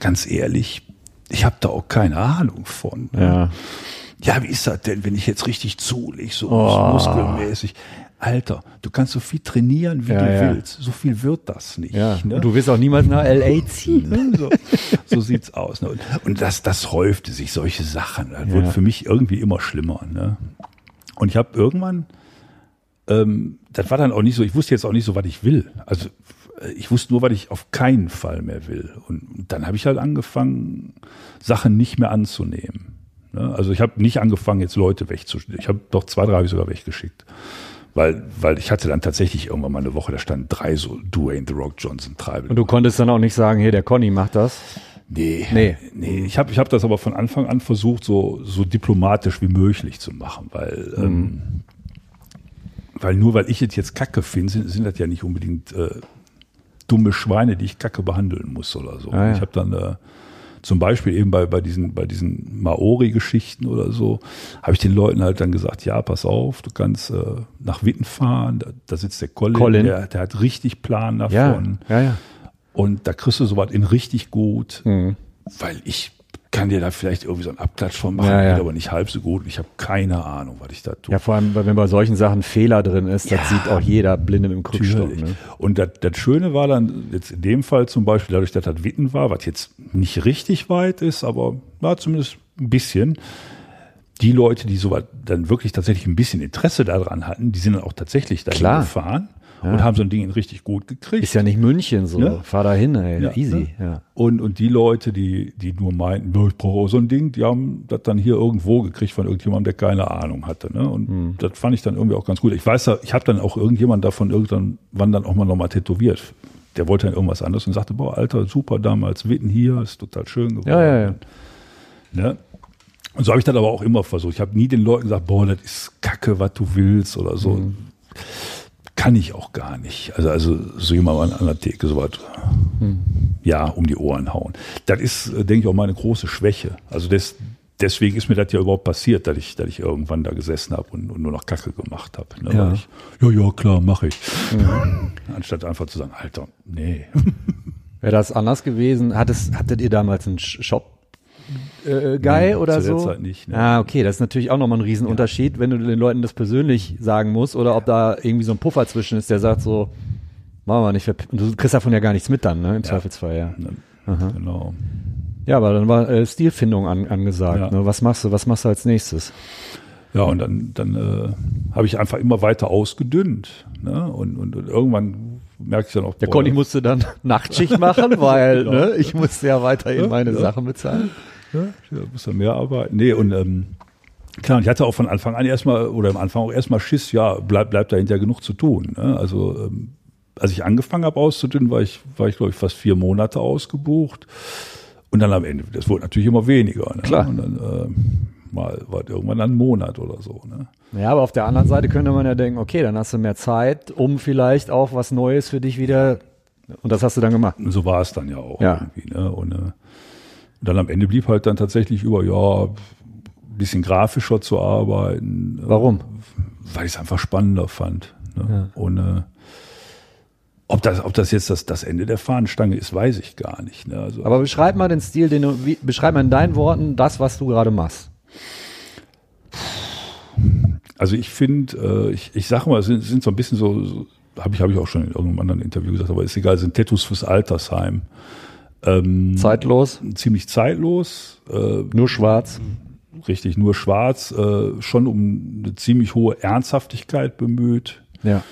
C: ganz ehrlich, ich habe da auch keine Ahnung von. ne?
B: Ja.
C: Ja, wie ist das denn, wenn ich jetzt richtig zulege, so
B: Oh.
C: muskelmäßig? Alter, du kannst so viel trainieren, wie
B: Ja,
C: du
B: ja.
C: willst. So viel wird das nicht.
B: Ja.
C: Ne?
B: Und du wirst auch niemals nach L.A. ziehen.
C: Ne? So, so sieht's aus. Ne? Und, und das, das häufte sich, solche Sachen. Das wurde für mich irgendwie immer schlimmer. Ne? Und ich habe irgendwann, ähm, das war dann auch nicht so, ich wusste jetzt auch nicht so, was ich will. Also äh, ich wusste nur, was ich auf keinen Fall mehr will. Und, und dann habe ich halt angefangen, Sachen nicht mehr anzunehmen. Ne? Also ich habe nicht angefangen, jetzt Leute wegzuschicken. Ich habe doch zwei, drei habe ich sogar weggeschickt. Weil, weil ich hatte dann tatsächlich irgendwann mal eine Woche, da standen drei so Dwayne The Rock Johnson Tribal.
B: Und du konntest dann auch nicht sagen, hier, der Conny macht das.
C: Nee.
B: Nee.
C: nee. Ich habe ich hab das aber von Anfang an versucht, so, so diplomatisch wie möglich zu machen, weil,
B: Mhm.
C: ähm, weil nur weil ich es jetzt kacke finde, sind, sind das ja nicht unbedingt äh, dumme Schweine, die ich kacke behandeln muss oder so.
B: Ah, ja.
C: Ich habe dann äh, Zum Beispiel eben bei, bei diesen, bei diesen Maori-Geschichten oder so, habe ich den Leuten halt dann gesagt, ja, pass auf, du kannst äh, nach Witten fahren, da, da sitzt der Colin,
E: Colin.
C: Der, der hat richtig Plan davon.
B: Ja, ja, Mhm. ja.
C: Und da kriegst du sowas in richtig gut, weil ich kann dir da vielleicht irgendwie so einen Abklatsch von machen,
B: Ja, ja.
C: geht aber nicht halb so gut. Ich habe keine Ahnung, was ich da tue.
B: Ja, vor allem, weil wenn bei solchen Sachen Fehler drin ist, das
C: Ja.
B: sieht auch jeder Blinde mit dem Krückstock.
C: Natürlich.
B: Ne?
C: Und das, das Schöne war dann jetzt in dem Fall zum Beispiel, dadurch, dass das Witten war, was jetzt nicht richtig weit ist, aber na, zumindest ein bisschen. Die Leute, die so weit dann wirklich tatsächlich ein bisschen Interesse daran hatten, die sind dann auch tatsächlich dahin
B: Klar.
C: gefahren und haben so ein Ding richtig gut gekriegt.
B: Ist ja nicht München so.
C: Ne?
B: Fahr da hin, ey.
C: Ja,
B: Easy.
C: ne?
B: Ja.
C: Und, und die Leute, die, die nur meinten, "Ja, ich brauche auch so ein Ding, die haben das dann hier irgendwo gekriegt von irgendjemandem, der keine Ahnung hatte. Ne? Und
B: Mhm.
C: das fand ich dann irgendwie auch ganz gut. Ich weiß, ja, ich habe dann auch irgendjemand davon irgendwann wann dann auch mal nochmal tätowiert. Der wollte dann irgendwas anderes und sagte, boah, Alter, super damals, Witten hier, ist total schön geworden.
B: Ja, ja, ja.
C: Ne? Und so habe ich das aber auch immer versucht. Ich habe nie den Leuten gesagt, boah, das ist Kacke, was du willst oder so. Kann ich auch gar nicht. Also, also so jemand an der Theke, so was, ja, um die Ohren hauen. Das ist, äh, denke ich, auch meine große Schwäche. Also des, deswegen ist mir das ja überhaupt passiert, dass ich, dass ich irgendwann da gesessen habe und, und nur noch Kacke gemacht habe. Ne?
B: Ja.
C: Weil Ich, ja, ja, klar, mache ich. Anstatt einfach zu sagen, Alter, nee.
B: Wäre das anders gewesen? Hat es, hattet ihr damals einen Sh- Shop? Äh, Guy
C: Nee,
B: oder
C: zu der
B: so?
C: Zeit nicht, ne.
B: Ah, okay, das ist natürlich auch nochmal ein Riesenunterschied, wenn du den Leuten das persönlich sagen musst oder ob da irgendwie so ein Puffer zwischen ist, der sagt so, machen wir nicht, verp- und du kriegst davon ja gar nichts mit dann, ne? Im Zweifelsfall, ja.
C: Ne? Genau.
B: Ja, aber dann war äh, Stilfindung an, angesagt,
C: Ja.
B: ne? Was machst du, was machst du als nächstes?
C: Ja, und dann, dann äh, habe ich einfach immer weiter ausgedünnt. Ne? Und, und, und irgendwann merke ich dann auch,
B: Der
C: boah,
B: Conny musste dann Nachtschicht machen, weil ne, ich musste ja weiterhin meine
C: Genau. ja.
B: Sachen bezahlen.
C: da muss er mehr arbeiten. Nee, und ähm, klar, und ich hatte auch von Anfang an erstmal, oder am Anfang auch erstmal Schiss, ja, bleibt bleib dahinter genug zu tun. Ne? Also, ähm, als ich angefangen habe auszudünnen, war ich, war ich, glaube ich, fast vier Monate ausgebucht. Und dann am Ende, das wurde natürlich immer weniger. Ne?
B: Klar.
C: Und dann ähm, mal war es irgendwann dann ein Monat oder so. Ne?
B: Ja, aber auf der anderen Seite könnte man ja denken, okay, dann hast du mehr Zeit, um vielleicht auch was Neues für dich wieder. Und das hast du dann gemacht.
C: Und so war es dann ja auch
B: Ja.
C: irgendwie. Ne? Und, äh, und dann am Ende blieb halt dann tatsächlich über, ja, ein bisschen grafischer zu arbeiten, äh,
B: Warum?
C: weil ich es einfach spannender fand. Ne? Und äh, ob das, ob das jetzt das, das Ende der Fahnenstange ist, weiß ich gar nicht. Ne? Also,
B: Aber beschreib mal den Stil, den du, wie, beschreib mal in deinen Worten das, was du gerade machst.
C: also ich finde, äh, ich, ich sage mal, es sind, sind so ein bisschen so, so habe ich, hab ich auch schon in irgendeinem anderen Interview gesagt, aber ist egal, sind Tattoos fürs Altersheim. ähm,
B: Zeitlos,
C: Ziemlich zeitlos, äh,
B: nur schwarz.
C: richtig nur schwarz, äh, schon um eine ziemlich hohe Ernsthaftigkeit bemüht.
B: Ja.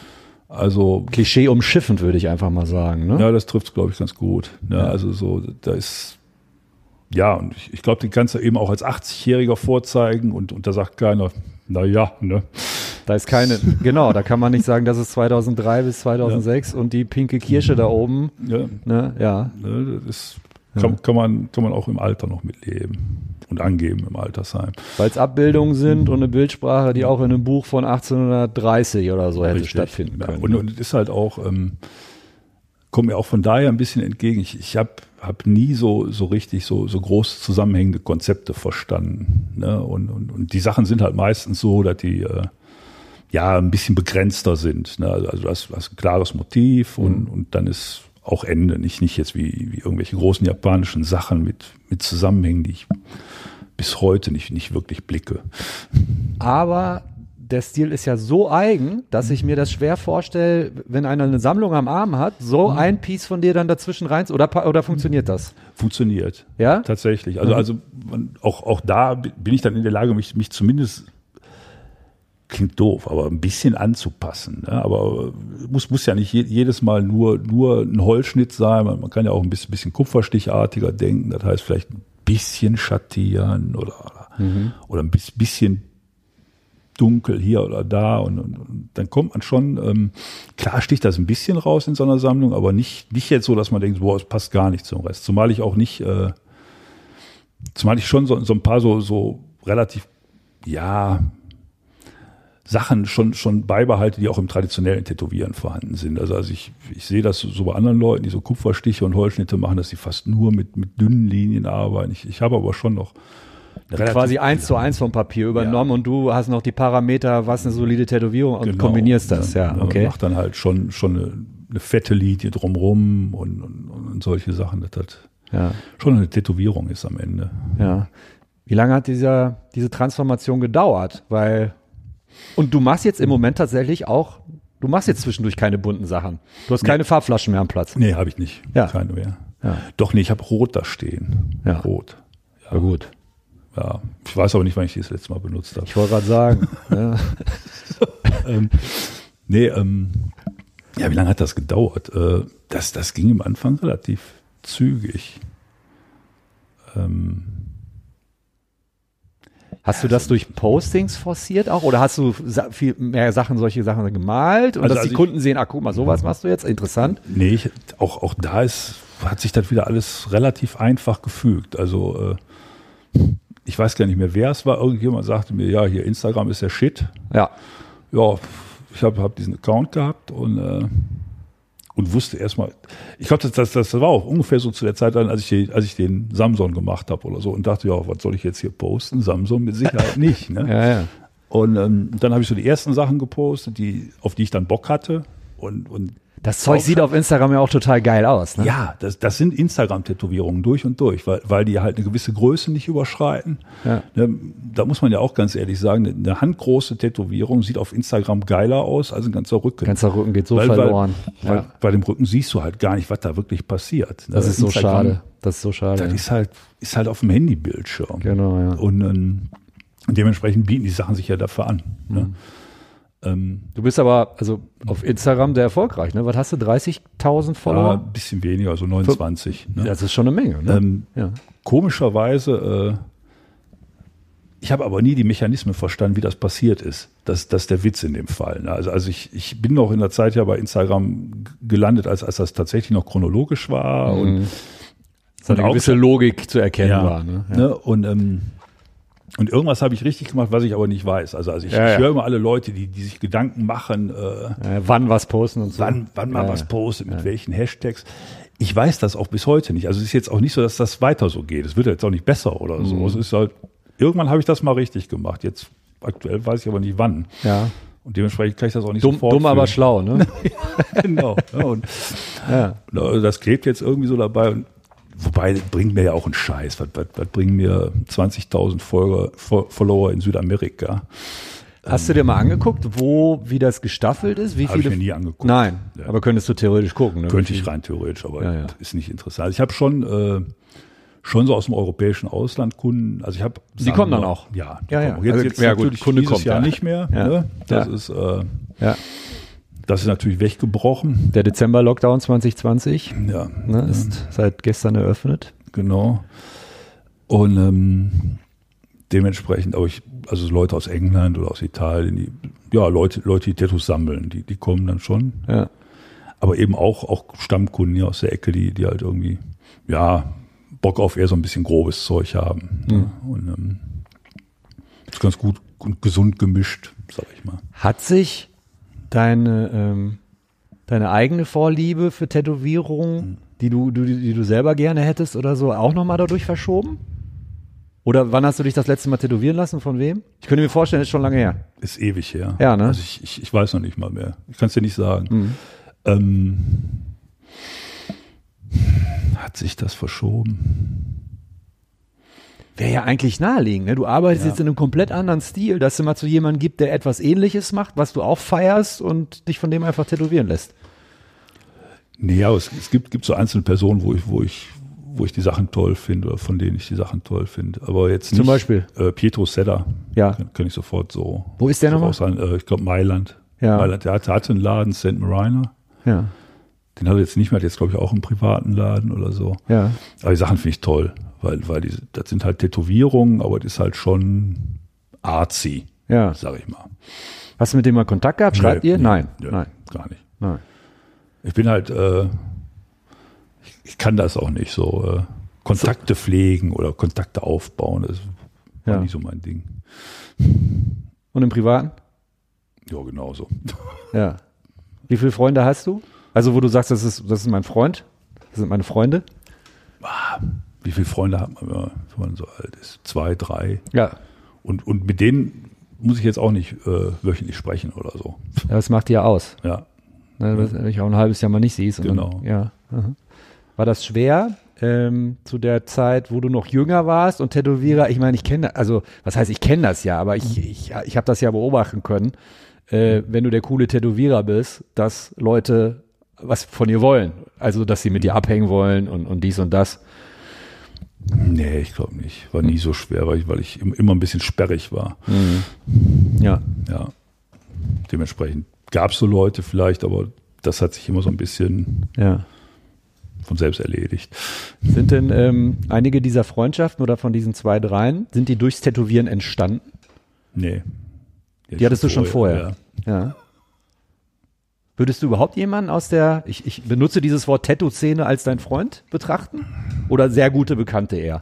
C: Also
B: Klischee umschiffend, würde ich einfach mal sagen. Ne?
C: Ja, das trifft glaube ich, ganz gut. Ne? Also so, da ist, ja, und ich, ich glaube, den kannst du eben auch als 80-Jähriger vorzeigen und, und da sagt keiner, na ja, ne?
B: Da ist keine, genau, da kann man nicht sagen, das ist 2003 bis 2006 und die pinke Kirsche da oben.
C: Ja,
B: Ne? Ja,
C: ne? Das ist, kann, kann, man, kann man auch im Alter noch mitleben und angeben im Altersheim.
B: weil es Abbildungen sind und eine Bildsprache, die auch in einem Buch von 1830 oder so hätte
C: Richtig.
B: stattfinden
C: Ja,
B: können.
C: Und, und es ist halt auch, ähm, kommt mir auch von daher ein bisschen entgegen. Ich, ich habe hab nie so, so richtig so, so groß zusammenhängende Konzepte verstanden. Ne? Und, und, und die Sachen sind halt meistens so, dass die äh, ja ein bisschen begrenzter sind. Ne? Also also du hast, hast ein klares Motiv und,
B: Mhm.
C: und dann ist auch Ende. Nicht, nicht jetzt wie, wie irgendwelche großen japanischen Sachen mit, mit Zusammenhängen, die ich bis heute nicht, nicht wirklich blicke.
B: Aber der Stil ist ja so eigen, dass ich mir das schwer vorstelle, wenn einer eine Sammlung am Arm hat,
C: Mhm.
B: so ein Piece von dir dann dazwischen rein oder, pa- oder funktioniert das?
C: funktioniert.
B: Ja?
C: Tatsächlich. Also, also man, auch, auch da bin ich dann in der Lage, mich, mich zumindest, klingt doof, aber ein bisschen anzupassen. Ne? Aber muss, muss ja nicht je, jedes Mal nur, nur ein Holzschnitt sein. Man, man kann ja auch ein bisschen, bisschen kupferstichartiger denken. Das heißt, vielleicht ein bisschen schattieren oder, oder, oder ein bis- bisschen dunkel hier oder da und, und, und dann kommt man schon, ähm, klar sticht das ein bisschen raus in so einer Sammlung, aber nicht, nicht jetzt so, dass man denkt, boah, es passt gar nicht zum Rest. Zumal ich auch nicht, äh, zumal ich schon so, so ein paar so, so relativ, ja, Sachen schon, schon beibehalte, die auch im traditionellen Tätowieren vorhanden sind. Also, also ich, ich sehe das so bei anderen Leuten, die so Kupferstiche und Holzschnitte machen, dass sie fast nur mit, mit dünnen Linien arbeiten. Ich, ich habe aber schon noch relativ-
B: Quasi eins zu eins vom Papier übernommen und du hast noch die Parameter, was eine solide Tätowierung und kombinierst das, ja, okay.
C: Genau. Macht dann halt schon, schon eine, eine fette Linie drumrum und, und, und solche Sachen. Das hat
B: Ja,
C: schon eine Tätowierung ist am Ende.
B: ja. Wie lange hat dieser, diese Transformation gedauert? Weil, und du machst jetzt im Moment tatsächlich auch, du machst jetzt zwischendurch keine bunten Sachen. Du hast keine Farbflaschen mehr am Platz.
C: Nee, habe ich nicht.
B: Ja.
C: Keine mehr.
B: Ja.
C: Doch, nee, ich habe Rot da stehen.
B: Ja.
C: Rot.
B: Ja, gut.
C: Ja. Ich weiß aber nicht, wann ich die das letzte Mal benutzt habe.
B: Ich wollte gerade sagen. ne?
C: Nee, ähm, ja, wie lange hat das gedauert? Äh, das, das ging am Anfang relativ zügig.
B: Hast du das durch Postings forciert auch? Oder hast du sa- viel mehr Sachen, solche Sachen gemalt? Und
C: Also-
B: dass
C: also
B: die
C: ich-
B: Kunden sehen, ah, guck mal, sowas machst du jetzt, interessant.
C: Nee, ich, auch, auch da ist, hat sich das wieder alles relativ einfach gefügt. Also, äh, ich weiß gar nicht mehr, wer es war. Irgendjemand sagte mir, ja, hier Instagram ist der Shit.
B: Ja.
C: ja, ich habe hab diesen Account gehabt und, äh, und wusste erstmal, ich glaube, das, das, das war auch ungefähr so zu der Zeit dann, als ich, die- als ich den Samsung gemacht habe oder so und dachte, ja, was soll ich jetzt hier posten? Samsung mit Sicherheit nicht. Ne?
B: Ja, ja.
C: Und ähm, dann habe ich so die ersten Sachen gepostet, die, auf die ich dann Bock hatte. Und, und
B: Das Zeug sieht auf Instagram ja auch total geil aus. Ne?
C: ja, das, das sind Instagram-Tätowierungen durch und durch, weil, weil die halt eine gewisse Größe nicht überschreiten.
B: Ja.
C: Ne, Da muss man ja auch ganz ehrlich sagen, eine- eine handgroße Tätowierung sieht auf Instagram geiler aus als ein ganzer Rücken.
B: Ganzer Rücken geht so verloren.
C: Weil,
B: Ja.
C: Bei dem Rücken siehst du halt gar nicht, was da wirklich passiert. Ne?
B: Das ist so
C: Instagram,
B: schade. Das ist so schade.
C: Das ist halt, ist halt auf dem Handybildschirm.
B: Genau, ja.
C: Und ähm, dementsprechend bieten die Sachen sich ja dafür an.
B: Mhm.
C: Ne? Ähm,
B: Du bist aber also auf Instagram sehr erfolgreich. Ne? Was hast du? 30.000
C: ja,
B: Follower?
C: ein bisschen weniger, so 29. Ne?
B: Das ist schon eine Menge. Ne?
C: Ähm,
B: ja.
C: komischerweise, äh, ich habe aber nie die Mechanismen verstanden, wie das passiert ist. Das, das ist der Witz in dem Fall. Ne? Also, also ich, ich bin noch in der Zeit ja bei Instagram g- gelandet, als, als das tatsächlich noch chronologisch war.
B: Mhm.
C: Und,
B: Das hat eine
C: auch-
B: gewisse Logik zu erkennen
C: ja,
B: war. Ne?
C: Ne? und, ähm, und irgendwas habe ich richtig gemacht, was ich aber nicht weiß. Also, also ich,
B: Ja,
C: ich
B: ja.
C: höre immer alle Leute, die, die sich Gedanken machen, äh,
B: Äh, wann was posten und so.
C: wann, wann man
B: Ja,
C: was
B: ja.
C: postet, mit welchen Hashtags. Ich weiß das auch bis heute nicht. Also es ist jetzt auch nicht so, dass das weiter so geht. Es wird jetzt auch nicht besser oder
B: Mhm.
C: so. Es ist halt, irgendwann habe ich das mal richtig gemacht. Jetzt aktuell weiß ich aber nicht wann.
B: Ja.
C: Und dementsprechend kann ich das auch nicht
B: Dumm,
C: sofort.
B: dumm aber
C: fühlen.
B: schlau. Ne?
C: genau. Ja, und,
B: ja.
C: na, das klebt jetzt irgendwie so dabei. Und, wobei, das bringt mir ja auch einen Scheiß. Was, was, was bringen mir 20.000 Folger, Fo- Follower in Südamerika?
B: Hast du dir mal angeguckt, wo, wie das gestaffelt ist? Wie
C: Hab ich
B: viele?
C: mir nie angeguckt.
B: Nein,
C: Ja.
B: aber könntest du theoretisch gucken. Ne?
C: Könnte ich rein theoretisch, aber
B: Ja, ja.
C: ist nicht interessant. Also ich habe schon, äh, schon so aus dem europäischen Ausland Kunden. Also ich habe. sagen
B: kommen
C: wir-
B: dann auch?
C: Ja, die
B: Ja, ja.
C: kommen. Jetzt,
B: Also,
C: jetzt
B: ja, gut,
C: natürlich
B: Kunde
C: dieses
B: kommt,
C: Jahr
B: ja.
C: nicht mehr.
B: Ja.
C: Ne? Das
B: Ja.
C: ist, äh,
B: Ja.
C: das ist natürlich weggebrochen.
B: Der Dezember-Lockdown 2020
C: Ja,
B: ne, ist seit gestern eröffnet.
C: genau. Und ähm, dementsprechend, aber ich, also Leute aus England oder aus Italien, die, ja, Leute, Leute, die Tattoos sammeln, die, die kommen dann schon.
B: Ja.
C: aber eben auch, auch Stammkunden hier aus der Ecke, die, die halt irgendwie, ja, Bock auf eher so ein bisschen grobes Zeug haben. Ne? Und ähm, ist ganz gut und gesund gemischt, sag ich mal.
B: Hat sich deine, ähm, deine eigene Vorliebe für Tätowierungen, die du, du, die du selber gerne hättest oder so, auch nochmal dadurch verschoben? Oder wann hast du dich das letzte Mal tätowieren lassen? Von wem? Ich könnte mir vorstellen, das ist schon lange her.
C: Ist ewig her.
B: Ja, ne? Mhm.
C: Also ich, ich, ich weiß noch nicht mal mehr. Ich kann es dir nicht sagen. Ähm, hat sich das verschoben?
B: Wäre ja eigentlich naheliegend. Ne? Du arbeitest
C: Ja.
B: jetzt in einem komplett anderen Stil, dass es mal zu jemandem gibt, der etwas Ähnliches macht, was du auch feierst und dich von dem einfach tätowieren lässt.
C: Nee, aber es, es gibt, gibt so einzelne Personen, wo ich, wo ich, wo ich die Sachen toll finde oder von denen ich die Sachen toll finde. Aber jetzt
B: Zum
C: nicht,
B: Beispiel?
C: Äh, Pietro Sedda.
B: Ja.
C: Kann, kann ich sofort so.
B: Wo ist der
C: so
B: nochmal?
C: raushauen. Äh, ich glaube Mailand.
B: Ja.
C: Mailand. Der hatte, hatte einen Laden, St. Mariner.
B: Ja,
C: Den hat er jetzt nicht mehr, hat jetzt glaube ich auch einen privaten Laden oder so.
B: ja.
C: Aber die Sachen finde ich toll, weil, weil die, das sind halt Tätowierungen, aber das ist halt schon artsy,
B: Ja.
C: sag ich mal.
B: Hast du mit dem mal Kontakt gehabt? Schreibt
C: Nee,
B: ihr?
C: nee,
B: Nein,
C: nee,
B: nein,
C: Gar nicht.
B: nein.
C: Ich bin halt, äh, ich, ich kann das auch nicht so. Äh, Kontakte pflegen oder Kontakte aufbauen, das war
B: Ja.
C: nicht so mein Ding.
B: Und im Privaten?
C: Ja, genau genauso.
B: Ja. Wie viele Freunde hast du? Also, wo du sagst, das ist, das ist mein Freund, das sind meine Freunde.
C: Wie viele Freunde hat man, wenn man- wenn man so alt ist? Zwei, drei.
B: Ja.
C: Und, und mit denen muss ich jetzt auch nicht äh, wöchentlich sprechen oder so.
B: Ja, Das macht dir ja aus.
C: Ja.
B: Ne, dass du dich auch ein halbes Jahr mal nicht siehst. und
C: Genau.
B: Dann, ja. aha. War das schwer ähm, zu der Zeit, wo du noch jünger warst und Tätowierer? Ich meine, ich kenne, also was heißt, ich kenne das ja, aber ich, ich, ich habe das ja beobachten können, äh, wenn du der coole Tätowierer bist, dass Leute was von dir wollen. Also, dass sie mit dir abhängen wollen und, und dies und das.
C: Nee, ich glaube nicht. War nie so schwer, weil ich, weil ich im- immer ein bisschen sperrig war.
B: Mhm. Ja.
C: Ja. Dementsprechend gab es so Leute vielleicht, aber das hat sich immer so ein bisschen
B: Ja.
C: von selbst erledigt.
B: Sind denn ähm, einige dieser Freundschaften oder von diesen zwei, dreien, sind die durchs Tätowieren entstanden?
C: Nee.
B: Die hattest du schon vorher. Ja. Würdest du überhaupt jemanden aus der, ich, ich benutze dieses Wort Tattoo-Szene als dein Freund betrachten? Oder sehr gute Bekannte eher?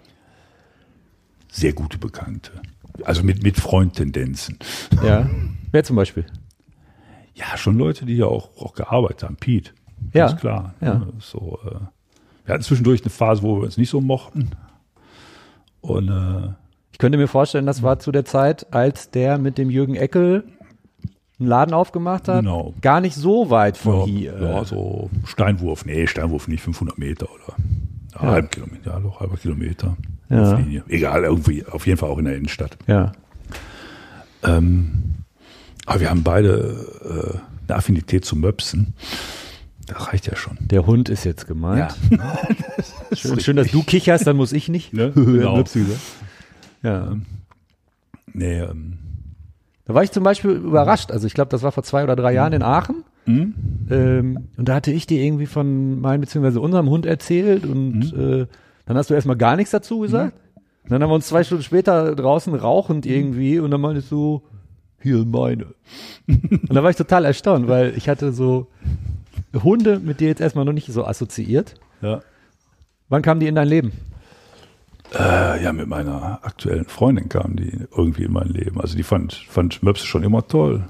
C: Sehr gute Bekannte. Also mit, mit Freundtendenzen.
B: Ja. Wer zum Beispiel?
C: Ja, schon Leute, die ja auch, auch gearbeitet haben. Pete.
B: Ja.
C: Ist klar.
B: Ja.
C: So, äh, wir hatten zwischendurch eine Phase, wo wir uns nicht so mochten. Und äh,
B: Ich könnte mir vorstellen, das war zu der Zeit, als der mit dem Jürgen Eckel einen Laden aufgemacht hat.
C: Genau.
B: Gar nicht so weit von
C: ja,
B: hier.
C: ja, so Steinwurf. Nee, Steinwurf nicht 500 Meter oder ja, halb Kilometer. Ja, doch, halber Kilometer.
B: Ja.
C: Luftlinie. Egal, irgendwie, auf jeden Fall auch in der Innenstadt.
B: ja.
C: Ähm, aber wir haben beide äh, eine Affinität zu Möpsen. Das reicht ja schon.
B: Der Hund ist jetzt gemeint. schön, schön, dass du kicherst, dann muss ich nicht.
C: Ne? Genau.
B: Ja.
C: Nee, ähm,
B: Da war ich zum Beispiel überrascht. Also ich glaube, das war vor zwei oder drei Jahren in Aachen. Ähm, und da hatte ich dir irgendwie von meinem bzw. unserem Hund erzählt und äh, dann hast du erstmal gar nichts dazu gesagt. Und dann haben wir uns zwei Stunden später draußen rauchend irgendwie und dann meintest du, hier meine. und da war ich total erstaunt, weil ich hatte so Hunde mit dir jetzt erstmal noch nicht so assoziiert.
C: ja.
B: Wann kamen die in dein Leben?
C: Äh, ja, mit meiner aktuellen Freundin kam die irgendwie in mein Leben. Also die fand, fand Möpse schon immer toll.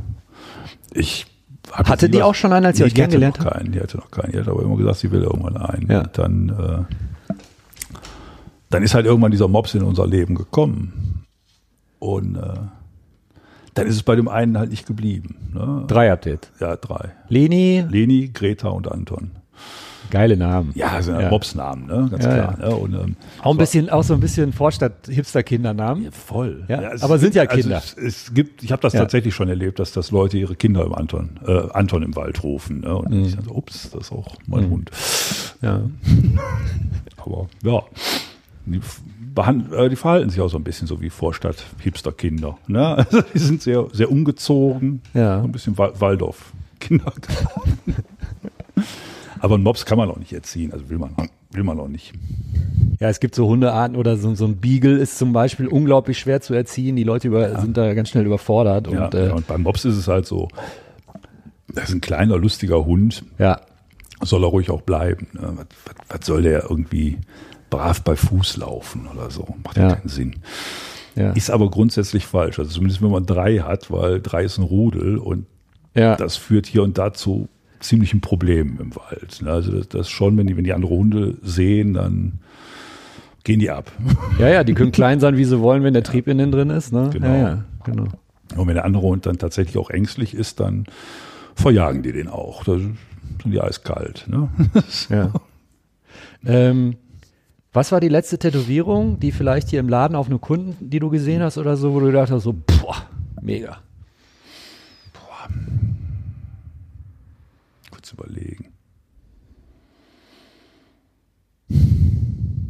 C: Ich hab
B: Hatte
C: jetzt
B: die
C: lieber-
B: auch schon einen, als ihr
C: Nee,
B: euch
C: die hatte
B: kennengelernt
C: noch Keinen, die hatte noch keinen. Die hat aber immer gesagt, sie will irgendwann einen.
B: Ja.
C: Und dann, äh, dann ist halt irgendwann dieser Mops in unser Leben gekommen. Und äh, dann ist es bei dem einen halt nicht geblieben. Ne?
B: Drei Update.
C: Ja, drei.
B: Leni,
C: Leni, Greta und Anton.
B: geile Namen.
C: Ja, sind ja.
B: Ja.
C: Mopsnamen, ne? ganz
B: Ja,
C: klar. Ne? Und, ähm,
B: Auch ein bisschen, auch so ein bisschen Vorstadt-Hipster-Kindernamen.
C: Voll.
B: Ja,
C: es
B: aber sind ja
C: also
B: Kinder.
C: es, es gibt, ich habe das
B: Ja.
C: tatsächlich schon erlebt, dass das Leute ihre Kinder im Anton, äh, Anton im Wald rufen. Ne?
B: Mhm.
C: Und ich dann so, ups, das ist auch mein Hund.
B: Ja.
C: Aber ja, die, f- behand- äh, die verhalten sich auch so ein bisschen so wie Vorstadt-Hipster-Kinder. Ne? Also die sind sehr, sehr ungezogen.
B: Ja.
C: So ein bisschen Wa Waldorf-Kinder. aber einen Mops kann man auch nicht erziehen. Also will man, will man auch nicht.
B: Ja, es gibt so Hundearten oder so, so ein Beagle ist zum Beispiel unglaublich schwer zu erziehen. Die Leute über, sind da ganz schnell überfordert.
C: Ja,
B: Und, äh,
C: ja, und beim Mops ist es halt so, das ist ein kleiner, lustiger Hund.
B: ja.
C: soll er ruhig auch bleiben. Ne? Was, was, was soll der irgendwie brav bei Fuß laufen oder so? Macht ja,
B: Ja.
C: keinen Sinn.
B: Ja.
C: Ist aber grundsätzlich falsch. Also zumindest wenn man drei hat, weil drei ist ein Rudel und
B: ja.
C: das führt hier und da zu ziemlichen Problemen im Wald. Ne? Also das, das schon, wenn die, wenn die andere Hunde sehen, dann gehen die ab.
B: ja, ja, die können klein sein, wie sie wollen, wenn der Trieb innen drin ist. Ne?
C: Genau.
B: Ja, ja, genau.
C: Und wenn der andere Hund dann tatsächlich auch ängstlich ist, dann verjagen die den auch. Da sind die eiskalt. Ne?
B: Ja. ähm, was war die letzte Tätowierung, die vielleicht hier im Laden auf einem Kunden, die du gesehen hast oder so, wo du gedacht hast, so, boah, mega.
C: Kurz überlegen.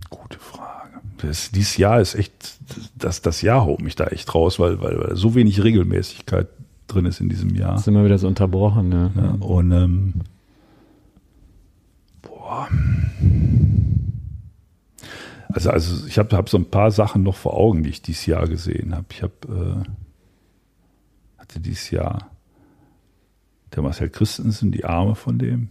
C: Gute Frage. Das, dieses Jahr ist echt, das, das Jahr holt mich da echt raus, weil, weil, weil so wenig Regelmäßigkeit drin ist in diesem Jahr.
B: immer wieder so unterbrochen. Ne?
C: Ja, und ähm, boah. Also, also ich habe hab so ein paar Sachen noch vor Augen, die ich dieses Jahr gesehen habe. Ich habe äh, hatte dieses Jahr der Marcel Christensen, die Arme von dem.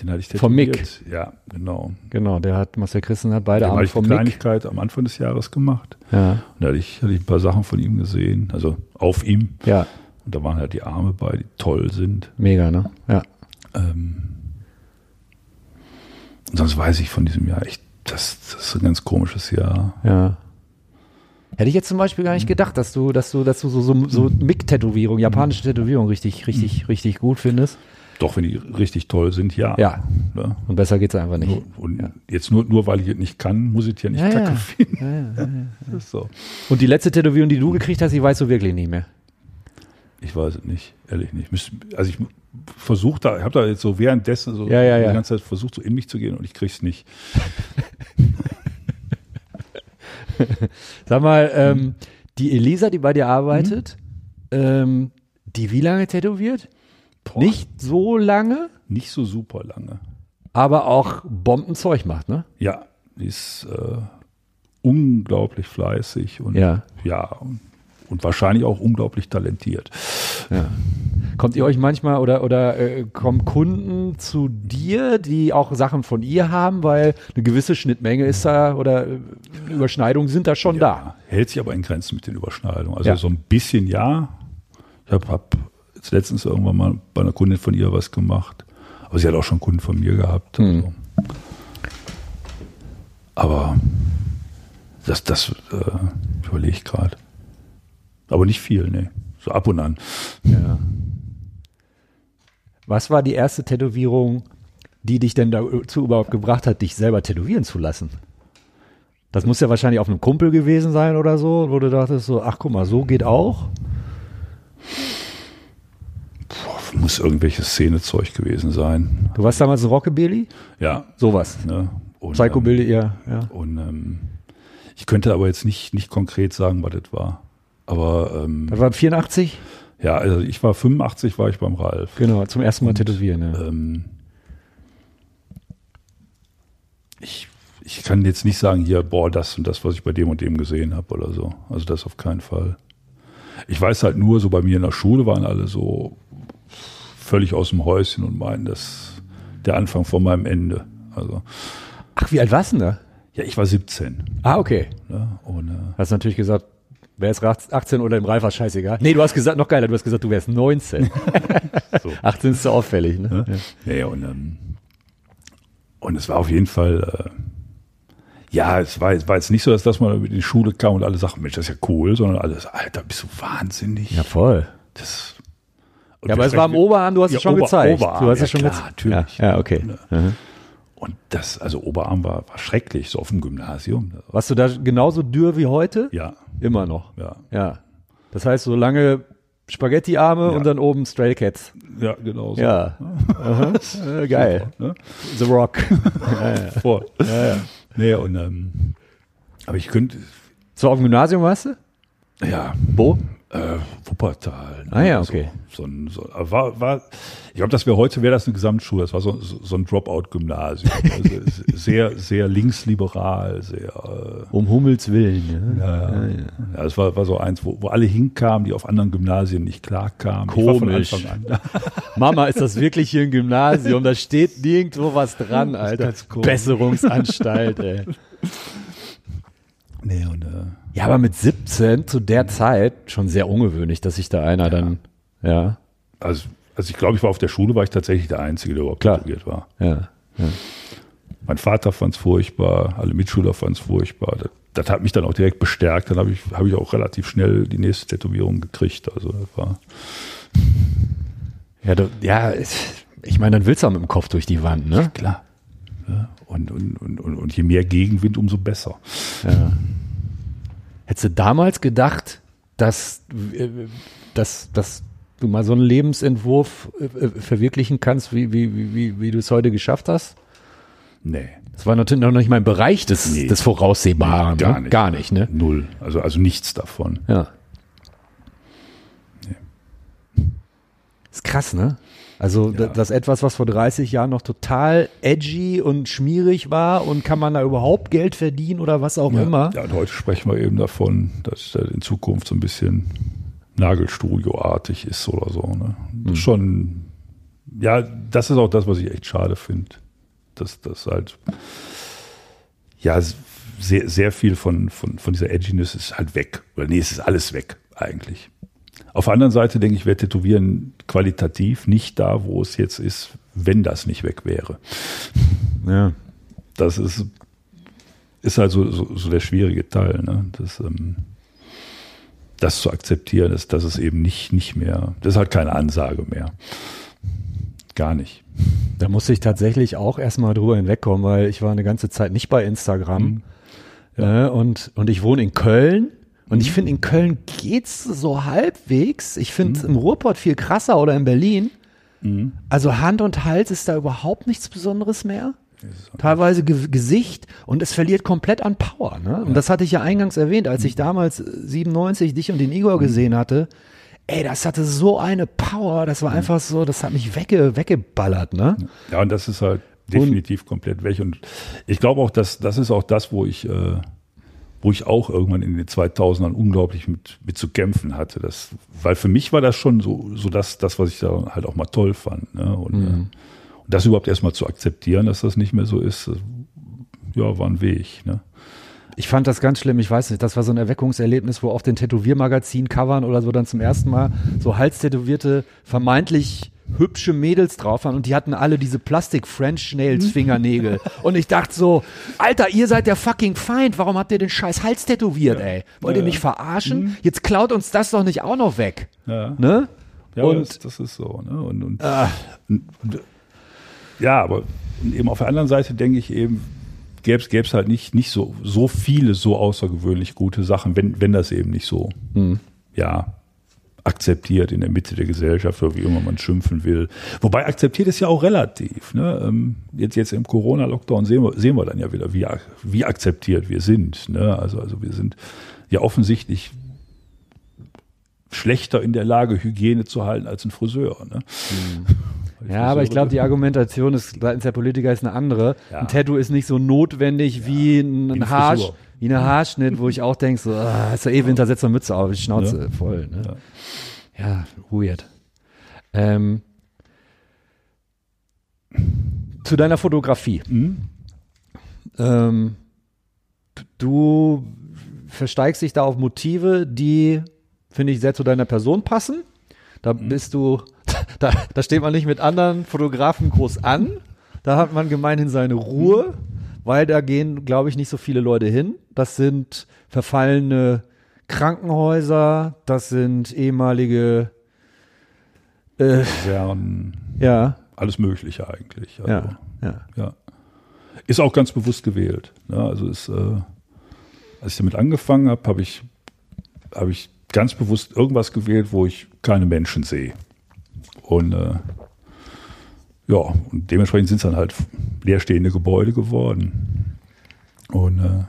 C: Den hatte ich
B: Von Mick.
C: tätowiert. Ja, genau.
B: Genau, der hat, Marcel Christen hat beide
C: Da habe
B: Arme
C: ich eine
B: vom Mick.
C: Kleinigkeit am Anfang des Jahres gemacht.
B: Ja,
C: Und da hatte ich, hatte ich ein paar Sachen von ihm gesehen, also auf ihm.
B: ja,
C: Und da waren halt die Arme bei, die toll sind.
B: Mega, ne? Ja.
C: Ähm, und sonst weiß ich von diesem Jahr echt, das, das ist ein ganz komisches Jahr.
B: Ja.
F: Hätte ich jetzt zum Beispiel gar nicht gedacht, dass du, dass du, dass du so, so, so Mick-Tätowierung, japanische Tätowierung richtig, richtig, richtig gut findest.
C: Doch, wenn die richtig toll sind, ja.
B: Ja.
C: Ne?
B: Und besser geht's einfach nicht.
C: Nur, und jetzt nur, nur weil ich es nicht kann, muss ich es ja nicht
B: Ja,
C: kacke
B: ja.
C: finden. Das ist so.
B: Und die letzte Tätowierung, die du gekriegt hast, die weißt du wirklich nicht mehr.
C: Ich weiß es nicht, ehrlich nicht. Müsst- Also ich versuche da, ich habe da jetzt so währenddessen so
B: Ja, ja, ja.
C: die ganze Zeit versucht, so in mich zu gehen und ich krieg's nicht.
B: Sag mal, ähm, die Elisa, die bei dir arbeitet, ähm, die wie lange tätowiert?
C: Boah,
B: Nicht so lange,
C: Nicht so super lange.
B: aber auch Bombenzeug macht, ne?
C: Ja, die ist äh, unglaublich fleißig und
B: Ja.
C: ja und, und wahrscheinlich auch unglaublich talentiert.
B: Kommt ihr euch manchmal oder, oder äh, kommen Kunden zu dir, die auch Sachen von ihr haben, weil eine gewisse Schnittmenge ist da oder äh, Überschneidungen sind da schon da.
C: Hält sich aber in Grenzen mit den Überschneidungen. Also
B: Ja.
C: so ein bisschen ja. Ich habe hab jetzt letztens irgendwann mal bei einer Kundin von ihr was gemacht. Aber sie hat auch schon Kunden von mir gehabt.
B: Hm.
C: Also. Aber das, das äh, überlege ich gerade. Aber nicht viel, ne. So ab und an.
B: Was war die erste Tätowierung, die dich denn dazu überhaupt gebracht hat, dich selber tätowieren zu lassen? Das muss ja wahrscheinlich auf einem Kumpel gewesen sein oder so, wo du dachtest so, ach guck mal, so geht auch.
C: Boah, muss irgendwelches Szenezeug gewesen sein.
B: Du warst damals ein Rockabilly?
C: Ja.
B: Sowas.
C: Ne? Und,
B: Psychobilly, ja. ja.
C: Und ähm, ich könnte aber jetzt nicht, nicht konkret sagen, was das war. Aber ähm,
B: Das war 84?
C: ja, also ich war 85, war ich beim Ralf.
B: Genau, zum ersten Mal tätowieren. Ja.
C: Ähm, ich, ich kann jetzt nicht sagen, hier, boah, das und das, was ich bei dem und dem gesehen habe oder so. Also das auf keinen Fall. Ich weiß halt nur, so bei mir in der Schule waren alle so völlig aus dem Häuschen und meinen, das der Anfang von meinem Ende. Also,
B: Ach, wie alt warst du denn da?
C: ja, ich war 17.
B: Ah, okay.
C: Ne? Und, äh,
B: Hast natürlich gesagt, wer ist 18 oder im Reifer, scheißegal. Nee, du hast gesagt, noch geiler, du hast gesagt, du wärst 19. 18 ist so auffällig, ne?
C: Ja, ja, und, ähm, und es war auf jeden Fall, äh, ja, es war, es war jetzt nicht so, dass, dass man mit in die Schule kam und alle sagten, Mensch, das ist ja cool, sondern alle sagten, Alter, bist du wahnsinnig.
B: Ja, voll.
C: das, und
B: Ja, aber
C: wir
B: es war am
C: sprechen-
B: Oberarm, du hast
C: Ja,
B: es schon
C: Ober-
B: gezeigt.
C: Oberarm,
B: du hast
C: ja,
B: es schon
C: klar,
B: gezeigt.
C: natürlich.
B: Ja, ja okay.
C: Und das, also Oberarm war, war schrecklich, so auf dem Gymnasium.
B: Warst du da genauso dürr wie heute?
C: Ja,
B: Immer noch.
C: ja,
B: Ja. Das heißt, so lange Spaghetti-Arme
C: Ja.
B: und dann oben Stray Cats.
C: ja, genau so.
B: Ja. Aha. Äh, geil.
C: Ne?
B: The Rock.
C: Voll. Nee, und, ähm, aber ich könnte,
B: So, auf dem Gymnasium warst du?
C: ja,
B: Wo?
C: Äh, Wuppertal. ne?
B: Ah ja, okay.
C: So, so ein, so, aber war, war, ich glaube, das wäre heute wäre das eine Gesamtschule. Das war so, so so ein Dropout-Gymnasium. Also s- sehr, sehr linksliberal, sehr. Äh,
B: Um Hummels Willen. Ah, Ja.
C: ja, ja, es war, war so eins, wo, wo alle hinkamen, die auf anderen Gymnasien nicht klarkamen.
B: Komisch.
C: Ich war von Anfang an.
B: Mama, ist das wirklich hier ein Gymnasium? Da steht nirgendwo was dran, Alter. Besserungsanstalt, ey.
C: Nee, und, äh,
B: Ja, aber mit 17 zu der Zeit schon sehr ungewöhnlich, dass sich da einer dann. Ja,
C: also, also ich glaube, ich war auf der Schule, war ich tatsächlich der Einzige, der überhaupt
B: Klar.
C: tätowiert war.
B: ja.
C: Mein Vater fand es furchtbar, alle Mitschüler fanden es furchtbar. Das, das hat mich dann auch direkt bestärkt. Dann habe ich, hab ich auch relativ schnell die nächste Tätowierung gekriegt. Also das war,
B: Ja, du, ja es- ich meine, dann willst du auch mit dem Kopf durch die Wand, ne?
C: Klar. Ja, und, und, und, und, und je mehr Gegenwind, umso besser.
B: Hättest du damals gedacht, dass, äh, dass, dass du mal so einen Lebensentwurf äh, äh, verwirklichen kannst, wie, wie, wie, wie, wie du es heute geschafft hast?
C: Nee,
B: Das war natürlich noch nicht mein Bereich des,
C: Nee.
B: des Voraussehbaren.
C: gar
B: ne?
C: nicht.
B: Gar nicht, ne?
C: null. Also, also nichts davon.
B: Ja. Ist krass, ne? Also, da- dass etwas, was vor 30 Jahren noch total edgy und schmierig war und kann man da überhaupt Geld verdienen oder was auch immer.
C: Ja, und heute sprechen wir eben davon, dass das in Zukunft so ein bisschen Nagelstudio-artig ist oder so. Ne? Das ist Schon, ja, das ist auch das, was ich echt schade finde. Dass das halt, ja, s- sehr, sehr viel von, von, von dieser Edginess ist halt weg. Oder nee, es ist alles weg, eigentlich. Auf der anderen Seite denke ich, wäre Tätowieren qualitativ nicht da, wo es jetzt ist, wenn das nicht weg wäre.
B: Ja.
C: Das ist, ist halt so, so, so der schwierige Teil, ne? das, ähm, das zu akzeptieren, dass, dass es eben nicht, nicht mehr, das ist halt keine Ansage mehr. Gar nicht.
B: Da musste ich tatsächlich auch erstmal drüber hinwegkommen, weil ich war eine ganze Zeit nicht bei Instagram. Ne, und, und ich wohne in Köln. Und ich finde, in Köln geht's so halbwegs. Ich finde es im Ruhrpott viel krasser oder in Berlin. Also Hand und Hals ist da überhaupt nichts Besonderes mehr. Teilweise Ge Gesicht und es verliert komplett an Power. Ne? Und das hatte ich ja eingangs erwähnt, als ich damals äh, 97 dich und den Igor gesehen hatte. Ey, das hatte so eine Power, das war einfach so, das hat mich wegge weggeballert, ne?
C: Ja, und das ist halt definitiv komplett weg. Und ich glaube auch, dass das ist auch das, wo ich, äh, wo ich auch irgendwann in den 2000ern unglaublich mit, mit zu kämpfen hatte. Das, weil für mich war das schon so, so das, das, was ich da halt auch mal toll fand. Ne? Und, äh, und das überhaupt erstmal zu akzeptieren, dass das nicht mehr so ist, äh, ja, war ein Weg. Ne?
B: Ich fand das ganz schlimm, ich weiß nicht, das war so ein Erweckungserlebnis, wo auf den Tätowiermagazin-Covern oder so dann zum ersten Mal so halstätowierte, vermeintlich hübsche Mädels drauf waren und die hatten alle diese Plastik-French-Nails-Fingernägel. Und ich dachte so, Alter, ihr seid der fucking Feind, warum habt ihr den scheiß Hals tätowiert, ey? Wollt ihr mich verarschen? Jetzt klaut uns das doch nicht auch noch weg. Ne?
C: Mhm. Ja,
B: Und-
C: das, das ist so. Ne? Und, und, und, ja, aber eben auf der anderen Seite denke ich eben, gäbe es halt nicht, nicht so, so viele so außergewöhnlich gute Sachen, wenn, wenn das eben nicht so, ja, akzeptiert in der Mitte der Gesellschaft oder wie immer man schimpfen will. Wobei akzeptiert ist ja auch relativ. Ne? Ähm, Jetzt, jetzt im Corona-Lockdown sehen wir, sehen wir dann ja wieder, wie, ak- wie akzeptiert wir sind. Ne? Also, also wir sind ja offensichtlich schlechter in der Lage, Hygiene zu halten als ein Friseur. Ne?
B: Hm. Ja, aber ich glaube, die Argumentation ist seitens der Politiker ist eine andere.
C: Ja.
B: Ein Tattoo ist nicht so notwendig wie ein,
C: eine
B: ein Haar,
C: Frisur.
B: wie eine Haarschnitt, wo ich auch denke, so, ah, ist ja eh Winter, setz mal Mütze auf, die Schnauze voll. Ne? Ja. weird. Ähm, zu deiner Fotografie. Ähm, du versteigst dich da auf Motive, die, finde ich, sehr zu deiner Person passen. Da bist du, da, da steht man nicht mit anderen Fotografen groß an. Da hat man gemeinhin seine Ruhe, weil da gehen, glaube ich, nicht so viele Leute hin. Das sind verfallene Krankenhäuser, das sind ehemalige, äh,
C: Fern,
B: ja,
C: alles Mögliche eigentlich. Also,
B: ja, ja.
C: Ja. Ist auch ganz bewusst gewählt. Ne? Also ist, äh, als ich damit angefangen habe, habe ich, hab ich ganz bewusst irgendwas gewählt, wo ich keine Menschen sehe. Und äh, ja, und dementsprechend sind es dann halt leerstehende Gebäude geworden. Und, äh,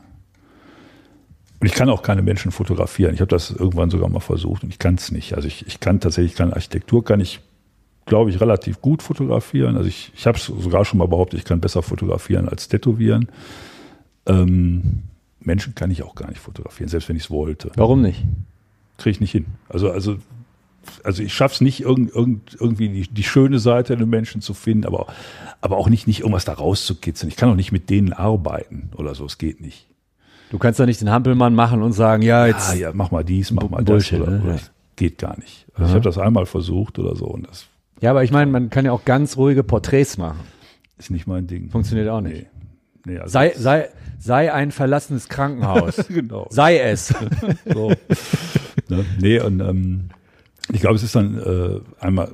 C: und ich kann auch keine Menschen fotografieren. Ich habe das irgendwann sogar mal versucht und ich kann es nicht. Also ich, ich kann tatsächlich keine Architektur, kann ich glaube ich, relativ gut fotografieren. Also ich, ich habe es sogar schon mal behauptet, ich kann besser fotografieren als tätowieren. Ähm, Menschen kann ich auch gar nicht fotografieren, selbst wenn ich es wollte.
B: Warum nicht?
C: Kriege ich nicht hin. Also, also, also ich schaffe es nicht, irgend, irgend, irgendwie die, die schöne Seite an den Menschen zu finden, aber, aber auch nicht, nicht irgendwas da rauszukitzeln. Ich kann auch nicht mit denen arbeiten oder so. Es geht nicht.
B: Du kannst doch nicht den Hampelmann machen und sagen, ja, jetzt,
C: ah ja, mach mal dies, mach mal
B: Bullshit,
C: das. Oder,
B: ne?
C: oder
B: Ja.
C: es Geht gar nicht. Also ich habe das einmal versucht oder so und das
B: Ja, aber ich meine, man kann ja auch ganz ruhige Porträts machen.
C: ist nicht mein Ding.
B: Funktioniert auch nicht.
C: Nee. Nee, also
B: Sei, sei, sei ein verlassenes Krankenhaus.
C: genau.
B: sei es.
C: So. ne? Nee, und ähm, ich glaube, es ist dann äh, einmal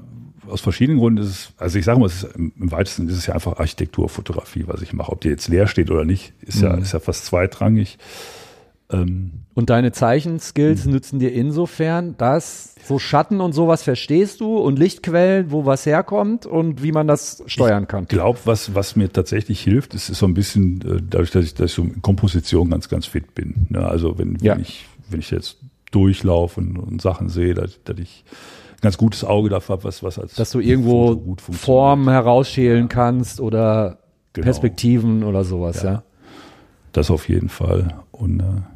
C: aus verschiedenen Gründen ist es, also ich sage mal, es ist, im im weitesten ist es ja einfach Architekturfotografie, was ich mache. Ob die jetzt leer steht oder nicht, ist ja,
B: Mhm.
C: ist ja fast zweitrangig. Ähm,
B: Und deine Zeichenskills
C: Mhm.
B: nützen dir insofern, dass so Schatten und sowas verstehst du und Lichtquellen, wo was herkommt und wie man das steuern kann.
C: glaube, was, was mir tatsächlich hilft, ist, ist so ein bisschen, äh, dadurch, dass ich, dass ich so in Komposition ganz, ganz fit bin. Ne? Also wenn,
B: Ja.
C: wenn ich, wenn ich jetzt durchlaufe und, und Sachen sehe, dass, dass ich ein ganz gutes Auge dafür habe, was, was als
B: Dass du irgendwo
C: Foto gut funktioniert.
B: Formen herausschälen kannst oder
C: Genau.
B: Perspektiven oder sowas, ja.
C: Das auf jeden Fall. Und äh, Ja,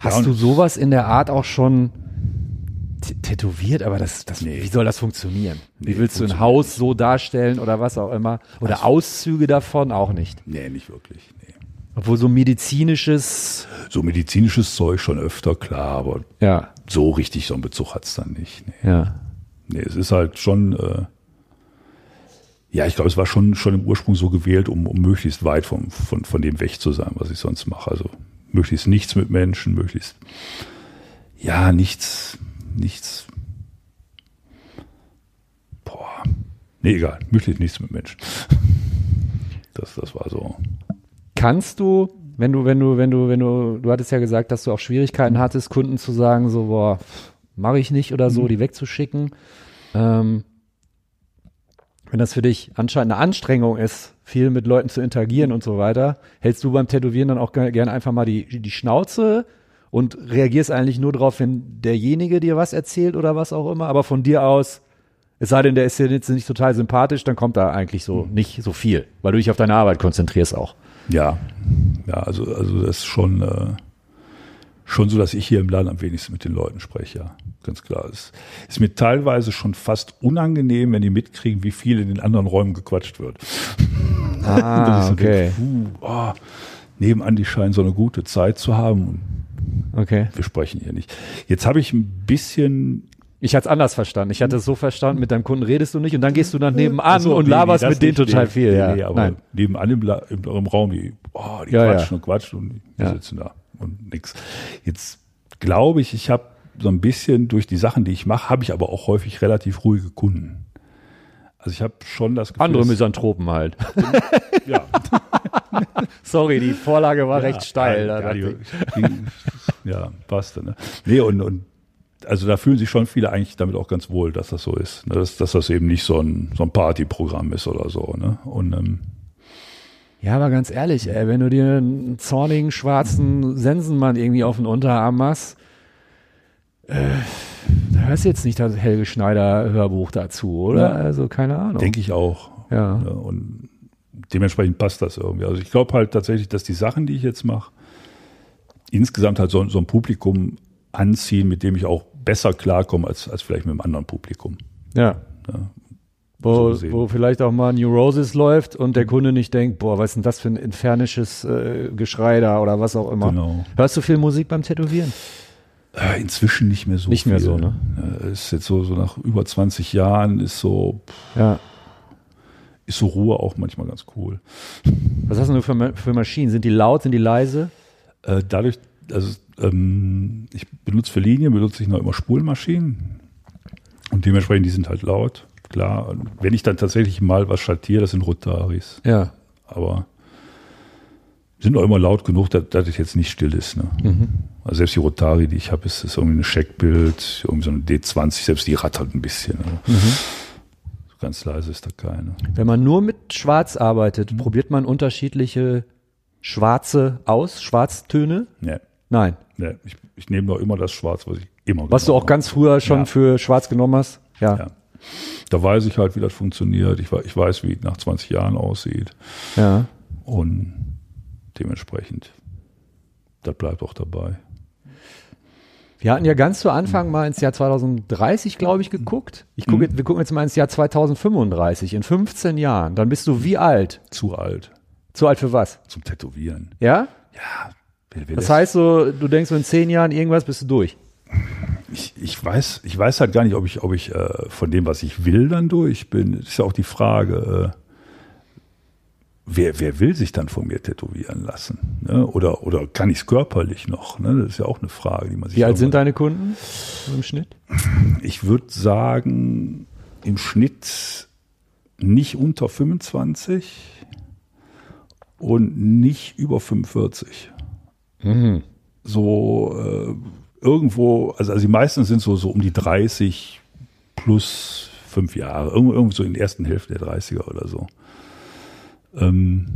B: Hast
C: und-
B: du sowas in der Art auch schon t- tätowiert? Aber das, das
C: Nee.
B: wie soll das funktionieren? wie willst du ein Haus so darstellen oder was auch immer? Oder
C: Also
B: Auszüge davon auch nicht.
C: nee, nicht wirklich. Nee.
B: Obwohl so medizinisches,
C: So medizinisches Zeug schon öfter, klar, aber
B: ja.
C: so richtig so einen Bezug hat's dann nicht. Nee.
B: Ja.
C: nee, es ist halt schon, äh, ja, ich glaube, es war schon, schon im Ursprung so gewählt, um, um möglichst weit vom, von, von dem weg zu sein, was ich sonst mache. Also möglichst nichts mit Menschen, möglichst, ja, nichts, nichts. Boah, nee, egal, möglichst nichts mit Menschen. Das, das war so.
B: Kannst du, wenn du, wenn du, wenn du, wenn du, du hattest ja gesagt, dass du auch Schwierigkeiten hattest, Kunden zu sagen, so, boah, mache ich nicht oder so, die wegzuschicken. Ähm, wenn das für dich anscheinend eine Anstrengung ist, viel mit Leuten zu interagieren und so weiter, hältst du beim Tätowieren dann auch ge- gerne einfach mal die, die Schnauze und reagierst eigentlich nur drauf, wenn derjenige dir was erzählt oder was auch immer, aber von dir aus, es sei denn, der ist dir jetzt nicht total sympathisch, dann kommt da eigentlich so nicht so viel, weil du dich auf deine Arbeit konzentrierst auch.
C: Ja, ja, also, also das ist schon, äh, schon so, dass ich hier im Laden am wenigsten mit den Leuten spreche, ja. Ganz klar. Es ist mir teilweise schon fast unangenehm, wenn die mitkriegen, wie viel in den anderen Räumen gequatscht wird. Dass ich
B: Ah,
C: so denke, puh, oh, nebenan, die scheinen so eine gute Zeit zu haben und
B: Okay.
C: wir sprechen hier nicht. Jetzt habe ich ein bisschen.
B: Ich hatte es anders verstanden. Ich hatte es so verstanden, mit deinem Kunden redest du nicht und dann gehst du nach nebenan
C: Achso,
B: und
C: nee,
B: laberst
C: nee, das
B: mit denen
C: nicht,
B: total
C: nee,
B: viel.
C: nee,
B: Ja.
C: nee, aber
B: Nein.
C: nebenan im, La- im, im Raum, die, oh, die
B: Ja,
C: quatschen
B: ja.
C: und quatschen und die
B: Ja.
C: sitzen da und nix. Jetzt glaube ich, ich habe so ein bisschen durch die Sachen, die ich mache, habe ich aber auch häufig relativ ruhige Kunden. Also ich habe schon das Gefühl,
B: Andere
C: dass-
B: Misanthropen halt.
C: ja,
B: Sorry, die Vorlage war recht steil. ne, da
C: Ja, ja,
B: dachte ich.
C: die- die- ja passte. Ne? Nee, und, und also da fühlen sich schon viele eigentlich damit auch ganz wohl, dass das so ist. Ne? Dass, dass das eben nicht so ein, so ein Partyprogramm ist oder so. Ne? Und ähm,
B: ja, aber ganz ehrlich, ey, wenn du dir einen zornigen, schwarzen Sensenmann irgendwie auf den Unterarm machst, äh, da hörst du jetzt nicht das Helge Schneider Hörbuch dazu, oder?
C: Ja.
B: Also keine Ahnung.
C: denke ich auch.
B: ja.
C: Ne? Und dementsprechend passt das irgendwie. Also ich glaube halt tatsächlich, dass die Sachen, die ich jetzt mache, insgesamt halt so, so ein Publikum anziehen, mit dem ich auch besser klarkomme als, als vielleicht mit einem anderen Publikum.
B: Ja.
C: Ja. So
B: Wo,
C: gesehen.
B: wo vielleicht auch mal Neurosis läuft und der Kunde nicht denkt, boah, was ist denn das für ein infernisches äh, Geschrei da oder was auch immer.
C: Genau.
B: Hörst du viel Musik beim Tätowieren?
C: Äh, Inzwischen nicht mehr so.
B: Nicht mehr
C: viel.
B: so, ne?
C: Äh, Ist jetzt so, so nach über 20 Jahren ist so,
B: Ja.
C: ist so Ruhe auch manchmal ganz cool.
B: Was hast denn du für, Ma- für Maschinen? Sind die laut, sind die leise?
C: Äh, Dadurch, also ähm, ich benutze für Linien, benutze ich noch immer Spulmaschinen. Und dementsprechend, die sind halt laut, klar. Und Wenn ich dann tatsächlich mal was schattiere, das sind Rotaris.
B: Ja.
C: Aber die sind auch immer laut genug, dass, dass es jetzt nicht still ist. Ne?
B: Mhm.
C: Also selbst die Rotari, die ich habe, ist, ist irgendwie ein Scheckbild, irgendwie so eine D20, selbst die rattert ein bisschen. Ne?
B: Mhm.
C: So ganz leise ist da keine.
B: Wenn man nur mit Schwarz arbeitet, probiert man unterschiedliche Schwarze aus, Schwarztöne?
C: Nee,
B: Nein.
C: nee. Ich, ich nehme doch immer das Schwarz, was ich immer
B: Was du
C: genommen
B: auch ganz früher schon
C: Ja.
B: für Schwarz genommen hast? Ja.
C: Ja. habe. Da weiß ich halt, wie das funktioniert. Ich, wei- ich weiß, wie es nach 20 Jahren aussieht.
B: ja.
C: Und dementsprechend, das bleibt auch dabei.
B: Wir hatten ja ganz zu
C: Mhm.
B: Anfang mal ins Jahr 2030, glaube ich, geguckt. Ich gucke, Wir gucken jetzt mal ins Jahr 2035, in 15 Jahren. Dann bist du wie alt?
C: Zu alt
B: Zu alt für was?
C: zum Tätowieren.
B: Ja?
C: Ja, wer, wer
B: Das
C: lässt-
B: heißt so, du denkst so in 10 Jahren irgendwas bist du durch.
C: ich, ich weiß, ich weiß halt gar nicht, ob ich, ob ich äh, von dem, was ich will, dann durch bin. Das ist ja auch die Frage, äh, wer, wer will sich dann von mir tätowieren lassen? Ne? Oder, oder kann ich es körperlich noch? Ne? Das ist ja auch eine Frage, die man sich
B: Wie alt sind
C: irgendwann-
B: deine Kunden so im Schnitt?
C: Ich würde sagen, im Schnitt nicht unter 25 und nicht über 45.
B: Mhm.
C: So äh, irgendwo, also, also die meisten sind so, so um die 30 plus fünf Jahre, irgendwo, irgendwo so in der ersten Hälfte der 30er oder so. Ähm,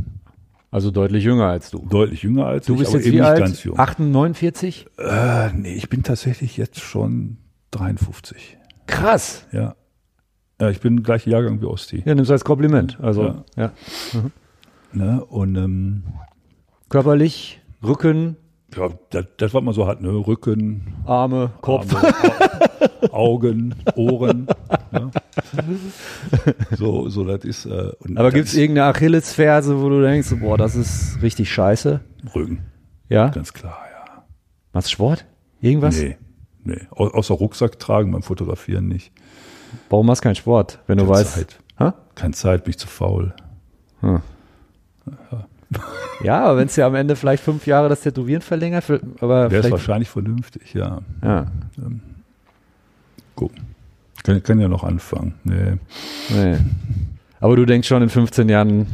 B: Also deutlich jünger als du.
C: deutlich jünger als
B: Du
C: ich,
B: bist
C: aber
B: jetzt
C: eben
B: wie
C: nicht
B: alt?
C: ganz jung.
B: 48?
C: Äh, nee, ich bin tatsächlich jetzt schon 53.
B: Krass.
C: Ja. ja ich bin gleiche Jahrgang wie Osti.
B: Ja, nimmst du als Kompliment. Also ja.
C: Ja. Ne? Und ähm,
B: körperlich, Rücken,
C: ja, das, das was man so hat, ne? Rücken,
B: Arme, Kopf.
C: Arme, Au- Augen, Ohren. Ne? So, so, das ist. Äh, und
B: Aber
C: das
B: gibt es
C: ist
B: irgendeine Achillesferse, wo du denkst, boah, das ist richtig scheiße?
C: Rücken,
B: Ja?
C: ganz klar, ja.
B: Machst du Sport? Irgendwas?
C: Nee. nee. Au außer Rucksack tragen beim Fotografieren nicht.
B: Warum machst du keinen Sport, wenn du
C: Keine
B: weißt?
C: Zeit.
B: Hä?
C: Keine Zeit, bin ich zu faul.
B: Ja, aber wenn es ja am Ende vielleicht fünf Jahre das Tätowieren verlängert, für- aber
C: Wäre es
B: vielleicht,
C: wahrscheinlich vernünftig, ja.
B: ja,
C: Gucken. Kann, kann ja noch anfangen. Nee.
B: nee. Aber du denkst schon in 15 Jahren,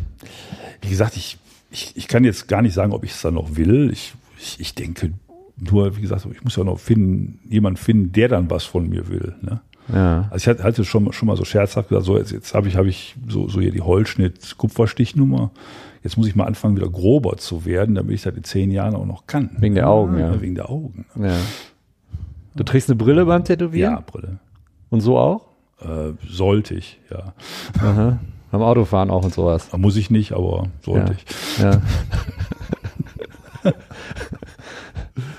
C: Wie gesagt, ich, ich, ich kann jetzt gar nicht sagen, ob ich es dann noch will. Ich, ich, ich denke nur, wie gesagt, ich muss ja noch finden, jemanden finden, der dann was von mir will. Ne?
B: ja,
C: Also ich hatte- hatte schon, schon mal so scherzhaft gesagt, so jetzt, jetzt habe ich, habe ich so, so hier die Holzschnitt-Kupferstichnummer. Jetzt muss ich mal anfangen, wieder grober zu werden, damit ich das in zehn Jahren auch noch kann.
B: Wegen der Augen, ja.
C: Wegen der Augen.
B: ja. Du trägst eine Brille beim Tätowieren?
C: Ja, Brille.
B: Und so auch?
C: Äh, sollte ich, ja. Äh,
B: Beim Autofahren auch und sowas.
C: Muss ich nicht, aber sollte
B: Ja.
C: ich.
B: Ja.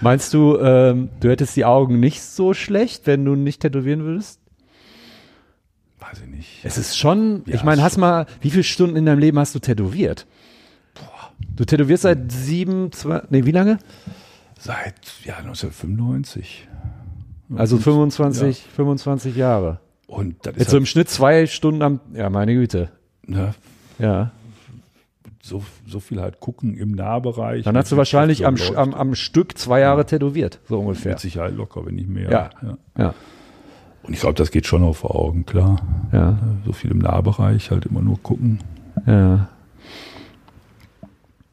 B: Meinst du, ähm, du hättest die Augen nicht so schlecht, wenn du nicht tätowieren würdest?
C: Weiß ich nicht.
B: Es ist schon,
C: Ja,
B: ich meine,
C: ist
B: hast mal, wie viele Stunden in deinem Leben hast du tätowiert? Du tätowierst seit sieben, zwei, nee, wie lange?
C: Seit ja, 1995.
B: Also 25, 25 Jahre.
C: Und das
B: Jetzt
C: ist
B: so im Schnitt zwei Stunden am, ja, meine Güte.
C: halt, ne,
B: Ja.
C: so, so viel halt gucken im Nahbereich.
B: Dann hast du wahrscheinlich am, Sch- am, am Stück zwei Jahre tätowiert, so ungefähr.
C: Mit Sicherheit locker, wenn nicht mehr.
B: Ja. Ja.
C: Und ich glaube, das geht schon auf Augen, klar.
B: Ja.
C: So viel im Nahbereich, halt immer nur gucken.
B: ja.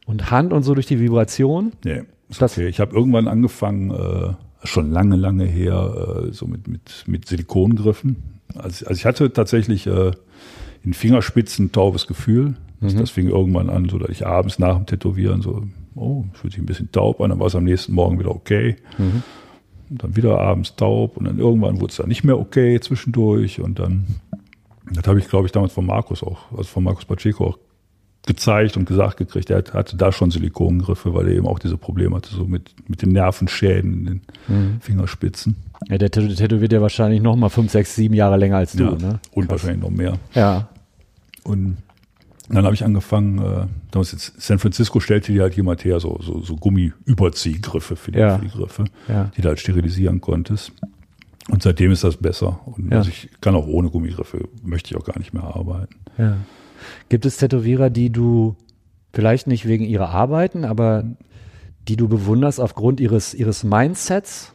B: Und Hand und so durch die Vibration?
C: Nee, ist
B: Das-
C: okay. Ich habe irgendwann angefangen, äh, schon lange, lange her, äh, so mit, mit, mit Silikongriffen. Also, also ich hatte tatsächlich äh, in Fingerspitzen ein taubes Gefühl. Das, das fing irgendwann an, so dass ich abends nach dem Tätowieren so, oh, es fühlt sich ein bisschen taub an, dann war es am nächsten Morgen wieder okay. Und dann wieder abends taub und dann irgendwann wurde es dann nicht mehr okay zwischendurch und dann, das habe ich, glaube ich, damals von Markus auch, also von Markus Pacheco auch gezeigt und gesagt gekriegt, er hat- hatte da schon Silikongriffe, weil er eben auch diese Probleme hatte, so mit, mit den Nervenschäden in den
B: Mhm.
C: Fingerspitzen.
B: Ja, der tätow- tätowiert ja wahrscheinlich noch mal fünf, sechs, sieben Jahre länger als du,
C: Ja,
B: ne?
C: Und wahrscheinlich noch mehr.
B: Ja.
C: Und dann habe ich angefangen, äh, damals jetzt San Francisco stellte die halt jemand her, so, so, so Gummi-Überziehgriffe für die,
B: Ja.
C: für die Griffe,
B: Ja.
C: die du halt sterilisieren konntest. Und seitdem ist das besser. Und
B: Ja.
C: also ich kann auch ohne Gummigriffe, möchte ich auch gar nicht mehr arbeiten.
B: Ja. Gibt es Tätowierer, die du vielleicht nicht wegen ihrer Arbeiten, aber die du bewunderst aufgrund ihres, ihres Mindsets,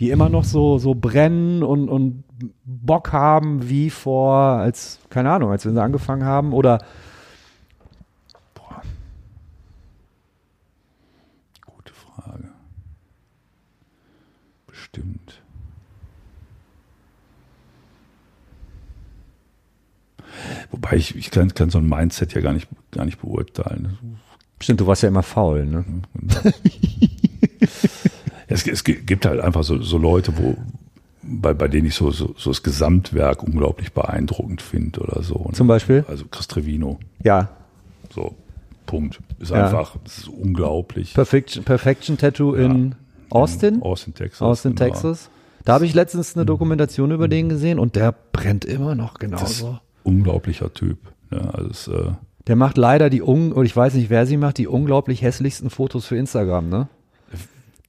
B: die immer noch so, so brennen und, und Bock haben wie vor, als, keine Ahnung, als wenn sie angefangen haben oder
C: Gute Frage. Bestimmt. Wobei ich, ich kann, kann so ein Mindset ja gar nicht, gar nicht beurteilen.
B: Stimmt, du warst ja immer faul, ne?
C: Mhm. Es, es gibt halt einfach so, so Leute, wo, bei, bei denen ich so, so, so das Gesamtwerk unglaublich beeindruckend finde oder so. ne?
B: Zum Beispiel?
C: Also Chris Trevino.
B: Ja.
C: So, Punkt. Ist
B: Ja.
C: einfach, das ist unglaublich.
B: Perfection, Perfection Tattoo in Austin?
C: Austin, Texas.
B: Austin,
C: genau. Mhm.
B: Texas. Da habe ich letztens eine Dokumentation über den gesehen und der brennt immer noch
C: Das ist
B: genauso.
C: ein unglaublicher Typ. Ne? Also es, äh,
B: Der macht leider die, un oder ich weiß nicht, wer sie macht, die unglaublich hässlichsten Fotos für Instagram, ne?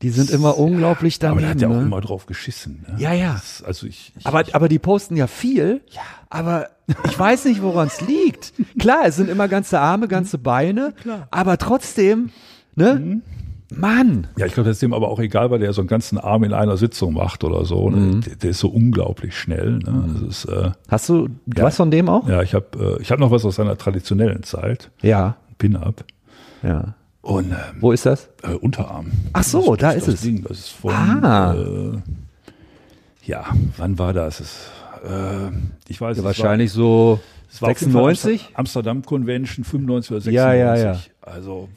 B: Die sind immer unglaublich daneben.
C: aber der hat ja auch
B: ne?
C: immer drauf geschissen. Ne?
B: Ja, ja.
C: Das, also ich, ich
B: aber, aber die posten ja viel, ja. aber ich weiß nicht, woran es liegt. Klar, es sind immer ganze Arme, ganze Beine,
C: Mhm.
B: aber trotzdem, ne? Mann,
C: ja, ich glaube, das ist dem aber auch egal, weil der so einen ganzen Arm in einer Sitzung macht oder so. Ne?
B: Mhm.
C: Der, der ist so unglaublich schnell. Ne? Das ist, äh,
B: hast du du was von dem auch?
C: ja, ich habe äh, ich hab noch was aus seiner traditionellen Zeit.
B: Ja,
C: Pin-Up.
B: ja.
C: Und ähm,
B: Wo ist das?
C: äh, Unterarm.
B: Ach so, da ist
C: das
B: es.
C: Ding, das ist von,
B: Ah.
C: äh, ja, wann war das? Es, äh, ich weiß es war-
B: so
C: es war auf jeden Fall Amsterdam Convention 95 oder 96.
B: Ja, ja,
C: Also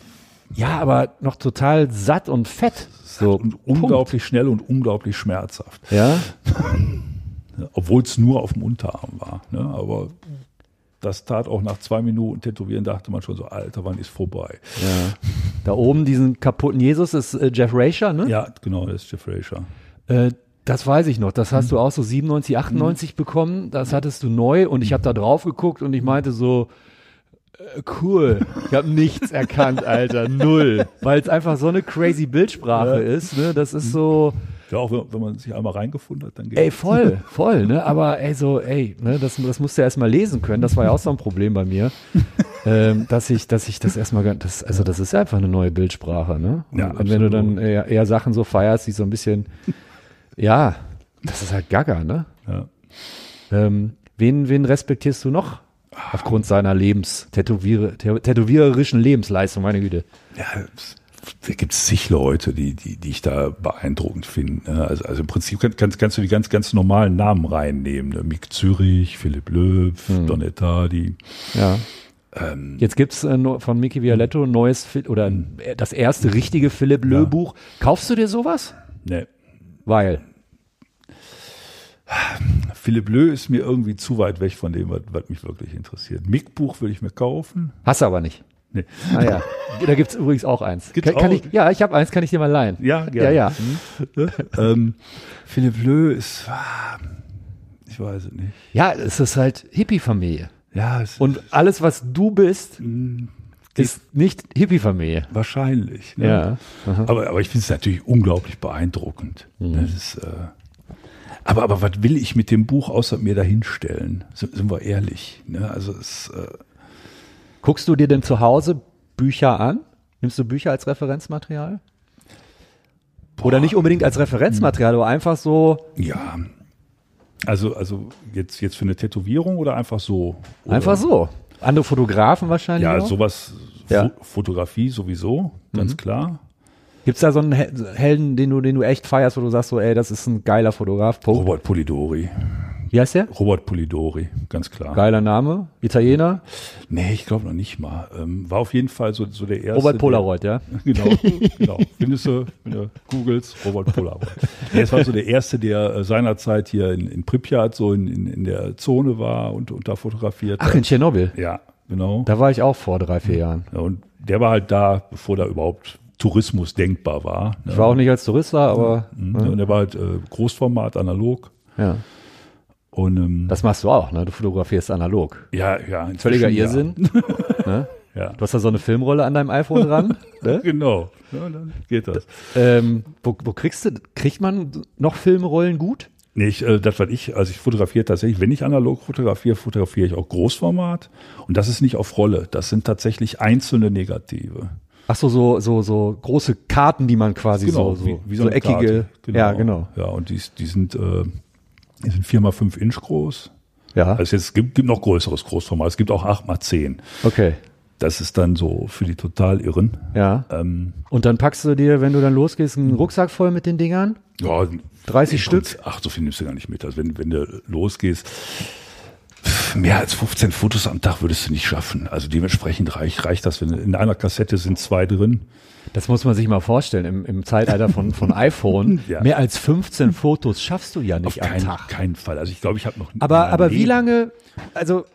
B: Ja, aber noch total satt und fett. So
C: und
B: Punkt.
C: unglaublich schnell und unglaublich schmerzhaft.
B: Ja,
C: Obwohl es nur auf dem Unterarm war. Ne? Aber das tat auch nach zwei Minuten Tätowieren, dachte man schon so, Alter, wann ist vorbei?
B: ja. Da oben diesen kaputten Jesus ist äh, Jeff Racher, ne?
C: Ja, genau, das ist Jeff Racher.
B: Äh, das weiß ich noch. Das hast du auch so 97, 98 bekommen. Das hattest du neu und ich habe da drauf geguckt und ich meinte so, äh, cool. Ich habe nichts erkannt, Alter. Null. Weil es einfach so eine crazy Bildsprache ist. Ne? Das ist so.
C: Ja, auch wenn, wenn man sich einmal reingefunden hat, dann geht
B: Ey, voll, voll, ne? Aber ey, so, ey, ne, das, das musst du ja erstmal lesen können. Das war ja auch so ein Problem bei mir. ähm, dass ich, dass ich das erstmal gar- das, also das ist ja einfach eine neue Bildsprache, ne? Und,
C: Ja,
B: und wenn du
C: absolut.
B: dann eher, eher Sachen so feierst, die so ein bisschen, ja, das ist halt Gaga, ne?
C: Ja.
B: Ähm, wen, wen respektierst du noch? Aufgrund seiner Lebens, tätowier, tätowiererischen Lebensleistung, meine Güte.
C: Ja, es- da gibt es zig Leute, die, die, die ich da beeindruckend finde. ne? Also, also im Prinzip kann, kannst, kannst du die ganz, ganz normalen Namen reinnehmen. Ne? Mick Zürich, Philipp Löw, Donetta, die.
B: Ja.
C: Ähm,
B: Jetzt gibt's äh, nur von Mickey Vialetto ein neues Fil oder äh, das erste richtige Philipp Löh Buch. Kaufst du dir sowas?
C: Ne.
B: Weil.
C: Philipp Löw ist mir irgendwie zu weit weg von dem, was, was mich wirklich interessiert. Mick Buch würde ich mir kaufen.
B: Hast du aber nicht.
C: Nee.
B: Ah ja. Da gibt's übrigens auch eins.
C: Gibt's
B: kann, kann
C: auch?
B: Ich, ja, ich habe eins, kann ich dir mal leihen.
C: Ja,
B: ja.
C: gerne. Mhm.
B: ja. Hm.
C: ähm, Philipp Löw ist. ah, Ich weiß es nicht.
B: Ja, es ist halt Hippie-Familie.
C: Ja, es
B: Und alles, was du bist,
C: Mhm.
B: ist nicht Hippie-Familie.
C: wahrscheinlich. Ne?
B: Ja.
C: Aber, aber ich finde es natürlich unglaublich beeindruckend.
B: Mhm.
C: Ne, Das ist, äh, aber, aber was will ich mit dem Buch außer mir dahinstellen? Sind, sind wir ehrlich? Ne? Also es, äh,
B: Guckst du dir denn zu Hause Bücher an? Nimmst du Bücher als Referenzmaterial? Oder nicht unbedingt als Referenzmaterial, aber einfach so,
C: ja. Also, also jetzt, jetzt für eine Tätowierung oder einfach so? Oder?
B: einfach so. Andere Fotografen wahrscheinlich.
C: Ja,
B: auch?
C: sowas.
B: Ja. Mhm.
C: Fo Fotografie sowieso, ganz klar.
B: Gibt's da so einen He- Helden, den du, den du echt feierst, wo du sagst so, ey, das ist ein geiler Fotograf. Punkt.
C: Robert Polidori.
B: Wie heißt der?
C: Robert Polidori, ganz klar.
B: Geiler Name. Italiener.
C: Nee, ich glaube noch nicht mal. Ähm, war auf jeden Fall so, so der erste.
B: Robert
C: der-
B: Polaroid, ja.
C: Genau, genau. Findest du, wenn du googelst, Robert Polaroid. Er ist also der Erste, der äh, seinerzeit hier in, in Pripyat so in, in, in der Zone war und, und da fotografiert
B: Ach,
C: hat.
B: in Tschernobyl.
C: Ja, genau.
B: Da war ich auch vor drei, vier Jahren.
C: Ja, und der war halt da, bevor da überhaupt Tourismus denkbar war. Ne?
B: Ich war auch nicht als Tourist da, aber
C: Mhm. Und der war halt äh, Großformat, analog.
B: ja.
C: Und ähm,
B: Das machst du auch, ne? Du fotografierst analog.
C: ja, ja. inzwischen
B: Völliger
C: ja.
B: Irrsinn.
C: Ja,
B: Du hast da so eine Filmrolle an deinem iPhone dran. ne?
C: genau. Ja, dann geht das.
B: ähm, wo, wo kriegst du, kriegt man noch Filmrollen gut?
C: Nee, ich, äh, das, was ich, also ich fotografiere tatsächlich, wenn ich analog fotografiere, fotografiere ich auch Großformat. Und das ist nicht auf Rolle. Das sind tatsächlich einzelne Negative.
B: Ach so, so, so, so große Karten, die man quasi
C: genau
B: so, so, Genau, so
C: eine
B: eckige.
C: Karte. Genau.
B: Ja, genau.
C: Ja, und die, ist- die sind, äh, die sind 4x5 Inch groß.
B: Ja,
C: Also es gibt, gibt noch größeres Großformat. Es gibt auch 8x10.
B: okay.
C: Das ist dann so für die total Irren.
B: Ja.
C: Ähm,
B: Und dann packst du dir, wenn du dann losgehst, einen Rucksack voll mit den Dingern.
C: ja,
B: 30
C: im
B: Stück?
C: Prinzip- Ach, so viel nimmst du gar nicht mit. Also wenn, wenn du losgehst, pff, mehr als 15 Fotos am Tag würdest du nicht schaffen. Also dementsprechend reicht, reicht das. Wenn, in einer Kassette sind zwei drin.
B: Das muss man sich mal vorstellen, im, im Zeitalter von, von iPhone.
C: Ja.
B: Mehr als 15 Fotos schaffst du ja
C: Auf
B: nicht am
C: keinen,
B: Tag.
C: keinen Fall. Also ich glaube, ich habe noch in
B: Aber,
C: meinem
B: aber wie
C: Leben-
B: lange, also,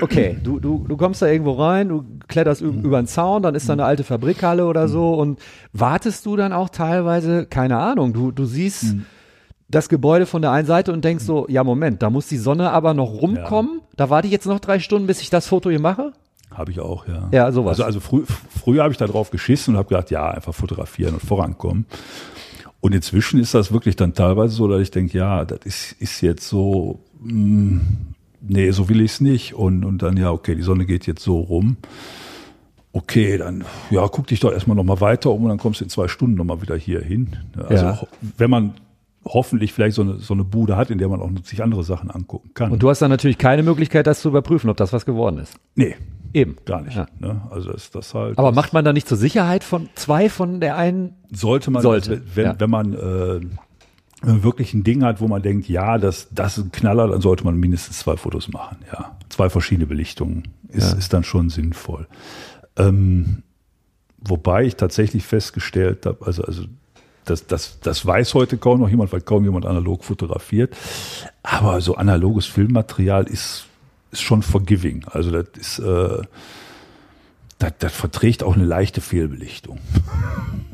B: okay, du, du, du kommst da irgendwo rein, du kletterst ü- über den Zaun, dann ist da eine alte Fabrikhalle oder so und wartest du dann auch teilweise, keine Ahnung, du, du siehst das Gebäude von der einen Seite und denkst so, ja Moment, da muss die Sonne aber noch rumkommen, da warte ich jetzt noch drei Stunden, bis ich das Foto hier mache?
C: Habe ich auch, ja.
B: Ja, sowas.
C: Also, also frü früher habe ich da drauf geschissen und habe gedacht, ja, einfach fotografieren und vorankommen. Und inzwischen ist das wirklich dann teilweise so, dass ich denke, ja, das ist, ist jetzt so, mh, nee, so will ich es nicht. Und, und dann, ja, okay, die Sonne geht jetzt so rum. Okay, dann, ja, guck dich doch erstmal nochmal weiter um und dann kommst du in zwei Stunden nochmal wieder hier hin. Also,
B: Ja.
C: ho- wenn man hoffentlich vielleicht so eine, so eine Bude hat, in der man auch sich andere Sachen angucken kann.
B: Und du hast dann natürlich keine Möglichkeit, das zu überprüfen, ob das was geworden ist.
C: nee,
B: Eben.
C: gar nicht.
B: Ja.
C: Ne? Also ist das halt.
B: Aber macht man da nicht zur Sicherheit von zwei von der einen?
C: Sollte man,
B: Sollte,
C: wenn,
B: ja.
C: wenn man äh, wenn man wirklich ein Ding hat, wo man denkt, ja, das, das ist ein Knaller, dann sollte man mindestens zwei Fotos machen. Ja, zwei verschiedene Belichtungen ist, ist dann schon sinnvoll. Ähm, wobei ich tatsächlich festgestellt habe, also, also das, das, das weiß heute kaum noch jemand, weil kaum jemand analog fotografiert. Aber so analoges Filmmaterial ist, ist schon forgiving. Also das ist, äh, das, das verträgt auch eine leichte Fehlbelichtung.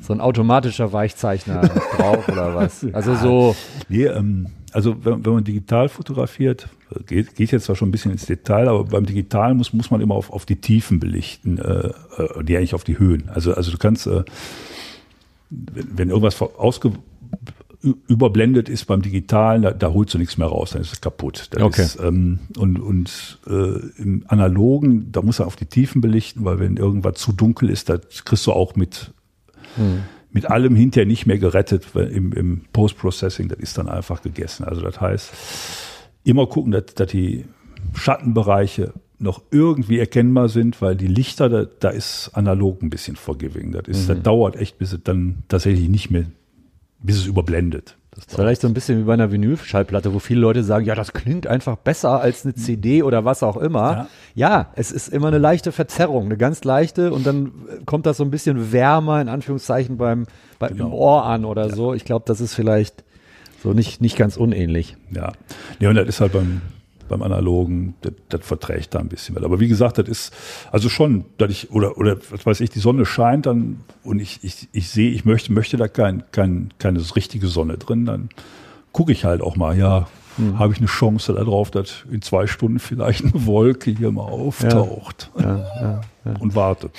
B: So ein automatischer Weichzeichner drauf oder was? Also so,
C: Nee, ähm, also wenn, wenn man digital fotografiert, äh, geht, geht jetzt zwar schon ein bisschen ins Detail, aber beim Digitalen muss, muss man immer auf, auf die Tiefen belichten, äh, äh, die eigentlich auf die Höhen. Also, also du kannst, äh, wenn, wenn irgendwas vor- ausge, ü- überblendet ist beim Digitalen, da, da holst du nichts mehr raus, dann ist es kaputt. Das
B: Okay.
C: ist, ähm, und und äh, im Analogen, da muss er auf die Tiefen belichten, weil wenn irgendwas zu dunkel ist, da kriegst du auch mit, mit allem hinterher nicht mehr gerettet, weil im, im Post-Processing, das ist dann einfach gegessen. Also das heißt, immer gucken, dass, dass die Schattenbereiche noch irgendwie erkennbar sind, weil die Lichter, da, da ist analog ein bisschen forgiving. Das, ist, das dauert echt, bis es dann tatsächlich nicht mehr, bis es überblendet. Das
B: Das ist vielleicht so ein bisschen wie bei einer Vinylschallplatte, wo viele Leute sagen, ja, das klingt einfach besser als eine CD oder was auch immer. Ja, es ist immer eine leichte Verzerrung, eine ganz leichte und dann kommt das so ein bisschen wärmer in Anführungszeichen beim, beim
C: Genau.
B: im Ohr an oder so. Ich glaube, das ist vielleicht so nicht, nicht ganz unähnlich.
C: Ja. Nee, und das ist halt beim, beim Analogen, das, das verträgt da ein bisschen mehr. Aber wie gesagt, das ist also schon, dass ich, oder, oder was weiß ich, die Sonne scheint dann und ich, ich, ich sehe, ich möchte, möchte da kein, kein, keine richtige Sonne drin, dann gucke ich halt auch mal, ja, habe ich eine Chance darauf, dass in zwei Stunden vielleicht eine Wolke hier mal auftaucht und warte.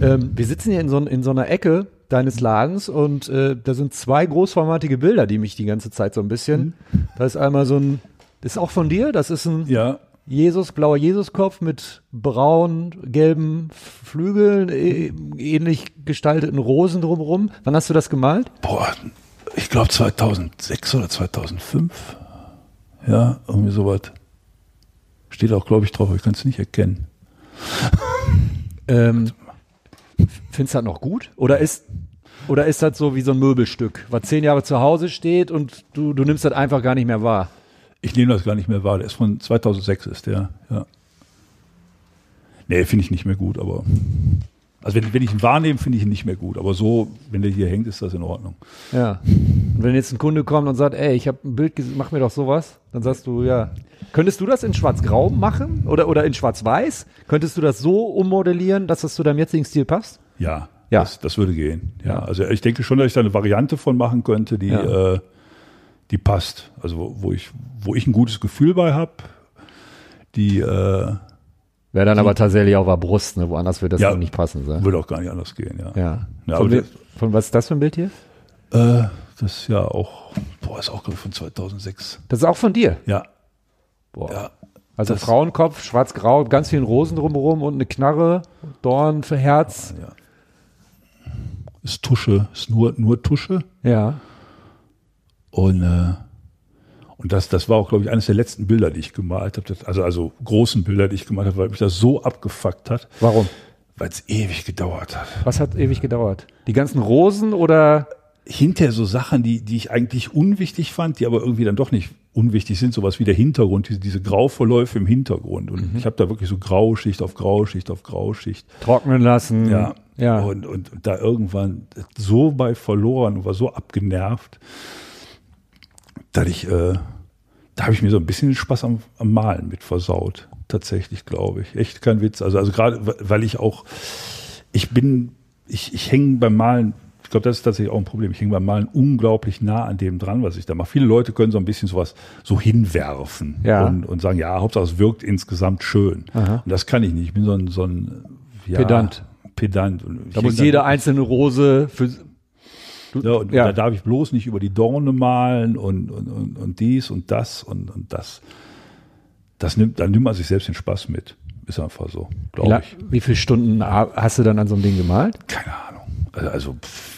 B: Ähm, wir sitzen hier in so, in so einer Ecke deines Ladens und äh, da sind zwei großformatige Bilder, die mich die ganze Zeit so ein bisschen. Da ist einmal so ein, ist auch von dir, das ist ein
C: Ja.
B: Jesus, blauer Jesuskopf mit braun-gelben Flügeln, äh, ähnlich gestalteten Rosen drumherum. Wann hast du das gemalt?
C: Boah, ich glaube 2006 oder 2005. Ja, irgendwie sowas. Steht auch, glaube ich, drauf, aber ich kann es nicht erkennen.
B: Ähm, f- findest du das noch gut? Oder ist, oder ist das so wie so ein Möbelstück, was zehn Jahre zu Hause steht und du, du nimmst das einfach gar nicht mehr wahr?
C: Ich nehme das gar nicht mehr wahr. Der ist von 2006, ist der. Ja. Nee, finde ich nicht mehr gut, aber. Also, wenn, wenn ich ihn wahrnehme, finde ich ihn nicht mehr gut. Aber so, wenn der hier hängt, ist das in Ordnung.
B: Ja. Und wenn jetzt ein Kunde kommt und sagt, ey, ich habe ein Bild gesehen, mach mir doch sowas, dann sagst du, ja. Könntest du das in schwarz-grau machen oder, oder in schwarz-weiß? Könntest du das so ummodellieren, dass das zu deinem jetzigen Stil passt?
C: Ja,
B: Ja.
C: Das, das würde gehen. Ja, also ich denke schon, dass ich da eine Variante von machen könnte, die,
B: Ja.
C: äh, die passt. Also wo, wo ich, wo ich ein gutes Gefühl bei habe, die äh, würde
B: Wäre dann aber tatsächlich auf der Brust, ne? woanders würde das
C: Ja.
B: auch nicht passen. So.
C: auch gar nicht anders gehen. Ja,
B: Ja.
C: Ja,
B: von,
C: aber
B: we-
C: das-
B: von was ist das für ein Bild hier?
C: Äh, das ist ja auch, boah, ist auch glaub ich, von 2006.
B: Das ist auch von dir.
C: Ja,
B: Boah.
C: ja,
B: also
C: das-
B: Frauenkopf, schwarz-grau, ganz vielen Rosen drumherum und eine Knarre, Dorn für Herz.
C: ja. Ist Tusche, ist nur, nur Tusche.
B: Ja.
C: Und, äh, und das, das war auch, glaube ich, eines der letzten Bilder, die ich gemalt habe. Das- Also, also großen Bilder, die ich gemalt habe, weil mich das so abgefuckt hat,
B: Warum?
C: weil es ewig gedauert hat.
B: Was hat ewig gedauert? Die ganzen Rosen oder?
C: hinterher so Sachen, die, die ich eigentlich unwichtig fand, die aber irgendwie dann doch nicht unwichtig sind, sowas wie der Hintergrund, diese, diese Grauverläufe im Hintergrund. Und ich habe da wirklich so Grauschicht auf Grauschicht auf Grauschicht.
B: Trocknen lassen.
C: Ja.
B: Mhm. Ja.
C: Und, und, und da irgendwann so bei verloren und war so abgenervt, dass ich, äh, da habe ich mir so ein bisschen den Spaß am, am Malen mit versaut. Tatsächlich, glaube ich. Echt kein Witz. Also, also gerade, we- weil ich auch, ich bin, ich, ich hänge beim Malen, ich glaube, das ist tatsächlich auch ein Problem. Ich hänge beim Malen unglaublich nah an dem dran, was ich da mache. Viele Leute können so ein bisschen sowas so hinwerfen
B: Ja.
C: und, und sagen, ja, Hauptsache es wirkt insgesamt schön. Und das kann ich nicht. Ich bin so ein, so ein ja,
B: Pedant.
C: Pedant. Und ich
B: Da muss
C: denk
B: jede
C: dann,
B: einzelne Rose für.
C: ja, und
B: ja.
C: Da darf ich bloß nicht über die Dorne malen und, und, und, und dies und das und, und das. Das nimmt, dann nimmt man sich selbst den Spaß mit. Ist einfach so, glaube ich.
B: Wie viele Stunden a- hast du dann an so einem Ding gemalt?
C: Keine Ahnung. Also, also pff,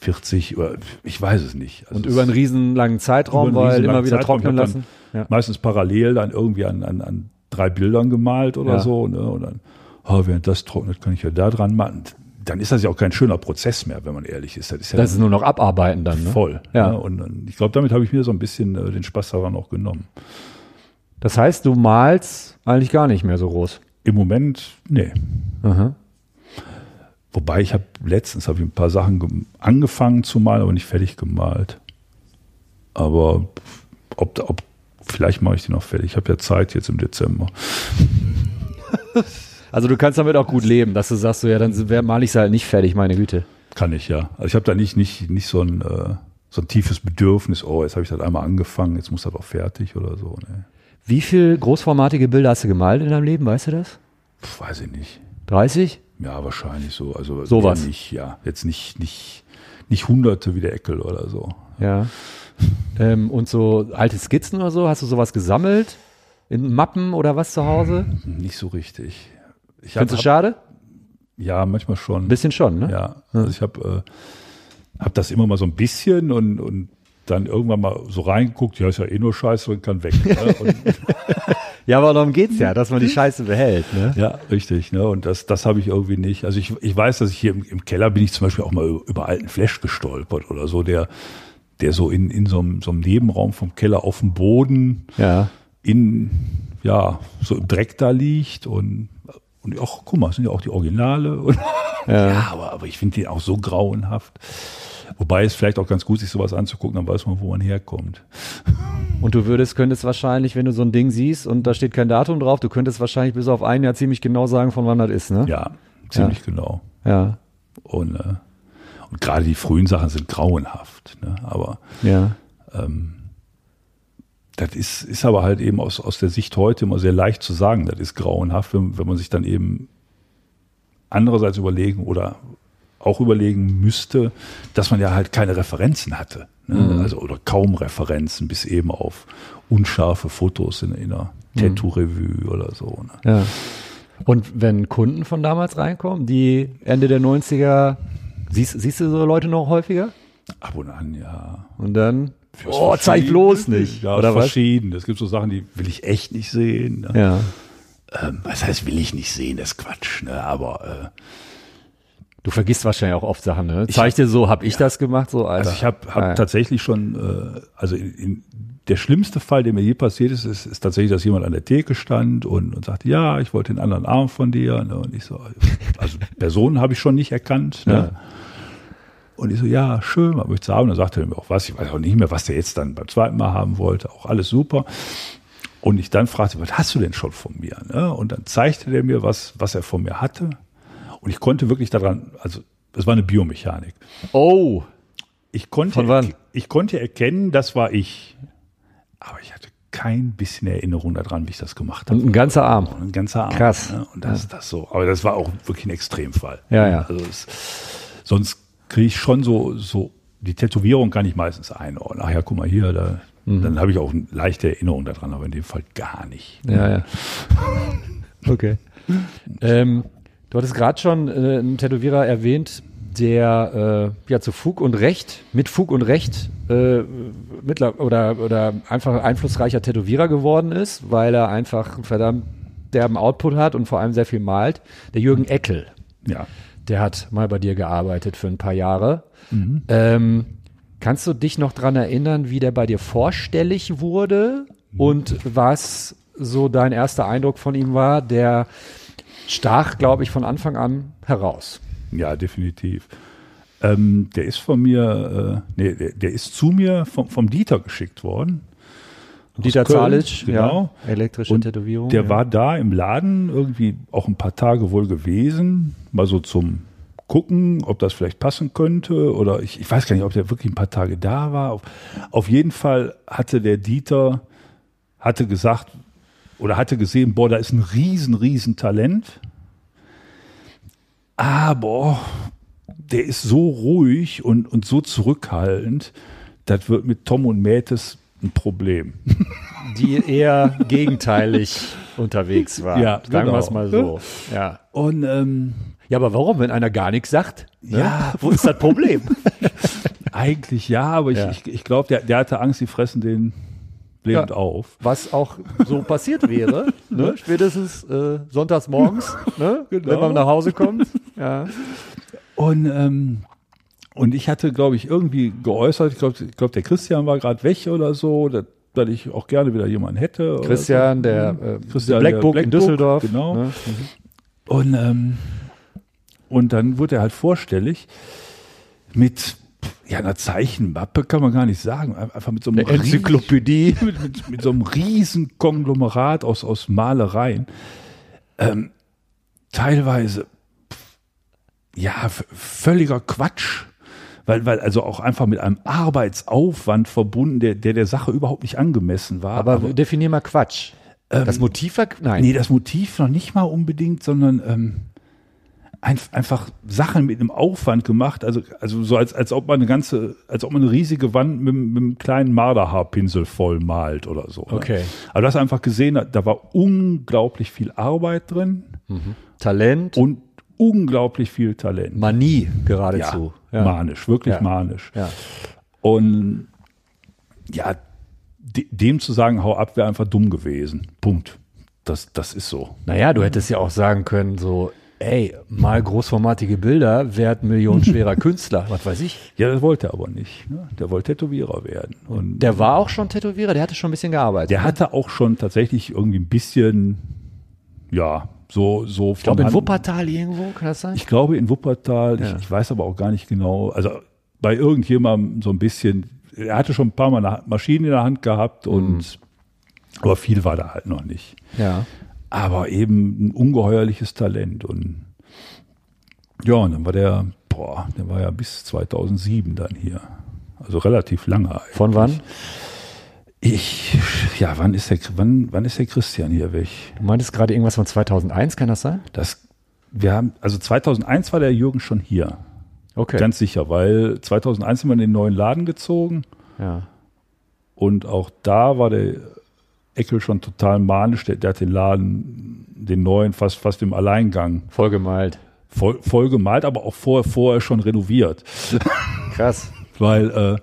C: 40 oder ich weiß es nicht. Also
B: Und
C: es
B: über einen riesen langen Zeitraum,
C: über einen
B: weil
C: riesen
B: immer
C: langen
B: wieder
C: Zeitraum.
B: trocknen
C: Ich hab
B: lassen.
C: Dann
B: Ja.
C: Meistens parallel dann irgendwie an, an, an drei Bildern gemalt oder
B: Ja.
C: so. Ne? Und dann, oh, während das trocknet, kann ich ja da dran malen. Dann ist das ja auch kein schöner Prozess mehr, wenn man ehrlich ist. Das ist ja
B: Das ist nur noch abarbeiten dann. Ne?
C: voll.
B: Ja.
C: Ne? Und, und ich glaube, damit habe ich mir so ein bisschen äh, den Spaß daran auch genommen.
B: Das heißt, du malst eigentlich gar nicht mehr so groß.
C: Im Moment, nee. Wobei ich habe letztens habe ich ein paar Sachen gem- angefangen zu malen, aber nicht fertig gemalt. Aber ob, ob vielleicht mache ich die noch fertig. Ich habe ja Zeit jetzt im Dezember.
B: Also du kannst damit auch gut leben, dass du sagst, so, ja, dann sind- wer- mal ich es halt nicht fertig, meine Güte.
C: Kann ich ja. Also ich habe da nicht nicht nicht so ein äh, so ein tiefes Bedürfnis. Oh, jetzt habe ich das einmal angefangen. Jetzt muss das auch fertig oder so. ne. Nee.
B: Wie viel großformatige Bilder hast du gemalt in deinem Leben, weißt du das?
C: Pff, weiß ich nicht.
B: 30?
C: Ja, wahrscheinlich so. Also
B: Sowas.
C: eher Nicht, ja, jetzt nicht, nicht, nicht Hunderte wie der Eckel oder so.
B: Ja. ähm, und so alte Skizzen oder so, hast du sowas gesammelt? In Mappen oder was zu Hause?
C: Nicht so richtig. Ich hab-
B: Findest du schade?
C: Ja, manchmal schon.
B: Ein bisschen schon, ne?
C: Ja, also ich habe äh, hab das immer mal so ein bisschen und, und dann irgendwann mal so reingeguckt, ja, ist ja eh nur Scheiße und kann weg. Ne? Und,
B: Ja, aber darum geht's ja, dass man die Scheiße behält, ne?
C: ja, richtig. Ne? Und das, das habe ich irgendwie nicht. Also ich, ich weiß, dass ich hier im, im Keller bin ich zum Beispiel auch mal über- über alten Flash gestolpert oder so, der, der so in, in so, einem, so einem Nebenraum vom Keller auf dem Boden
B: Ja.
C: in, ja, so im Dreck da liegt und, und auch, guck mal, es sind ja auch die Originale. Und, ja. aber, aber ich finde den auch so grauenhaft. Wobei es vielleicht auch ganz gut ist, sich sowas anzugucken, dann weiß man, wo man herkommt.
B: Und du würdest, könntest wahrscheinlich, wenn du so ein Ding siehst und da steht kein Datum drauf, du könntest wahrscheinlich bis auf ein Jahr ziemlich genau sagen, von wann das ist, ne?
C: Ja, ziemlich genau.
B: Ja.
C: Und, äh, und gerade die frühen Sachen sind grauenhaft. Ne? Aber
B: Ja.
C: das ist, ist aber halt eben aus, aus der Sicht heute immer sehr leicht zu sagen, das ist grauenhaft, wenn, wenn man sich dann eben andererseits überlegen oder auch überlegen müsste, dass man ja halt keine Referenzen hatte. Ne?
B: Mhm.
C: Also, oder kaum Referenzen, bis eben auf unscharfe Fotos in, in einer
B: Mhm.
C: Tattoo-Revue oder so. Ne?
B: Ja. Und wenn Kunden von damals reinkommen, die Ende der 90er, siehst, siehst du so Leute noch häufiger?
C: Ab und an, ja.
B: Und dann,
C: Fürs
B: oh, zeig
C: Verschiedene-
B: bloß nicht.
C: Ja,
B: oder was?
C: verschieden. Es gibt so Sachen, die will ich echt nicht sehen. Ne?
B: Ja.
C: Ähm, was heißt, will ich nicht sehen, das ist Quatsch. Ne? Aber äh,
B: Du vergisst wahrscheinlich auch oft Sachen, ne? Zeig dir so, hab ich das gemacht, so, Alter.
C: Also ich habe hab
B: Ja.
C: tatsächlich schon, äh, also in, in, der schlimmste Fall, der mir je passiert ist, ist, ist tatsächlich, dass jemand an der Theke stand und, und sagte, ja, ich wollte den anderen Arm von dir. Ne? Und ich so, also Personen habe ich schon nicht erkannt. Ne? Und ich so, ja, schön, was möchtest du haben? Und dann sagte er mir auch was, ich weiß auch nicht mehr, was der jetzt dann beim zweiten Mal haben wollte, auch alles super. Und ich dann fragte, was hast du denn schon von mir? Ne? Und dann zeigte der mir, was, was er von mir hatte. Und ich konnte wirklich daran, also es war eine Biomechanik.
B: oh,
C: Ich konnte,
B: Von wann?
C: ich konnte erkennen, das war ich. Aber ich hatte kein bisschen Erinnerung daran, wie ich das gemacht habe.
B: ein ganzer Arm.
C: Und ein ganzer Abend.
B: Krass.
C: Ne? Und das, das so. Aber das war auch wirklich ein Extremfall.
B: Ja, ja.
C: Also es, sonst kriege ich schon so, so, die Tätowierung kann ich meistens einordnen. Ach ja, guck mal hier, da,
B: Mhm.
C: dann habe ich auch eine leichte Erinnerung daran, aber in dem Fall gar nicht.
B: Ja, ja. Okay. Ähm, du hattest gerade schon äh, einen Tätowierer erwähnt, der äh, ja zu Fug und Recht, mit Fug und Recht äh, mittler oder, oder einfach einflussreicher Tätowierer geworden ist, weil er einfach einen verdammt derben Output hat und vor allem sehr viel malt. Der Jürgen Eckel,
C: Ja.
B: der hat mal bei dir gearbeitet für ein paar Jahre.
C: Mhm.
B: Ähm, kannst du dich noch dran erinnern, wie der bei dir vorstellig wurde
C: Mhm.
B: und was so dein erster Eindruck von ihm war? Der stach, glaube ich, von Anfang an heraus.
C: Ja, definitiv. Ähm, der ist von mir, äh, nee, der, der ist zu mir vom, vom Dieter geschickt worden. Aus
B: Dieter
C: Köln,
B: Zalic,
C: genau.
B: ja, elektrische
C: Und
B: Tätowierung.
C: Der
B: ja.
C: war da im Laden irgendwie auch ein paar Tage wohl gewesen, mal so zum Gucken, ob das vielleicht passen könnte oder ich, ich weiß gar nicht, ob der wirklich ein paar Tage da war. Auf, auf jeden Fall hatte der Dieter, hatte gesagt oder hatte gesehen, boah, da ist ein riesen, riesen Talent. Aber der ist so ruhig und, und so zurückhaltend, das wird mit Tom und Mätes ein Problem.
B: die eher gegenteilig unterwegs war.
C: Ja,
B: sagen wir es
C: genau.
B: mal so. Ja.
C: Und ähm,
B: ja, aber warum, wenn einer gar nichts sagt? ne?
C: Ja.
B: wo ist das Problem?
C: Eigentlich ja, aber ich,
B: Ja.
C: ich, ich glaube, der, der hatte Angst, die fressen den lebend
B: Ja.
C: auf.
B: was auch so passiert wäre, ne? spätestens äh, sonntags morgens, ne? wenn man nach Hause kommt. Ja.
C: Und, ähm, und ich hatte, glaube ich, irgendwie geäußert, ich glaube, ich glaub, der Christian war gerade weg oder so, dass, dass ich auch gerne wieder jemanden hätte. oder
B: Christian, der, äh,
C: Christian,
B: Black
C: der
B: Book
C: Black
B: in
C: Book,
B: Düsseldorf.
C: genau.
B: Ne?
C: So. Und, ähm, und dann wurde er halt vorstellig mit ja, einer Zeichenmappe, kann man gar nicht sagen, ein- einfach mit so einem
B: Eine Enzyklopädie.
C: riesen- Mit, mit, mit so einem riesen Konglomerat aus, aus Malereien. Ähm, teilweise pff, ja v- völliger Quatsch, weil weil also auch einfach mit einem Arbeitsaufwand verbunden, der der der Sache überhaupt nicht angemessen war.
B: Aber, Ähm, definier mal Quatsch. das Motiv war, nein.
C: nee, das Motiv noch nicht mal unbedingt, sondern ähm, einf- einfach Sachen mit einem Aufwand gemacht, also, also so als, als ob man eine ganze, als ob man eine riesige Wand mit, mit einem kleinen Marderhaarpinsel voll malt oder so. ne?
F: Okay.
C: Aber du hast einfach gesehen, da- da war unglaublich viel Arbeit drin
B: Talent,
C: und unglaublich viel Talent.
B: Manie geradezu.
C: Ja, manisch, wirklich
B: Ja.
C: manisch.
B: Ja.
C: Und ja, de- dem zu sagen, hau ab, wäre einfach dumm gewesen. Punkt. Das, das ist so.
B: Naja, du hättest ja auch sagen können, so, ey, mal großformatige Bilder, wert millionenschwerer Künstler, was weiß ich.
C: Ja, das wollte er aber nicht. Ne? Der wollte Tätowierer werden. Und
B: Der war auch schon Tätowierer, der hatte schon ein bisschen gearbeitet.
C: der hatte auch schon tatsächlich irgendwie ein bisschen, ja, so, so
B: ich glaube, in Wuppertal irgendwo, kann das sein?
C: Ich glaube in Wuppertal, ich, ich weiß aber auch gar nicht genau, also bei irgendjemandem so ein bisschen, er hatte schon ein paar Mal eine Maschine in der Hand gehabt und
B: Mhm.
C: aber viel war da halt noch nicht.
B: ja.
C: aber eben ein ungeheuerliches Talent. Und ja, und dann war der, boah, der war ja bis 2007 dann hier. Also relativ lange.
B: Von wann?
C: Ich, ja, wann ist der, wann, wann ist der Christian hier weg?
B: Du meintest gerade irgendwas von 2001, kann das sein?
C: Das, wir haben, also 2001 war der Jürgen schon hier.
B: Okay.
C: Ganz sicher, weil 2001 sind wir in den neuen Laden gezogen
B: ja.
C: und auch da war der Eckel schon total manisch. Der, der hat den Laden, den neuen, fast, fast im Alleingang
B: Vollgemalt.
C: voll, voll gemalt, aber auch vorher, vorher schon renoviert.
B: Krass.
C: Weil, äh,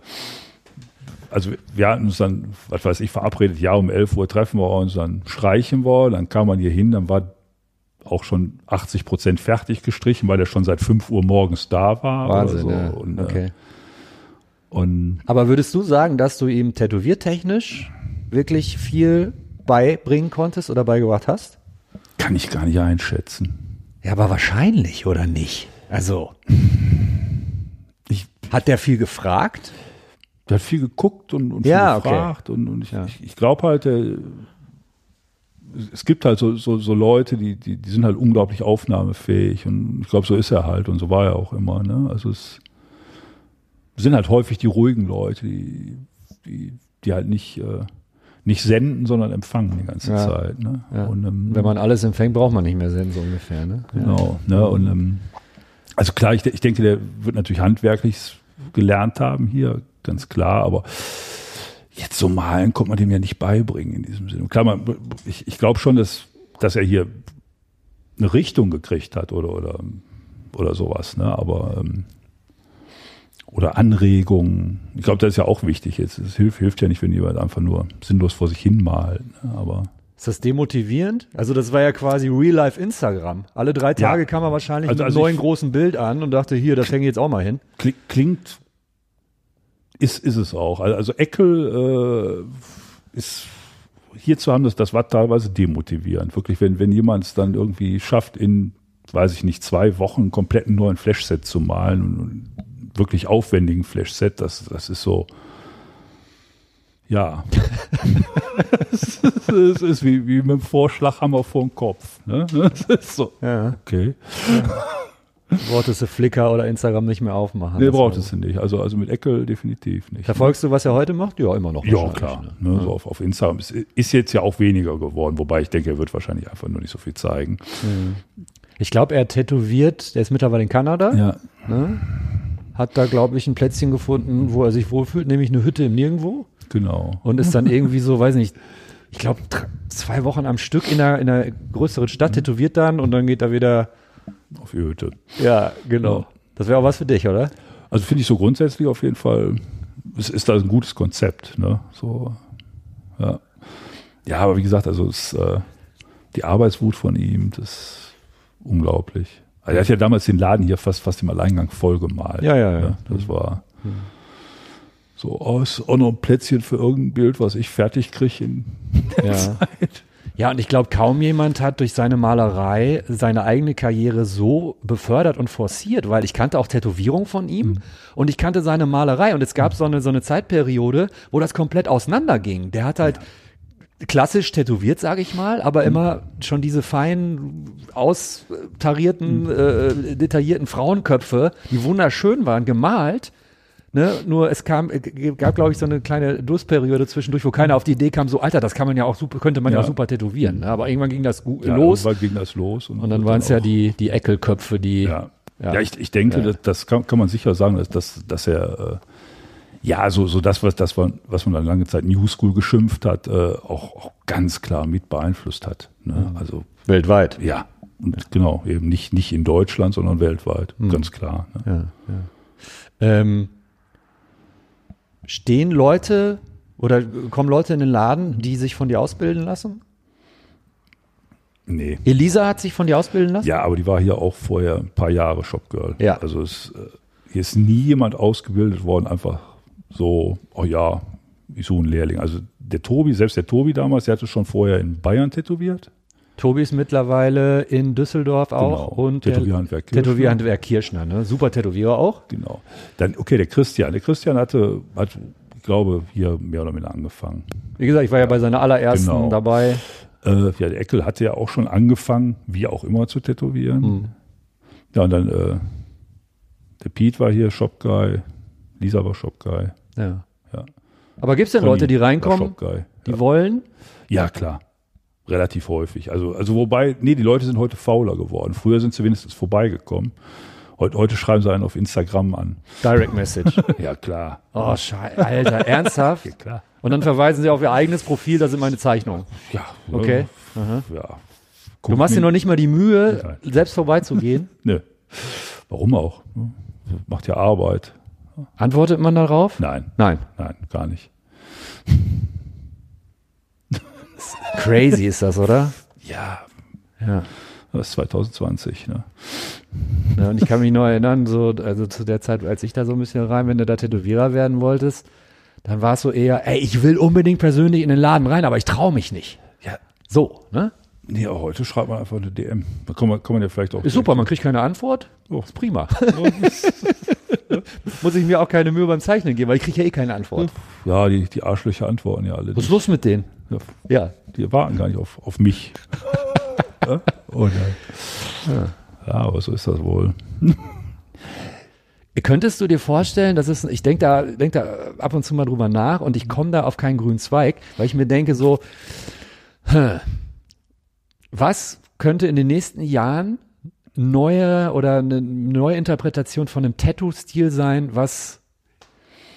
C: also wir hatten uns dann, was weiß ich, verabredet, ja, um 11 Uhr treffen wir uns, dann streichen wir, dann kam man hier hin, dann war auch schon 80 Prozent fertig gestrichen, weil er schon seit 5 Uhr morgens da war.
B: Wahnsinn.
C: Oder
B: ja.
C: so. Und, äh,
B: okay.
C: und
B: Aber würdest du sagen, dass du ihm tätowiertechnisch wirklich viel beibringen konntest oder beigebracht hast?
C: kann ich gar nicht einschätzen.
B: Ja, aber wahrscheinlich, oder nicht? Also,
C: Ich
B: hat der viel gefragt?
C: Der hat viel geguckt und, und
B: Ja,
C: viel
B: okay.
C: gefragt. Und, und ich,
B: Ja.
C: ich, ich glaube halt, der, es gibt halt so, so, so Leute, die, die, die sind halt unglaublich aufnahmefähig. Und ich glaube, so ist er halt. Und so war er auch immer. Ne? Also es sind halt häufig die ruhigen Leute, die, die, die halt nicht, äh, nicht senden, sondern empfangen die ganze
B: Ja.
C: Zeit. Ne?
B: Ja.
C: Und, ähm,
B: Wenn man alles empfängt, braucht man nicht mehr senden, so ungefähr, ne?
C: Genau. Ne? Und, ähm, also klar, ich, de- ich denke, der wird natürlich handwerklich gelernt haben hier, ganz klar, aber jetzt so malen konnte man dem ja nicht beibringen in diesem Sinne. Klar, man, ich, ich glaube schon, dass, dass er hier eine Richtung gekriegt hat oder, oder, oder sowas, ne? aber ähm, oder Anregungen. Ich glaube, das ist ja auch wichtig jetzt. Es hilft, hilft ja nicht, wenn jemand einfach nur sinnlos vor sich hin malt. Ne? Aber
B: Ist das demotivierend? Also, das war ja quasi Real-Life-Instagram. Alle drei Tage kam er wahrscheinlich
C: Also-
B: mit
C: also
B: einem neuen
C: ich-
B: großen Bild an und dachte, hier, das hänge ich jetzt auch mal hin.
C: Kli- klingt, ist, ist es auch. Also, also Eckel äh, ist hier zu haben, das, das war teilweise demotivierend. Wirklich, wenn, wenn jemand es dann irgendwie schafft, in, weiß ich nicht, zwei Wochen einen kompletten neuen Flashset zu malen und, und wirklich aufwendigen Flashset, das, das ist so. Ja. es ist, es ist wie, wie mit dem Vorschlaghammer vor dem Kopf. Ne? Es ist so.
B: Ja.
C: Okay.
B: Brauchtest du Flickr oder Instagram nicht mehr aufmachen?
C: Nee,
B: Das
C: braucht
B: war-
C: es nicht. Also, also mit Eckel definitiv nicht.
B: Verfolgst du, was er heute macht? Ja, immer noch.
C: Ja,
B: wahrscheinlich,
C: klar.
B: ne?
C: Ne, So auf, auf Instagram ist, ist jetzt ja auch weniger geworden, wobei ich denke, er wird wahrscheinlich einfach nur nicht so viel zeigen.
B: Ich glaube, er tätowiert, der ist mittlerweile in Kanada,
C: Ja,
B: hat da, glaube ich, ein Plätzchen gefunden, wo er sich wohlfühlt, nämlich eine Hütte im Nirgendwo
C: genau.
B: und ist dann irgendwie so, weiß nicht, ich glaube, zwei Wochen am Stück in einer, in einer größeren Stadt tätowiert dann und dann geht er wieder,
C: Auf die Hütte.
B: ja, genau. Das wäre auch was für dich, oder?
C: Also finde ich so grundsätzlich auf jeden Fall, es ist da ein gutes Konzept. Ne? So, ja. ja, aber wie gesagt, also es, äh, die Arbeitswut von ihm, das ist unglaublich. Also er hat ja damals den Laden hier fast, fast im Alleingang vollgemalt.
B: Ja, ja, ja.
C: Ne? Das war so, oh, ist auch noch ein Plätzchen für irgendein Bild, was ich fertig kriege in der
B: Ja.
C: Zeit.
B: Ja, und ich glaube, kaum jemand hat durch seine Malerei seine eigene Karriere so befördert und forciert, weil ich kannte auch Tätowierung von ihm und ich kannte seine Malerei und es gab so eine, so eine Zeitperiode, wo das komplett auseinanderging. Der hat halt klassisch tätowiert, sage ich mal, aber
C: Hm.
B: immer schon diese feinen,
C: Hm.
B: austarierten, äh, detaillierten Frauenköpfe, die wunderschön waren, gemalt. Ne? Nur es kam, äh, g- gab, glaube ich, so eine kleine Durstperiode zwischendurch, wo keiner auf die Idee kam, so Alter, das kann man ja auch super, könnte man ja,
C: Ja.
B: super tätowieren. Ne? Aber irgendwann ging das gu-
C: Ja,
B: los.
C: irgendwann ging das los.
B: Und dann waren es ja
C: auch-
B: die, die Eckelköpfe, die.
C: Ja, ja. ich, ich denke, das, das kann, kann man sicher sagen, dass, dass, dass er äh, ja so, so das, was, das man, was man dann lange Zeit New School geschimpft hat, äh, auch, auch ganz klar mit beeinflusst hat. Ne?
B: Mhm.
C: Also
B: Weltweit.
C: ja. Und genau, eben nicht, nicht in Deutschland, sondern weltweit, ganz klar. Ne?
B: Mhm. Ja, ja. Ähm, stehen Leute oder kommen Leute in den Laden, die sich von dir ausbilden lassen?
C: Nee.
B: Elisa hat sich von dir ausbilden lassen?
C: Ja, aber die war hier auch vorher ein paar Jahre Shopgirl.
B: Ja.
C: Also es, äh, hier ist nie jemand ausgebildet worden, einfach so, oh ja, ich suche einen Lehrling. Also der Tobi, selbst der Tobi damals, der hatte schon vorher in Bayern tätowiert.
B: Tobi ist mittlerweile in Düsseldorf auch
C: Genau.
B: und der-
C: Tätowierhandwerk Kirschner.
B: Tätowierhandwerk Kirschner, ne? Super Tätowierer auch.
C: Genau. Dann, okay, der Christian. Der Christian hatte, hat, ich glaube, hier mehr oder minder angefangen.
B: Wie gesagt, ich war ja bei seiner allerersten
C: Genau.
B: dabei.
C: Äh, ja, der Eckel hatte ja auch schon angefangen, wie auch immer, zu tätowieren.
B: Mhm.
C: Ja, und dann, äh, der Pete war hier Shopguy, Lisa war Shopguy.
B: Ja.
C: Ja.
B: Aber gibt es denn Leute, die
C: Conny war
B: reinkommen,
C: Shopguy.
B: die wollen?
C: Ja, klar. Relativ häufig. Also, also wobei, nee, die Leute sind heute fauler geworden. Früher sind sie wenigstens vorbeigekommen. Heute, heute schreiben sie einen auf Instagram an.
B: Direct Message.
C: Ja, klar.
B: Oh, Scheiße. Alter, ernsthaft?
C: klar.
B: Und dann verweisen sie auf ihr eigenes Profil, da sind meine Zeichnungen.
C: Ja.
B: Okay.
C: Ja. ja.
B: Du machst dir noch nicht mal die Mühe,
C: Nein.
B: selbst vorbeizugehen.
C: Nö. Warum auch? Macht ja Arbeit.
B: Antwortet man darauf?
C: Nein,
B: Nein.
C: nein, gar nicht.
B: Crazy ist das, oder?
C: Ja,
B: Ja.
C: das ist 2020. Ne?
B: Ja, Ne, und ich kann mich noch erinnern, so, also zu der Zeit, als ich da so ein bisschen rein, wenn du da Tätowierer werden wolltest, dann war es so eher, ey, ich will unbedingt persönlich in den Laden rein, aber ich traue mich nicht.
C: Ja.
B: So, ne?
C: Nee, aber heute schreibt man einfach eine DM. Da kann man, kann man ja vielleicht auch.
B: Ist super, man kriegt keine Antwort.
C: Oh.
B: Ist prima. Muss ich mir auch keine Mühe beim Zeichnen geben, weil ich kriege ja eh keine Antwort.
C: Ja, die, die Arschlöcher antworten ja alle.
B: Was ist los mit denen?
C: Ja,
B: Ja.
C: die warten gar nicht auf, auf mich. Ja? oh nein. Ja, aber so ist das wohl.
B: Könntest du dir vorstellen, das ist, ich denke da, denk da ab und zu mal drüber nach und ich komme da auf keinen grünen Zweig, weil ich mir denke so, hm, was könnte in den nächsten Jahren neue oder eine neue Interpretation von einem Tattoo-Stil sein, was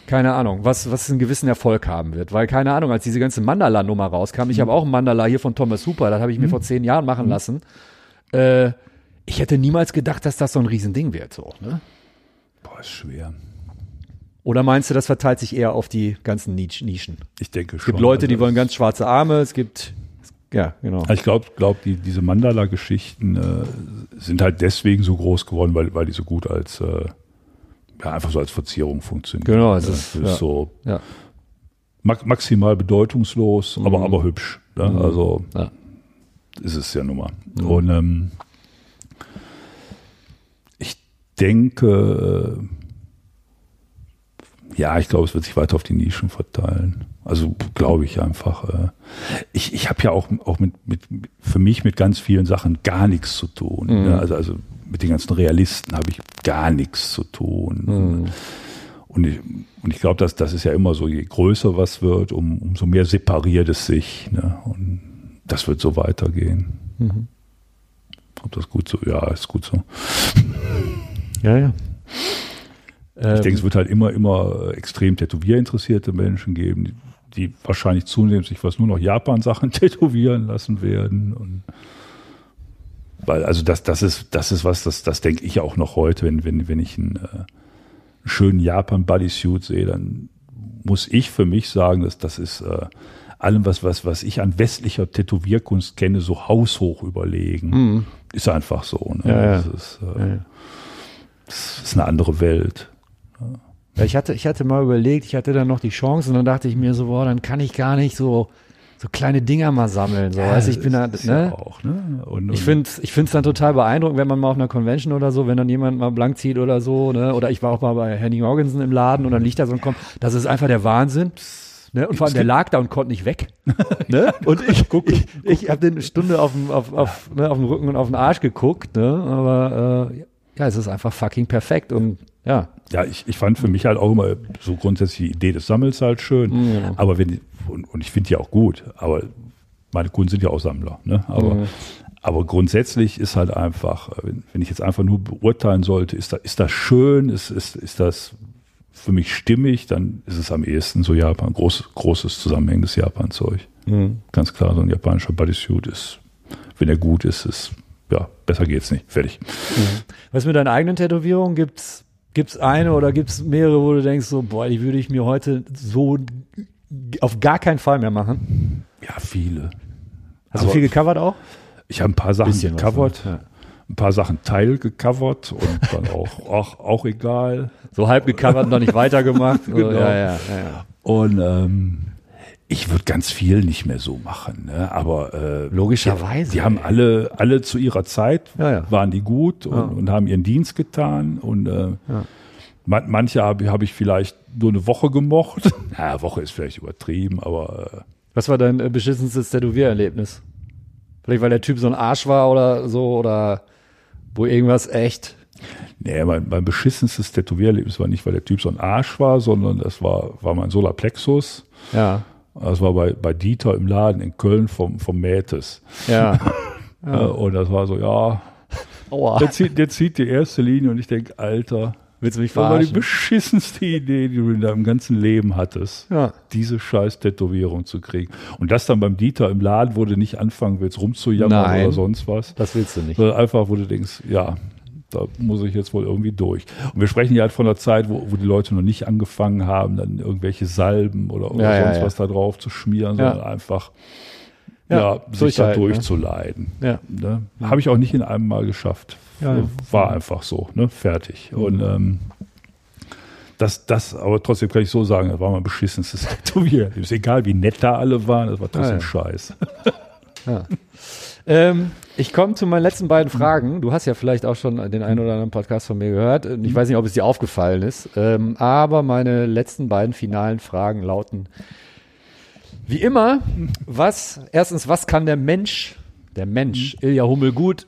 B: keine Ahnung, was, was einen gewissen Erfolg haben wird. Weil, keine Ahnung, als diese ganze Mandala-Nummer rauskam, ich habe auch ein Mandala hier von Thomas Hooper, das habe ich mir vor zehn Jahren machen lassen. Äh, ich hätte niemals gedacht, dass das so ein Riesending wird. So, ne?
C: Boah, ist schwer.
B: Oder meinst du, das verteilt sich eher auf die ganzen Nisch- Nischen?
C: Ich denke schon.
B: Es gibt Leute, die
C: also
B: wollen
C: das-
B: ganz schwarze Arme, es gibt. Ja, genau.
C: Also Ich glaube, glaub, die, diese Mandala-Geschichten äh, sind halt deswegen so groß geworden, weil, weil die so gut als äh, ja, einfach so als Verzierung funktionieren.
B: Genau, es
C: es
B: ist-
C: ist,
B: ja.
C: so
B: Ja.
C: ma maximal bedeutungslos, aber, aber hübsch. Ne? Also
B: Ja.
C: ist es ja nun mal. Und ähm, ich denke, äh, ja, ich glaube, es wird sich weiter auf die Nischen verteilen. Also glaube ich einfach. Äh, ich ich habe ja auch, auch mit, mit, für mich mit ganz vielen Sachen gar nichts zu tun. Ne? Also, also mit den ganzen Realisten habe ich gar nichts zu tun. Und ich, und ich glaube, dass das ist ja immer so, je größer was wird, um, umso mehr separiert es sich. Ne? Und das wird so weitergehen. Ob das gut so? Ja, ist gut so.
B: Ja, ja. Ähm,
C: Ich denke, es wird halt immer, immer extrem tätowierinteressierte Menschen geben, die, die wahrscheinlich zunehmend sich was nur noch Japan-Sachen tätowieren lassen werden. Und weil, also das, das ist, das ist was, das, das denke ich ja auch noch heute, wenn, wenn, wenn ich einen äh, einen schönen Japan-Bodysuit sehe, dann muss ich für mich sagen, dass das ist äh, allem, was, was, was ich an westlicher Tätowierkunst kenne, so haushoch überlegen. Ist einfach so. Ne?
B: Mhm. Ja, ja.
C: Das, ist, äh, das ist eine andere Welt.
B: Ich hatte, ich hatte mal überlegt, ich hatte dann noch die Chance und dann dachte ich mir so, boah, dann kann ich gar nicht so, so kleine Dinger mal sammeln. So, weißt, du, ich bin da,
C: das
B: ne?
C: ist ja auch, ne? Und,
B: Ich
C: und-
B: finde es ich find's dann total beeindruckend, wenn man mal auf einer Convention oder so, wenn dann jemand mal blank zieht oder so, ne? Oder ich war auch mal bei Henning Jorgensen im Laden und dann liegt da so ein Kopf. Das ist einfach der Wahnsinn. Ne? Und vor allem der lag da und konnte nicht weg. ne? Und ich, ich, ich habe eine Stunde auf, dem- auf, auf, ne, auf den Rücken und auf den Arsch geguckt, ne? Aber äh, ja, es ist einfach fucking perfekt und ja,
C: Ja, ich, ich fand für mich halt auch immer so grundsätzlich die Idee des Sammels halt schön. Aber wenn, und, und ich finde die auch gut, aber meine Kunden sind ja auch Sammler. Ne? Aber, aber grundsätzlich ist halt einfach, äh, wenn, wenn ich jetzt einfach nur beurteilen sollte, ist, da, ist das schön, ist, ist, ist das für mich stimmig, dann ist es am ehesten so Japan, groß, großes zusammenhängendes Japan-Zeug. Ganz klar, so ein japanischer Bodysuit ist, wenn er gut ist, ist, ja, besser geht's nicht. Fertig.
F: Was mit deinen eigenen Tätowierungen gibt's gibt's eine oder gibt's mehrere, wo du denkst so, boah, die würde ich mir heute so g- auf gar keinen Fall mehr machen.
C: Ja, viele.
F: Hast du
C: Aber-
F: viel gecovert auch?
C: Ich habe ein paar Sachen
F: Bisschen was,
C: gecovert,
F: ne?
C: ein paar Sachen teilgecovert und dann auch, auch, auch egal.
B: so halb gecovert, noch nicht weitergemacht. So,
C: Genau.
B: ja, ja, ja, ja.
C: Und ähm, ich würde ganz viel nicht mehr so machen, ne? aber äh,
B: Logischerweise,
C: Die, die haben alle, alle zu ihrer Zeit,
B: Ja, ja.
C: waren die gut und, und haben ihren Dienst getan und äh, man, manche habe hab ich vielleicht nur eine Woche gemocht. Na, Woche ist vielleicht übertrieben, aber äh,
B: Was war dein äh, beschissenstes Tätowiererlebnis? Vielleicht weil der Typ so ein Arsch war oder so oder wo irgendwas echt.
C: Nee, mein, mein beschissenstes Tätowiererlebnis war nicht, weil der Typ so ein Arsch war, sondern das war, war mein Solarplexus.
B: Ja,
C: Das war bei, bei Dieter im Laden in Köln vom, vom Mätes.
B: ja.
C: Äh, Und das war so, ja,
B: Aua.
C: der zieht, der zieht die erste Linie und ich denke, Alter,
B: Willst du mich
C: das war die
B: verarschen?
C: beschissenste Idee, die du in deinem ganzen Leben hattest.
B: Ja.
C: Diese scheiß Tätowierung zu kriegen. Und das dann beim Dieter im Laden, wo du nicht anfangen willst, rumzujammern
B: Nein.
C: oder sonst was.
B: Das willst du nicht.
C: Sondern einfach, wo du denkst, ja, da muss ich jetzt wohl irgendwie durch. Und wir sprechen ja halt von der Zeit, wo, wo die Leute noch nicht angefangen haben, dann irgendwelche Salben oder, oder
B: Ja, ja,
C: sonst
B: ja.
C: was da drauf zu schmieren,
B: Ja.
C: sondern einfach
B: Ja,
C: ja, sich da
B: durchhalten, ne?
C: durchzuleiden.
B: Ja.
C: Ne? Habe ich auch nicht in einem Mal geschafft.
B: Ja, ja.
C: War einfach so, ne? Fertig. Und ähm, das, das, aber trotzdem kann ich so sagen, das war mein beschissenstes Tätowier. Ist egal, wie nett da alle waren, das war trotzdem
B: ja.
C: scheiß.
B: Ähm, ich komme zu meinen letzten beiden Fragen. Du hast ja vielleicht auch schon den einen oder anderen Podcast von mir gehört. Ich weiß nicht, ob es dir aufgefallen ist. Ähm, aber meine letzten beiden finalen Fragen lauten, wie immer, was, erstens, was kann der Mensch, der Mensch, Ilja Hummel gut?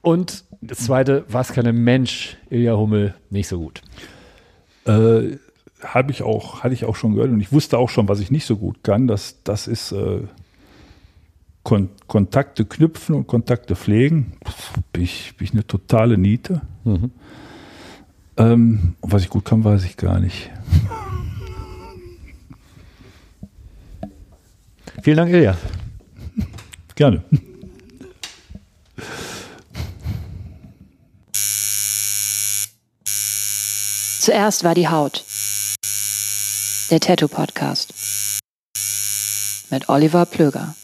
B: Und das zweite, was kann der Mensch, Ilja Hummel, nicht so gut?
C: äh, habe ich auch, hatte ich auch schon gehört und ich wusste auch schon, was ich nicht so gut kann. Das, das ist äh, Kon Kontakte knüpfen und Kontakte pflegen. Pff, Bin ich, bin ich eine totale Niete. Ähm, und was ich gut kann, weiß ich gar nicht.
B: Vielen Dank, Ilja.
C: Gerne.
A: Zuerst war die Haut. Der Tattoo Podcast. Mit Oliver Plöger.